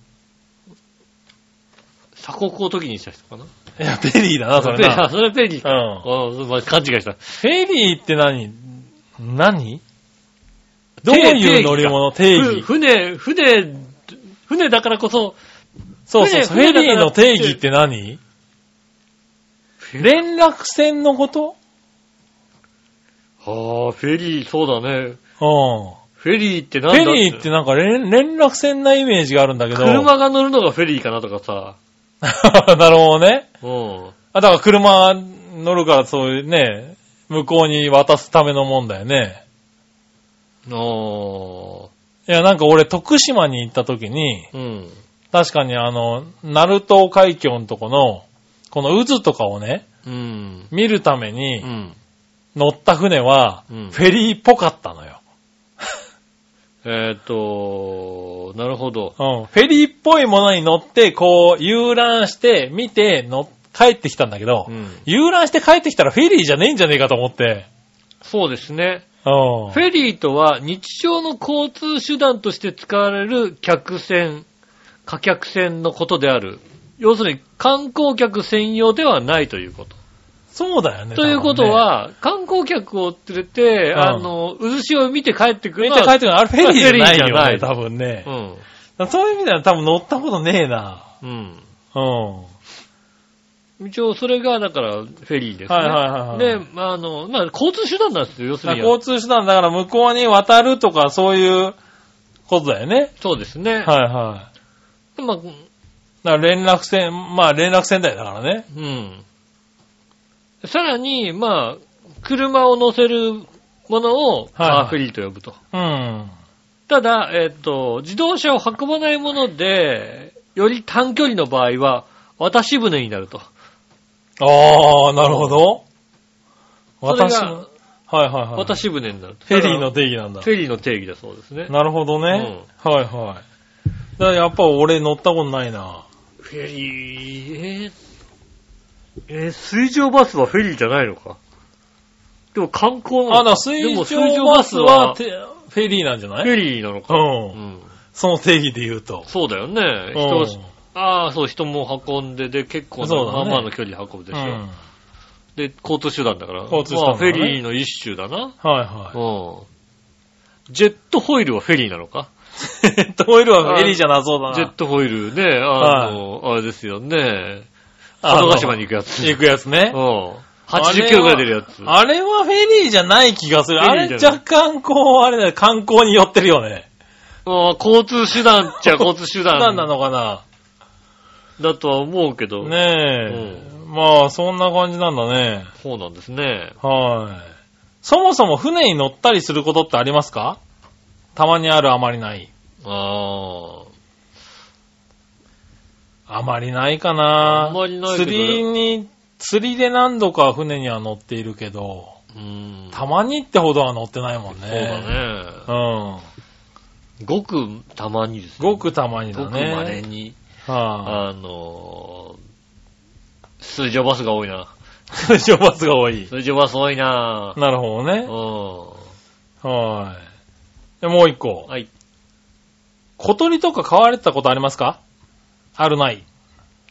Speaker 2: 鎖国を時にした人かな。
Speaker 3: や、フェリーだな、それ
Speaker 2: フェリー [LAUGHS]
Speaker 3: な。
Speaker 2: あそれフェリー
Speaker 3: う
Speaker 2: か。
Speaker 3: ん。
Speaker 2: あそうまあ勘違いした。
Speaker 3: フェリーって何何どういう乗り物定
Speaker 2: ふ
Speaker 3: 義
Speaker 2: 船、船、船だからこそ、
Speaker 3: そうそうそう、フ
Speaker 2: 船
Speaker 3: ェ
Speaker 2: 船だから
Speaker 3: リーの定義って何連絡船のこと
Speaker 2: はあ、フェリー、そうだね。
Speaker 3: う
Speaker 2: フェリーってなん
Speaker 3: ん。
Speaker 2: だ
Speaker 3: フェリーってなんか連連絡船なイメージがあるんだけど。
Speaker 2: 車が乗るのがフェリーかなとかさ。
Speaker 3: [LAUGHS] なるほどね。
Speaker 2: うん。
Speaker 3: あ、だから車乗るからそういうね、向こうに渡すためのもんだよね。
Speaker 2: あ
Speaker 3: いや、なんか俺徳島に行った時に、
Speaker 2: あ。うん。
Speaker 3: 確かにあの、鳴門海峡のとこの、この渦とかをね、
Speaker 2: うん。
Speaker 3: 見るために、
Speaker 2: うん。
Speaker 3: 乗った船は、
Speaker 2: うん
Speaker 3: フェリーっぽかったのよ。
Speaker 2: えーっと、なるほど。
Speaker 3: うん。フェリーっぽいものに乗って、こう、遊覧して、見て、乗っ、帰ってきたんだけど、
Speaker 2: うん。
Speaker 3: 遊覧して帰ってきたらフェリーじゃねえんじゃねえかと思って。
Speaker 2: そうですね。
Speaker 3: うん。
Speaker 2: フェリーとは日常の交通手段として使われる客船、貨客船のことである。要するに観光客専用ではないということ。
Speaker 3: そうだよね。
Speaker 2: ということは、観光客を連れて、
Speaker 3: うん
Speaker 2: あの、渦潮を見て帰ってく
Speaker 3: 多
Speaker 2: る
Speaker 3: 分ね、見
Speaker 2: の
Speaker 3: て
Speaker 2: は
Speaker 3: 帰ってくるあれフェリーじゃないよ
Speaker 2: フ
Speaker 3: ね、
Speaker 2: ェ
Speaker 3: 多分ね
Speaker 2: う。ん。
Speaker 3: そういう意味では多分乗ったことねえな。
Speaker 2: うん。
Speaker 3: うん。
Speaker 2: 一応、それが、だから、フェリーですね。
Speaker 3: はいはいはいはい
Speaker 2: で、まあ、あの、まあ、交通手段なんですよ、要す
Speaker 3: だ
Speaker 2: る
Speaker 3: から
Speaker 2: に。
Speaker 3: 交通手段だから向こうに渡るとかそういうことだよね。
Speaker 2: そうですね。
Speaker 3: はいはい。
Speaker 2: まあ、
Speaker 3: だから連絡船、まあ連絡船だよだからね。
Speaker 2: うん。さらに、まあ、車を乗せるものを、
Speaker 3: はいはい
Speaker 2: カーフェリーと呼ぶと。
Speaker 3: うん。
Speaker 2: ただ、えっ、と、自動車を運ばないもので、より短距離の場合は、渡し船になると。
Speaker 3: ああ、なるほど。
Speaker 2: それ
Speaker 3: 私
Speaker 2: が
Speaker 3: の、はいはいはい。
Speaker 2: 渡し船になる。
Speaker 3: フェリーの定義なんだ
Speaker 2: フ。ェリーの定義だそうですね。
Speaker 3: なるほどね。はいはい。だからやっぱ俺乗ったことないな。
Speaker 2: フェリー、えー、えー水上バスはフェリーじゃないのか。でも観光
Speaker 3: あ、だ
Speaker 2: な
Speaker 3: か
Speaker 2: の
Speaker 3: ら
Speaker 2: で
Speaker 3: 水
Speaker 2: も
Speaker 3: 上バスは
Speaker 2: 水上バス
Speaker 3: てフェリーなんじゃな
Speaker 2: フェ
Speaker 3: い
Speaker 2: リーなの
Speaker 3: う。
Speaker 2: か。うんん。
Speaker 3: その定義で言うと。
Speaker 2: そうだよね。
Speaker 3: うん
Speaker 2: 人を、ああ、そう、人も運んで、で、結構な、
Speaker 3: そうだね
Speaker 2: まあまあの距離運ぶでし
Speaker 3: う
Speaker 2: ょ。
Speaker 3: ん。
Speaker 2: で、交通手段だから。
Speaker 3: 交通手段
Speaker 2: まあ、
Speaker 3: だ
Speaker 2: フ
Speaker 3: ね
Speaker 2: ェリーの一種だな。
Speaker 3: はいは
Speaker 2: うん。ジェットホイールはフェリーなのか
Speaker 3: い。ジェットオイルはフェリーじゃなそうだな。
Speaker 2: ジェットホイールね、あの、あれですよね。
Speaker 3: あ
Speaker 2: 佐
Speaker 3: の
Speaker 2: 渡島に行くやつ。
Speaker 3: 行くやつね
Speaker 2: う。ん。80キロぐらい出るやつ。
Speaker 3: あれはフェリーじゃない気がする。
Speaker 2: フェ
Speaker 3: あ
Speaker 2: リーじ
Speaker 3: れ
Speaker 2: ゃない
Speaker 3: 若干こう、あれだよ、観光に寄ってるよね。
Speaker 2: うん交通手段っちゃ交通手段。
Speaker 3: 何なのかな
Speaker 2: だとは思うけど。
Speaker 3: ねえ。まあ、そんな感じなんだね。
Speaker 2: そうなんですね。
Speaker 3: はい。そもそも船に乗ったりすることってありますかたまにある、あまりない。
Speaker 2: あ
Speaker 3: あまりないかな
Speaker 2: あんまりないけど
Speaker 3: 釣りに、釣りで何度か船には乗っているけど、
Speaker 2: あ。うん。
Speaker 3: たまにってほどは乗ってないもんね。
Speaker 2: そうだね。
Speaker 3: ね。
Speaker 2: ごくたまにです
Speaker 3: うん。
Speaker 2: ね。
Speaker 3: ごくたまにだね。
Speaker 2: ごくまれに。
Speaker 3: は
Speaker 2: あのー、水上バスが多いな。
Speaker 3: い。 [LAUGHS] 通常バスが多い。
Speaker 2: 水上バス多いな。
Speaker 3: なるほど
Speaker 2: う
Speaker 3: ね
Speaker 2: ん。。
Speaker 3: はい。で、もう一個。
Speaker 2: はい。
Speaker 3: 小鳥とか飼われてたことありますかあるない。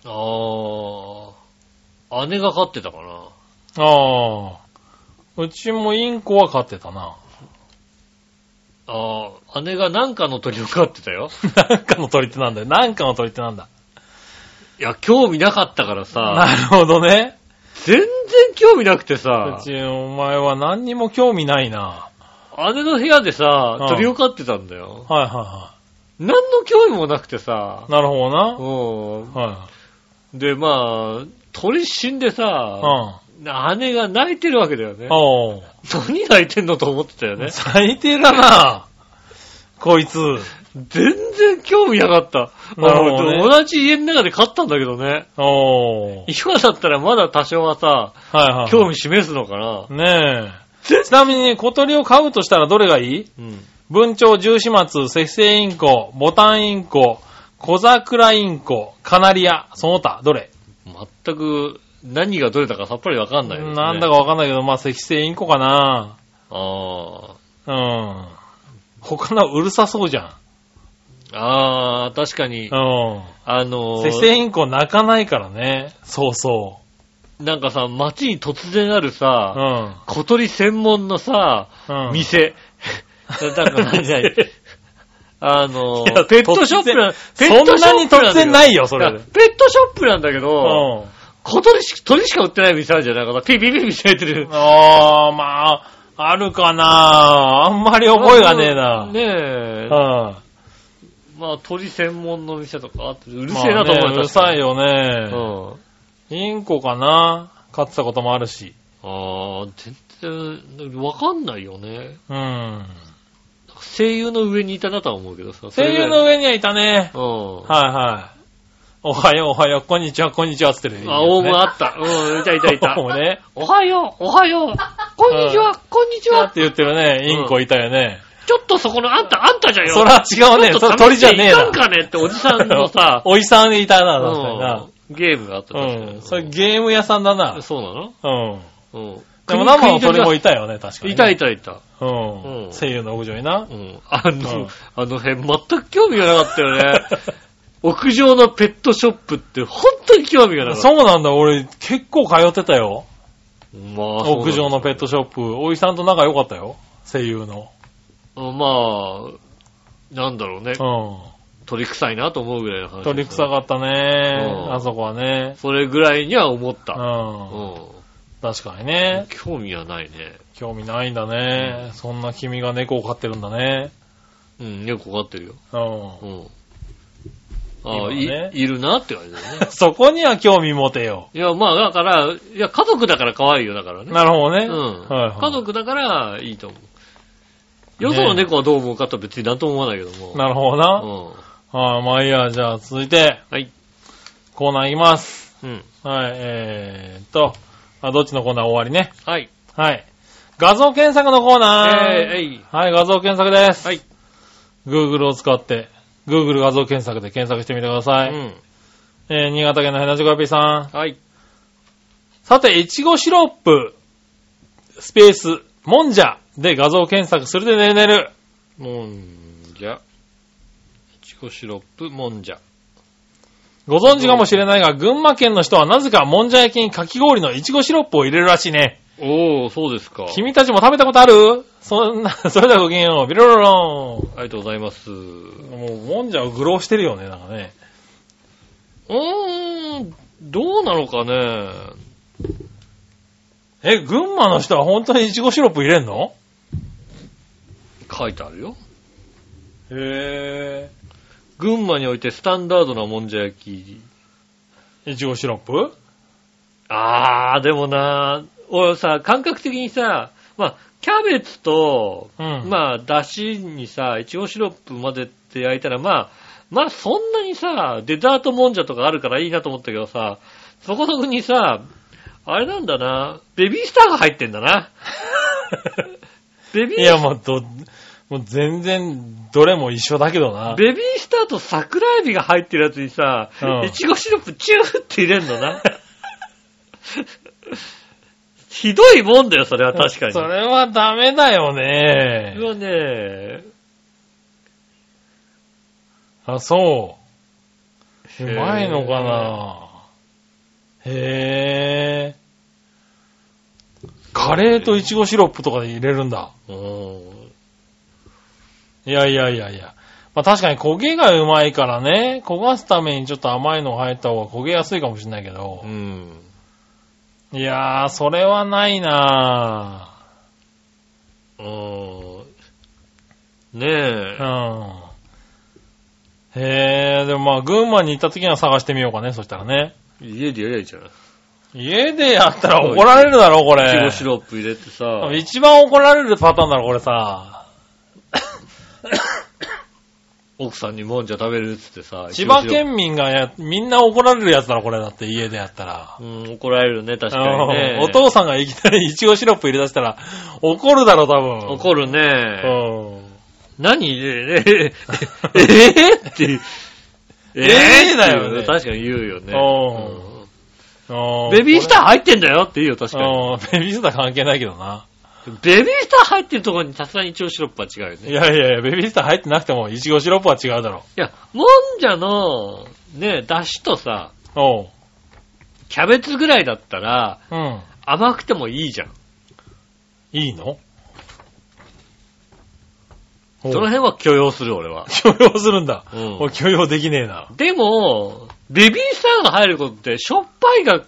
Speaker 2: ああ。姉が飼ってたかな。
Speaker 3: ああ。うちもインコは飼ってたな。 [LAUGHS]
Speaker 2: ああ、姉がなんかの鳥を飼ってたよ。
Speaker 3: なんかの鳥ってなんだよ。なんかの鳥ってなんだ。
Speaker 2: いや、興味なかったから
Speaker 3: な
Speaker 2: さ、
Speaker 3: るほどね。
Speaker 2: 全然興味なくてさ
Speaker 3: う、ち、お前は何にも興味ないな。
Speaker 2: 姉の部屋でさ
Speaker 3: うん、
Speaker 2: 鳥を飼ってたんだよ。
Speaker 3: はいは
Speaker 2: 何の興味もなくてさ
Speaker 3: いはい。、なるほどな。
Speaker 2: う
Speaker 3: は
Speaker 2: ん。で、まあ、鳥死んで
Speaker 3: い。
Speaker 2: さ、姉が泣いてるわけだよね
Speaker 3: うん。。おう。
Speaker 2: 何泣いてんのと思ってたよね。
Speaker 3: 最低だな。こいつ。
Speaker 2: 全然興味なかった。
Speaker 3: なるほどね
Speaker 2: 俺同じ家の中で飼ったんだけどね。
Speaker 3: おう。
Speaker 2: 今だったらまだ多少はさ、
Speaker 3: はいはい。
Speaker 2: 興味示すのかな。
Speaker 3: ねえ。ちなみに小鳥を飼うとしたらどれがいい
Speaker 2: うん。
Speaker 3: 文鳥、十四松、セセインコ、ボタンインコ、小桜インコ、カナリア、その他、どれ、
Speaker 2: 全く何がどれだかさっぱりわかんないですね。
Speaker 3: なんだか。わかんないけど、まあ、セセインコかな
Speaker 2: あ
Speaker 3: うん。他のうるさそうじゃん。
Speaker 2: あ。ああ、確かに。
Speaker 3: うん。
Speaker 2: あのー
Speaker 3: セセインコ泣かないからね。そうそ
Speaker 2: なんかさ、街に突然ある
Speaker 3: う。う
Speaker 2: さ、
Speaker 3: ん。
Speaker 2: 小鳥専門のさ、
Speaker 3: うん。
Speaker 2: 店。 [LAUGHS] だから何
Speaker 3: [LAUGHS]
Speaker 2: 々あのー
Speaker 3: いや
Speaker 2: ペットショップな、
Speaker 3: 突然
Speaker 2: ペットショップだけど
Speaker 3: そんなに突然ないよそれ
Speaker 2: やペットショップなんだけ
Speaker 3: う
Speaker 2: ど、
Speaker 3: ん。
Speaker 2: 小鳥し、鳥しか売ってない店あるじゃんないかな。ピピピピされてる。
Speaker 3: [LAUGHS] あー、まあ、あるかなあんまり覚えがねえな。
Speaker 2: ねえ。
Speaker 3: う
Speaker 2: まあ、鳥専門の店とかあって、うる
Speaker 3: ん。
Speaker 2: せえなと思
Speaker 3: まあねうるさい
Speaker 2: よ。う
Speaker 3: よ
Speaker 2: ん。
Speaker 3: ね。インコかな飼ってたこともあるし。
Speaker 2: ああ、全然、わかんないよね。
Speaker 3: うん。
Speaker 2: 声優の上にいたなとは思うけどさ。
Speaker 3: 声優の上にはいたね。
Speaker 2: うん。
Speaker 3: はいはい。おはようおはよう、こんにちはこんにちはっつってる、
Speaker 2: あ、オウム
Speaker 3: あ
Speaker 2: あった。うん、いたいたいた。
Speaker 3: オウムね。
Speaker 2: おはよう、おはよう。こんにちは、こんにち
Speaker 3: だ
Speaker 2: は
Speaker 3: っ。て言ってるね。インコいたよね。
Speaker 2: ちょっとそこの、あんた、あんたじゃよ。
Speaker 3: そら違うね。
Speaker 2: ちょっと
Speaker 3: それ
Speaker 2: 試
Speaker 3: 鳥じゃね
Speaker 2: して
Speaker 3: え
Speaker 2: いかん
Speaker 3: な。、
Speaker 2: かねっておじさんのさ
Speaker 3: おじさんいたな、確かにな
Speaker 2: うんゲームがあった。
Speaker 3: うん。それゲーム屋さんだな。
Speaker 2: そうなの
Speaker 3: うん。
Speaker 2: うん。
Speaker 3: でも生の鳥も
Speaker 2: い
Speaker 3: いたよね、確か
Speaker 2: た。
Speaker 3: に、ね。
Speaker 2: いたいたいた。
Speaker 3: う
Speaker 2: うん
Speaker 3: ん。声優の屋上にな
Speaker 2: う。ん。あ
Speaker 3: う
Speaker 2: の
Speaker 3: ん、
Speaker 2: あの辺全く興味がなかったよ
Speaker 3: [LAUGHS]
Speaker 2: ね。屋上のペットショップって本当に興味がなかった。
Speaker 3: そうなんだ、俺結構通ってたよ。
Speaker 2: まあ、
Speaker 3: 屋上のペッ
Speaker 2: ト。
Speaker 3: トショップ。おじさんと仲良かったよ。声優の。
Speaker 2: まあ、なんだろうね。
Speaker 3: う
Speaker 2: 鳥臭いなと思うぐらいの話。
Speaker 3: ん。鳥臭かったね
Speaker 2: う。ん
Speaker 3: あそこはね。
Speaker 2: それぐらいには思っ
Speaker 3: う
Speaker 2: た。
Speaker 3: ん。
Speaker 2: う
Speaker 3: 確かに
Speaker 2: ん
Speaker 3: ね。。
Speaker 2: 興味はないね。
Speaker 3: 興味ないんだね。そんな君が猫を飼ってるんだね。
Speaker 2: うん、よくわかってるよ。
Speaker 3: う
Speaker 2: うん。ああ、
Speaker 3: 今ね
Speaker 2: い、いるなって感じだよね
Speaker 3: ん。。 [LAUGHS] そこには興味持てよ。
Speaker 2: いや、まあ、だから、いや、家族だから可愛いよ、だからね。
Speaker 3: なるほどね。
Speaker 2: うん。
Speaker 3: はいはい
Speaker 2: 家族だからいいと思う。よその猫はどう思うかとは別に何とも思わないけども。
Speaker 3: なるほどな。
Speaker 2: うん。
Speaker 3: ああ、まあいいや、じゃあ続いて、
Speaker 2: はい。
Speaker 3: コーナーいきます。
Speaker 2: うん。
Speaker 3: はい、えーっと、あ、どっちのコーナー終わりね。
Speaker 2: はい。
Speaker 3: はい。画像検索のコーナー。
Speaker 2: えーえい
Speaker 3: はい、画像検索です。
Speaker 2: はい。
Speaker 3: Google を使って、Google 画像検索で検索してみてください。
Speaker 2: う
Speaker 3: えー、新潟県のヘナジョコピーさん。
Speaker 2: ん。はい。
Speaker 3: さて、いちごシロップ、スペース、もんじゃで画像検索するでねるねる。
Speaker 2: もんじゃ。いちごシロップ、もんじゃ。
Speaker 3: ご存知かもしれないが、群馬県の人はなぜかもんじゃ焼きにかき氷のいちごシロップを入れるらしいね。
Speaker 2: おー、そうですか。
Speaker 3: 君たちも食べたことあるそんな、 [LAUGHS] それではごきげんよう。ビロロロ
Speaker 2: ありがとうございます。う
Speaker 3: ーン。もう、もんじゃをグローしてるよね、なんかね。
Speaker 2: ーん、どうなのかね。
Speaker 3: え、群馬の人は本当にいちごシロップ入れんの
Speaker 2: 書いてあるよ。
Speaker 3: へ
Speaker 2: 群馬においてスタンダードなもんじゃ焼き。
Speaker 3: ぇー。いちごシロップ
Speaker 2: あー、でもな、俺さ、感覚的にさ、まあ、キャベツと、
Speaker 3: うん
Speaker 2: まあ、だしにさ、いちごシロップ混ぜて焼いたら、まあ、まあ、そんなにさ、デザートもんじゃとかあるからいいなと思ったけどさ、そこそこにさ、あれなんだな、ベビースターが入ってんだ
Speaker 3: [LAUGHS]
Speaker 2: な。ベビ
Speaker 3: い
Speaker 2: ー
Speaker 3: や、もう、ど、もう全然、どれも一緒だけどな。
Speaker 2: ベビースターと桜エビが入ってるやつにさ
Speaker 3: う、ん
Speaker 2: いちごシロップチューって入れんの
Speaker 3: [LAUGHS]
Speaker 2: な。ひどいもんだよ、それは確かに。
Speaker 3: それはダメだよ
Speaker 2: そ
Speaker 3: ね。
Speaker 2: れはね、
Speaker 3: あ、そう。
Speaker 2: へ
Speaker 3: う
Speaker 2: ー
Speaker 3: まいのかなへぇー。カレーとイチゴシロップとかで入れるんだ。
Speaker 2: うん
Speaker 3: いやいやいやいや。まあ確かに焦げがうまいからね、焦がすためにちょっと甘いのが入った方が焦げやすいかもしれないけど
Speaker 2: う。ん。
Speaker 3: いやー、それはないな
Speaker 2: うん。ねえ
Speaker 3: ぁ。うん。へー、でもまあ群馬に行った時には探してみようかね、そしたらね。
Speaker 2: 家でやりゃいいじゃん。い
Speaker 3: 家でやったら怒られるだろ、こ
Speaker 2: ち
Speaker 3: れ
Speaker 2: ご。シロップ入れてさ、
Speaker 3: 一番怒られるパターンだろ、これさ。
Speaker 2: 奥さんにもんじゃ食べるっつってさ、
Speaker 3: 千葉
Speaker 2: いちごシロッ
Speaker 3: 県民がや、みんな怒られるやつだろ、これだって家でやったら。
Speaker 2: プうん、怒られるね、確かにね。
Speaker 3: うんお父さんがいきなりイチゴシロップ入れ出したら怒るだろ、多分。
Speaker 2: 怒るね。
Speaker 3: うん。
Speaker 2: 何 [LAUGHS] ええええ [LAUGHS] って。
Speaker 3: えーだよね
Speaker 2: っていう確かに言うよね。
Speaker 3: う
Speaker 2: うんベビースター入ってんだよって言うよ、確かに。
Speaker 3: ーベビースター関係ないけどな。
Speaker 2: ベビースター入ってるところにさすがにイチゴシロップは違うよね。
Speaker 3: い
Speaker 2: いや、
Speaker 3: やいやいや、ベビースター入ってなくても、イチゴシロップは違うだろ。
Speaker 2: もんじゃの、ね、だしとさ、
Speaker 3: おう。
Speaker 2: キャベツぐらいだったら、
Speaker 3: うん。
Speaker 2: 甘くてもいいじゃん。
Speaker 3: いいの
Speaker 2: その辺は許容する、俺は。
Speaker 3: お許容するんだ。
Speaker 2: うん
Speaker 3: お許容できねえな。 [LAUGHS]
Speaker 2: でも、ベビースターが入ることって、しょっぱいが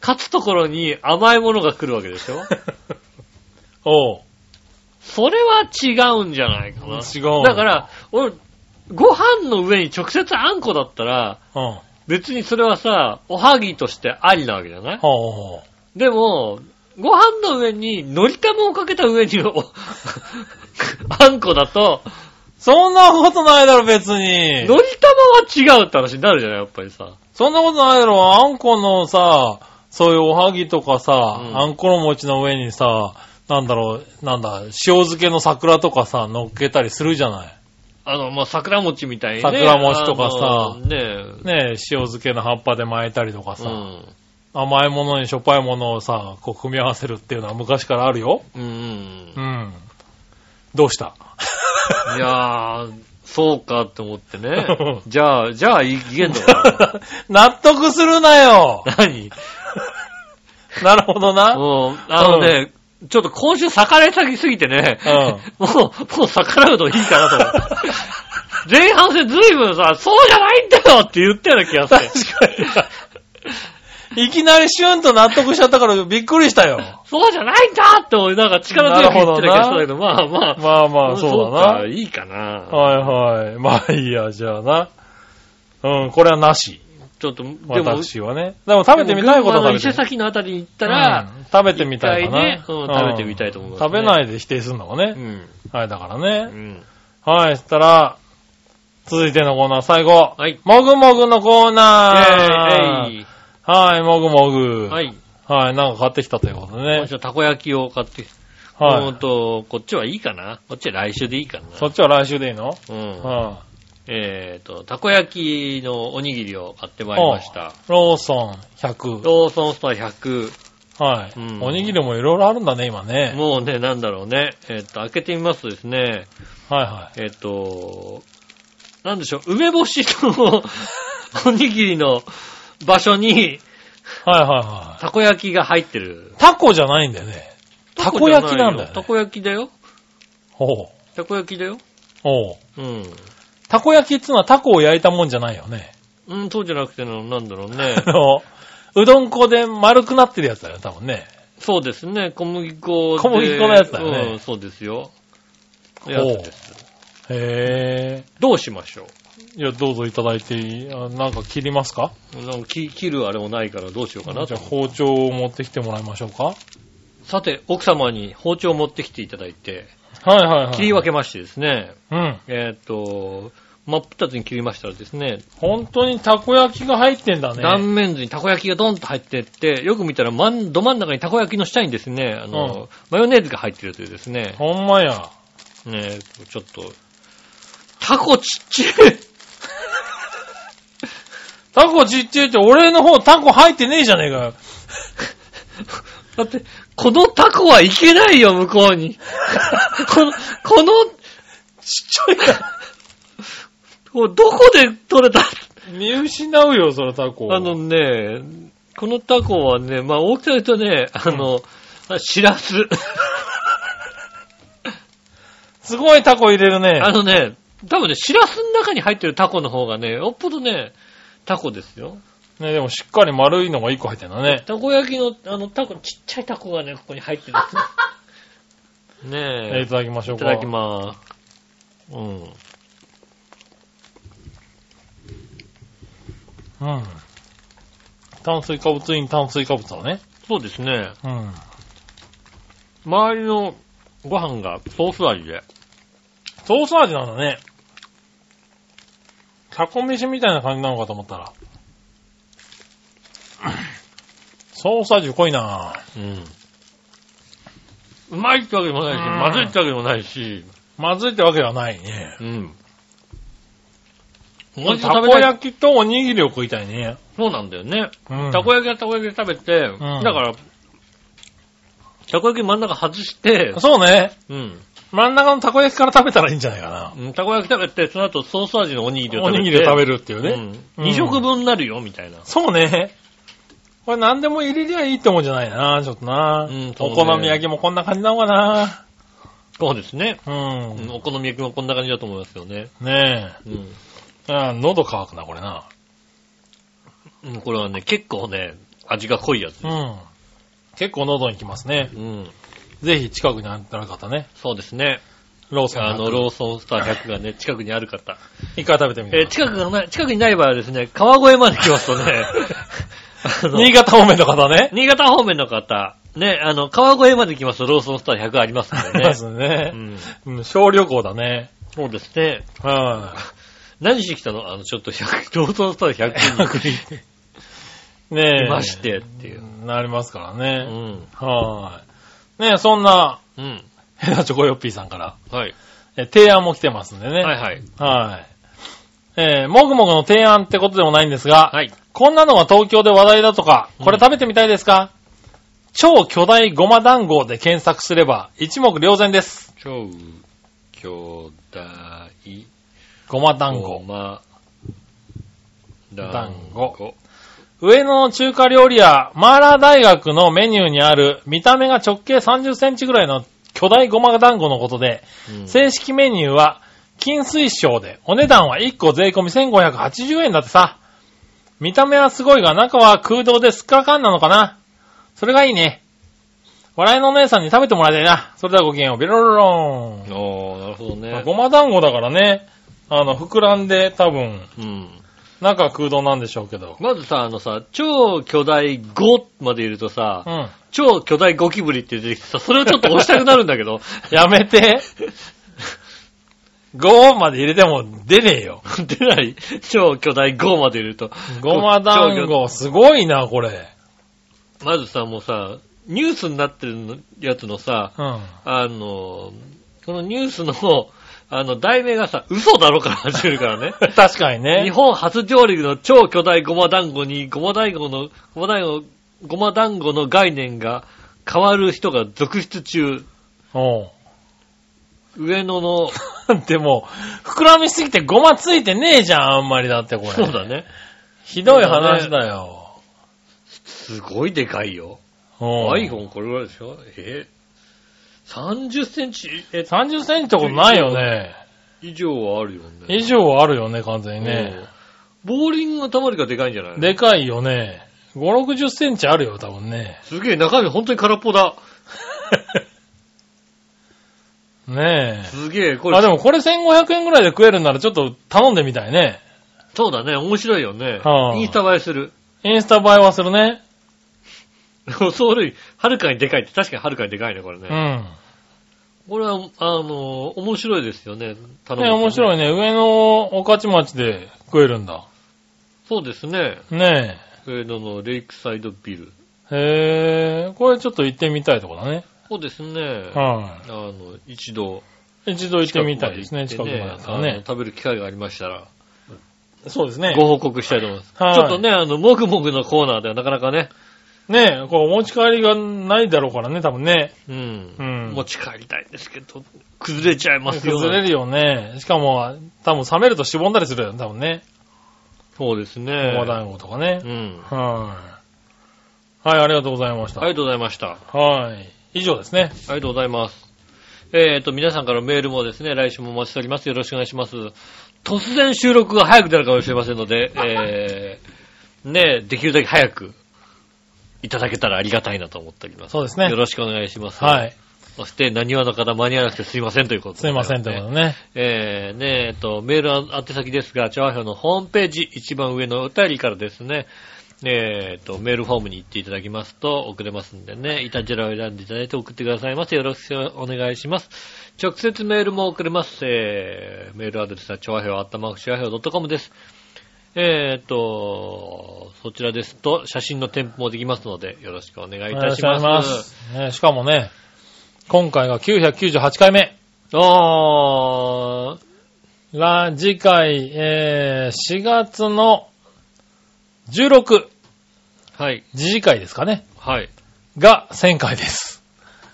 Speaker 2: 勝つところに甘いものが来るわけでし [LAUGHS] ょ
Speaker 3: おう。
Speaker 2: それは違うんじゃないかな。
Speaker 3: 違う。
Speaker 2: だか、ら、俺、ご飯の上に直接あんこだったら、
Speaker 3: うん。ほ
Speaker 2: 別にそれはさ、おはぎとしてありなわけじゃないう
Speaker 3: ほ
Speaker 2: でも、ご飯の上に、のり玉をかけた上に、お [LAUGHS] あんこだと、
Speaker 3: うそんなことないだろ、別に。
Speaker 2: のり玉は違うって話になるじゃないやっぱりさ。
Speaker 3: そんなことないだろ、あんこのさ、そういうおはぎとかさ、
Speaker 2: ん
Speaker 3: あんころ餅の上にさ、なんだろう、なんだ、塩漬けの桜とかさ、乗っけたりするじゃない。
Speaker 2: あの、まあ、桜餅みたいにね。
Speaker 3: 桜餅とかさ
Speaker 2: あのね
Speaker 3: ねえ、塩漬けの葉っぱで巻いたりとか
Speaker 2: え。
Speaker 3: さ、
Speaker 2: うん。
Speaker 3: 甘いものにしょっぱいものをさ、こう組み合わせるっていうのは昔からあるよ。
Speaker 2: うんうん
Speaker 3: う。ん。どうした。
Speaker 2: いやー、そうかって思ってね
Speaker 3: [LAUGHS]
Speaker 2: じゃあ、じゃあ、いけんのか
Speaker 3: 納得するな
Speaker 2: [LAUGHS]
Speaker 3: よ [LAUGHS]
Speaker 2: な何
Speaker 3: なるほどな。
Speaker 2: うん、あのね、ちょっと今週逆れ先すぎてね、もう、もう逆らうのいいかなと思って。
Speaker 3: [LAUGHS]
Speaker 2: 前半戦ずいぶんさ、そうじゃないんだよって言ったような気がして。
Speaker 3: 確かに。いきなりシュンと納得しちゃったからびっくりしたよ。
Speaker 2: そうじゃないんだって思い、なんか力強く言ってる気がしたんだけど、まあまあ、
Speaker 3: まあまあ、
Speaker 2: ん
Speaker 3: そうだ
Speaker 2: か
Speaker 3: な。
Speaker 2: いいかな。
Speaker 3: はいはい。まあいいや、じゃあな。うん、これはなし。
Speaker 2: ちょっと、でも、
Speaker 3: 私はね。でも食べてみたいこ
Speaker 2: でも群
Speaker 3: と
Speaker 2: 馬
Speaker 3: は
Speaker 2: の伊
Speaker 3: 食べ
Speaker 2: 勢
Speaker 3: てみ
Speaker 2: 崎のあたりに行ったら、
Speaker 3: うん食べてみたいかな。
Speaker 2: 一回ねうん食べてみたいと思いますね
Speaker 3: 食べないで否定するのもね。
Speaker 2: うん。
Speaker 3: はい、だから
Speaker 2: う
Speaker 3: ね。
Speaker 2: ん。
Speaker 3: はい、そしたら、続いてのコーナー、最後。
Speaker 2: はい。
Speaker 3: もぐもぐのコーナ
Speaker 2: え
Speaker 3: ー。はい、もぐもぐ。
Speaker 2: はい。
Speaker 3: はい、なんか買ってきたということで
Speaker 2: 今
Speaker 3: ね
Speaker 2: 週。はたこ焼きを買ってき
Speaker 3: はい
Speaker 2: うんと、こっちはいいかなこっちは来週でいいかな
Speaker 3: そっちは来週でいいの
Speaker 2: うん。
Speaker 3: は
Speaker 2: えっ、と、たこ焼きのおにぎりを買ってまいりました。
Speaker 3: い。ローソン100。
Speaker 2: ローソンスター100。
Speaker 3: はい
Speaker 2: うん。
Speaker 3: おにぎりもいろいろあるんだね、今ね。
Speaker 2: もうね、なんだろうね。えっ、と、開けてみますとですね、
Speaker 3: はいは
Speaker 2: えっ、と、なんでしょう、梅干し
Speaker 3: [LAUGHS]
Speaker 2: のおにぎりの場所に、
Speaker 3: い。はいはいはい。
Speaker 2: たこ焼きが入ってる。
Speaker 3: タコじゃないんだよね。たこ焼きなんだよね
Speaker 2: たこ焼きだよ。
Speaker 3: ほう。
Speaker 2: たこ焼きだよ。
Speaker 3: おう。
Speaker 2: うん。
Speaker 3: たこ焼きっつうのはタコを焼いたもんじゃないよね。 [LAUGHS]
Speaker 2: うん、そうじゃなくての、なんだろうね
Speaker 3: あ。の、うどん粉で丸くなってるやつだよね、多分ね。
Speaker 2: そうですね、小麦粉で。
Speaker 3: 小麦粉のやつだよね
Speaker 2: うん、そうですよ。
Speaker 3: う
Speaker 2: やつです。
Speaker 3: へ
Speaker 2: どうしましょ
Speaker 3: え。いや、どうぞいただいていいあなんか切りますか
Speaker 2: うなんか切切るあれもないからどうしようかなと
Speaker 3: じゃあ。包丁を持ってきてもらいましょうか。
Speaker 2: さて、奥様に包丁を持ってきていただいて、
Speaker 3: はいはいはい。
Speaker 2: 切り分けましてですね、
Speaker 3: うん。
Speaker 2: えーっと、真っ二つに切りましたらですね、
Speaker 3: 本当にたこ焼きが入ってんだね。
Speaker 2: 断面図にたこ焼きがドンと入ってって、よく見たら真んど真ん中にたこ焼きの下にですね、あの、
Speaker 3: う
Speaker 2: マヨネーズが入ってるというですね、
Speaker 3: ほんまや。
Speaker 2: ねちょっと、タコちっちゃい
Speaker 3: タコちっちゃいって俺の方タコ入ってねえじゃねえかよ。
Speaker 2: だって、このタコはいけないよ、向こうに。
Speaker 3: [LAUGHS]
Speaker 2: この、この、
Speaker 3: ちっちゃいか
Speaker 2: こうどこで取れた
Speaker 3: ら。見失うよ、それタコ。
Speaker 2: あの、ね、このタコはね、まあ大きさで言うとね、あの、あシラス。
Speaker 3: すごいタコ入れるね。
Speaker 2: あのね、多分ね、シラスの中に入ってるタコの方がね、よっぽどね、タコですよ。
Speaker 3: ね、でもしっかり丸いのが一個入ってんだね。
Speaker 2: たこ焼きの、あの、タコ、ちっちゃいタコがね、ここに入ってる
Speaker 3: [LAUGHS]
Speaker 2: んですね。
Speaker 3: え
Speaker 2: ねえ
Speaker 3: い。ただきましょう
Speaker 2: い
Speaker 3: か。
Speaker 2: ただきます。うん。
Speaker 3: うん。炭水化物イン炭水化物だね。
Speaker 2: そうですね。
Speaker 3: うん。
Speaker 2: 周りのご飯がソース味で。
Speaker 3: ソース味なんだね。タコ飯みたいな感じなのかと思ったら。ソース味濃いなぁ。
Speaker 2: うん。うまいってわけでもないし、
Speaker 3: うん
Speaker 2: まずいってわけでもないし、
Speaker 3: まずいってわけではないね。
Speaker 2: うん。もう一
Speaker 3: た
Speaker 2: 度食
Speaker 3: こ
Speaker 2: べたい。
Speaker 3: 焼きとおにぎりを食いたいね。
Speaker 2: そうなんだよね。
Speaker 3: うん。
Speaker 2: たこ焼きはたこ焼きで食べて、だ
Speaker 3: ん
Speaker 2: から、たこ焼き真ん中外して、
Speaker 3: そうね。
Speaker 2: うん。
Speaker 3: 真ん中のたこ焼きから食べたらいいんじゃないかな。
Speaker 2: うんたこ焼き食べて、その後ソース味のおにぎりを
Speaker 3: お
Speaker 2: 食べて。
Speaker 3: にぎりを食べるっていうね。
Speaker 2: う。
Speaker 3: うんん
Speaker 2: 2食分になるよ、みたいな。
Speaker 3: そうね。これ何でも入れりゃいいってもんじゃないな、ちょっとな。
Speaker 2: うんそう
Speaker 3: お
Speaker 2: ね
Speaker 3: 好み焼きもこんな感じなのかな。
Speaker 2: そうですね。
Speaker 3: う
Speaker 2: うん
Speaker 3: ん。
Speaker 2: お好み焼きもこんな感じだと思いますよね。
Speaker 3: ね
Speaker 2: うん。
Speaker 3: え。あ喉乾くな、これな。
Speaker 2: うん、これはね、結構ね、味が濃いやつ。
Speaker 3: うん。結構喉にきますね。
Speaker 2: うん。
Speaker 3: ぜひ近くにあったら方ね。
Speaker 2: そうですね。
Speaker 3: ローソン
Speaker 2: あの、
Speaker 3: ー
Speaker 2: ローソンスター100がね、近くにある方。
Speaker 3: 一回食べてみ
Speaker 2: えー
Speaker 3: て。
Speaker 2: 近くがない、近くにない場合はですね、川越まで来ますと
Speaker 3: [LAUGHS]
Speaker 2: ね、あの
Speaker 3: 新潟方面の方ね。
Speaker 2: 新潟方面の方、ね、あの、川越まで来ますとローソンスター100ありますん
Speaker 3: あ
Speaker 2: で
Speaker 3: り
Speaker 2: ね
Speaker 3: ま。すね
Speaker 2: う。ん。
Speaker 3: うん、小旅行だね。
Speaker 2: そうですね。
Speaker 3: は
Speaker 2: 何しに来たのあの、ちょっと100、ローソンスター100に
Speaker 3: い。ねえ。
Speaker 2: 来ましてっていう。
Speaker 3: なりますから
Speaker 2: う
Speaker 3: ね。
Speaker 2: ん。
Speaker 3: はい。ねえ、そんな、
Speaker 2: うん。
Speaker 3: ヘナチョコヨッピーさんから、
Speaker 2: はい。
Speaker 3: え提案も来てますんでね。
Speaker 2: はいはい。
Speaker 3: はい。えー、もぐもぐの提案ってことでもないんですが、
Speaker 2: はい。
Speaker 3: こんなのが東京で話題だとか、これ食べてみたいですか、超巨大ごま団子で検索すれば一目瞭然です。
Speaker 2: 超、巨大、
Speaker 3: ごま団
Speaker 2: ご
Speaker 3: 子。
Speaker 2: ま、
Speaker 3: 団子。上野の中華料理屋、マーラー大学のメニューにある、見た目が直径30センチぐらいの巨大ごま団子のことで、
Speaker 2: うん
Speaker 3: 正式メニューは、金水晶で、お値段は1個税込み1580円だってさ。見た目はすごいが、中は空洞ですっからかんなのかな。それがいいね。笑いのお姉さんに食べてもらいたいな。それではごきげんを、ビロロローン。
Speaker 2: おー、なるほどね。
Speaker 3: ごま団子だからね、あの、膨らんで多分、
Speaker 2: うん。
Speaker 3: 中は空洞なんでしょうけど。
Speaker 2: まずさ、あのさ、超巨大5までいるとさ、
Speaker 3: うん。
Speaker 2: 超巨大ゴキブリって出てきてさ、それをちょっと押したくなるんだけど、 [LAUGHS]
Speaker 3: やめて。5まで入れても出ねえ
Speaker 2: [LAUGHS]
Speaker 3: よ。
Speaker 2: 出ない。超巨大5までいると。
Speaker 3: ごま団
Speaker 2: 超巨
Speaker 3: 子、すごいな、これ。
Speaker 2: まずさ、もうさ、ニュースになってるのやつのさ、
Speaker 3: うん。
Speaker 2: あの、このニュースの、あの、題名がさ、嘘だろから始めるから
Speaker 3: [LAUGHS]
Speaker 2: ね。
Speaker 3: 確かに
Speaker 2: 日
Speaker 3: ね。
Speaker 2: 本初上陸の超巨大ごま団子に、ごま団子の、ごま団子、ごま団子の概念が変わる人が続出中。
Speaker 3: おう [LAUGHS]
Speaker 2: 上野の、
Speaker 3: でも、膨らみすぎてごまついてねえじゃん、あんまりだってこれ。
Speaker 2: そうだね。
Speaker 3: ひどい話だよ。
Speaker 2: すごいでかいよ。
Speaker 3: おう
Speaker 2: ワイゴンこれぐらいでしょえー、30センチえ
Speaker 3: 30センチってことないよね。
Speaker 2: 以上はあるよね。
Speaker 3: 以上はあるよね、完全にね。
Speaker 2: うん。ボーリングの球よりがでかいんじゃない
Speaker 3: でかいよね。5、60センチあるよ、多分ね。
Speaker 2: すげえ、中身本当に空っぽだ。
Speaker 3: ねえ。
Speaker 2: すげえ、これ。
Speaker 3: あ、でもこれ1500円ぐらいで食えるんならちょっと頼んでみたいね。
Speaker 2: そうだね、面白いよね。
Speaker 3: はあ
Speaker 2: インスタ映えする。 [LAUGHS]
Speaker 3: インスタ映えはするね。
Speaker 2: 予想類、はるかにでかいって、確かにはるかにでかいね、これ
Speaker 3: う
Speaker 2: ね。
Speaker 3: ん。
Speaker 2: これは、あの、面白いですよね、頼むと
Speaker 3: ね面白いね。上の御徒町で食えるんだ。
Speaker 2: そうですね。
Speaker 3: ね
Speaker 2: 上野のレイクサイドビル。
Speaker 3: え。へえ、これちょっと行ってみたいとこだね。
Speaker 2: そうですね。
Speaker 3: は
Speaker 2: あの、一度、
Speaker 3: い。一度行って
Speaker 2: 近くまで行
Speaker 3: みたいですね、近くまでだったら
Speaker 2: あの
Speaker 3: ね。
Speaker 2: 食べる機会がありましたら、
Speaker 3: そうですね
Speaker 2: ご報告したいと思います。
Speaker 3: はい
Speaker 2: ちょっとね、あの、もぐもぐのコーナーではなかなかね、
Speaker 3: ねえ、こうお持ち帰りがないだろうからね、多分 [LAUGHS] ね。
Speaker 2: うん、
Speaker 3: うん
Speaker 2: 持ち帰りたいんですけど、崩れちゃいますよ。
Speaker 3: 崩れるよね。しかも、多分冷めるとしぼんだりするよね、多分ね。
Speaker 2: そうですね。
Speaker 3: ごま団子とかね
Speaker 2: う。ん。
Speaker 3: はい。はい、ありがとうございました。
Speaker 2: ありがとうございました。あ
Speaker 3: はい。以上ですね。
Speaker 2: りがとうございます。えーと、皆さんからメールもですね、来週もお待ちしております。よろしくお願いします。突然収録が早くなるかもしれませんので、えー、ね、できるだけ早くいただけたらありがたいなと思っております。
Speaker 3: そうですね
Speaker 2: よろしくお願いします。
Speaker 3: はい。
Speaker 2: そして、何話の方間に合わなくてすいませんということです
Speaker 3: いません、ということでね。
Speaker 2: えー、ねえ、えっと、メールあ宛先ですが、チャワヒョウのホームページ一番上のお便りからですね、えー、っと、メールフォームに行っていただきますと送れますんでね、イタジェラを選んでいただいて送ってくださいませ。よろしくお願いします。直接メールも送れます。えー、メールアドレスはチャワヒョウアットマークチャワヒョウ .com です。えー、っと、そちらですと写真の添付もできますので、よろしくお願いいたします。
Speaker 3: お願いします。ね、しかもね、今回が998回目。
Speaker 2: あー、
Speaker 3: ら、次回、えー、4月の16、
Speaker 2: はい、
Speaker 3: 次次回ですかね。
Speaker 2: はい。
Speaker 3: が、1000回です。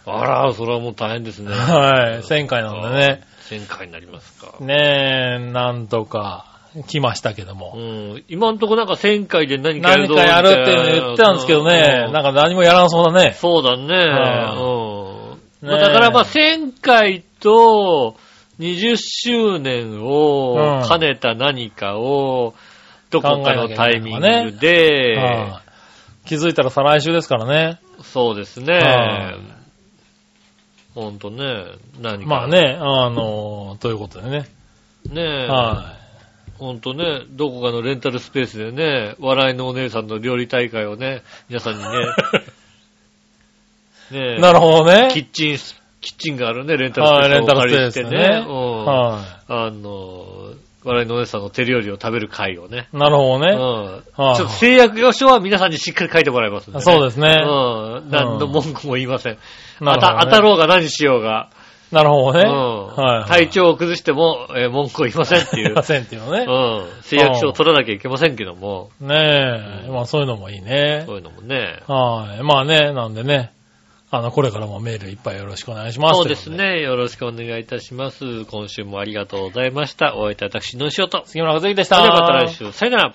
Speaker 2: あら、それはもう大変ですね。
Speaker 3: はい、1000回なんでね。
Speaker 2: 前回になりますか。
Speaker 3: ねえ、なんとか、来ましたけど
Speaker 2: う
Speaker 3: も。
Speaker 2: ん、今んとこなんか1000回で何かやる
Speaker 3: 何
Speaker 2: ぞ
Speaker 3: かやるっていう
Speaker 2: み
Speaker 3: の
Speaker 2: いな
Speaker 3: 言ってたんですけどね
Speaker 2: う、ん
Speaker 3: なんか何もやらなそうだね。
Speaker 2: そうだね。うん。まあだからまあ
Speaker 3: ね
Speaker 2: 1000回と20周年を
Speaker 3: うん
Speaker 2: 兼ねた何かを、どこかのタイミン
Speaker 3: 考えなきゃいけないの
Speaker 2: グで、
Speaker 3: はい気づいたら再来週ですからね。
Speaker 2: そうです
Speaker 3: は
Speaker 2: ね
Speaker 3: い。
Speaker 2: ほんとね、何か。
Speaker 3: まあ。ね、あの、ということでね。
Speaker 2: ねえ。
Speaker 3: は
Speaker 2: ほんとね、どこかのレンタルスペースでね、笑いのお姉さんの料理大会をね、皆さんに
Speaker 3: [LAUGHS]
Speaker 2: ね、ねえ
Speaker 3: い。なるほどね。
Speaker 2: キッチンス、キッチンがあるね、レンタルスペ
Speaker 3: はい、
Speaker 2: ー
Speaker 3: レ
Speaker 2: ス
Speaker 3: ン
Speaker 2: を
Speaker 3: タ
Speaker 2: お
Speaker 3: ル
Speaker 2: 借り
Speaker 3: ス
Speaker 2: して
Speaker 3: ペース
Speaker 2: ね、
Speaker 3: でね。
Speaker 2: うん
Speaker 3: は
Speaker 2: あの、笑いのお姉さんの手料理を食べる会をね、
Speaker 3: い。なる
Speaker 2: う
Speaker 3: ほど
Speaker 2: ん、ち
Speaker 3: ね。
Speaker 2: ょ
Speaker 3: は
Speaker 2: っ
Speaker 3: い
Speaker 2: と制約要所は皆さんにしっかり書いてもらいますんで、ね。
Speaker 3: そうですね。
Speaker 2: うん、何の文句も言いません。
Speaker 3: な
Speaker 2: あ
Speaker 3: る
Speaker 2: た、
Speaker 3: ほ
Speaker 2: 当
Speaker 3: ど
Speaker 2: た
Speaker 3: ね
Speaker 2: ろうが何しようが、
Speaker 3: なるほどね。
Speaker 2: うん
Speaker 3: はい。
Speaker 2: 体調を崩しても、えー文句を言いませんって
Speaker 3: い
Speaker 2: い
Speaker 3: [LAUGHS] り
Speaker 2: う
Speaker 3: ま。せんっていうのね。
Speaker 2: うん。誓約書を取らなきゃいけませんけども、
Speaker 3: ね
Speaker 2: う
Speaker 3: え。
Speaker 2: ん
Speaker 3: まあそういうのもいいね
Speaker 2: そ。ういうのもね。
Speaker 3: はい。まあね、なんでね。あの、これからもメールいっぱいよろしくお願いします。
Speaker 2: そうです。ね。よろしくお願いいたします。今週もありがとうございました。お会いいたい私、のしおと。
Speaker 3: 杉村和之でし
Speaker 2: そ
Speaker 3: た。
Speaker 2: れではまた来週。さよなら。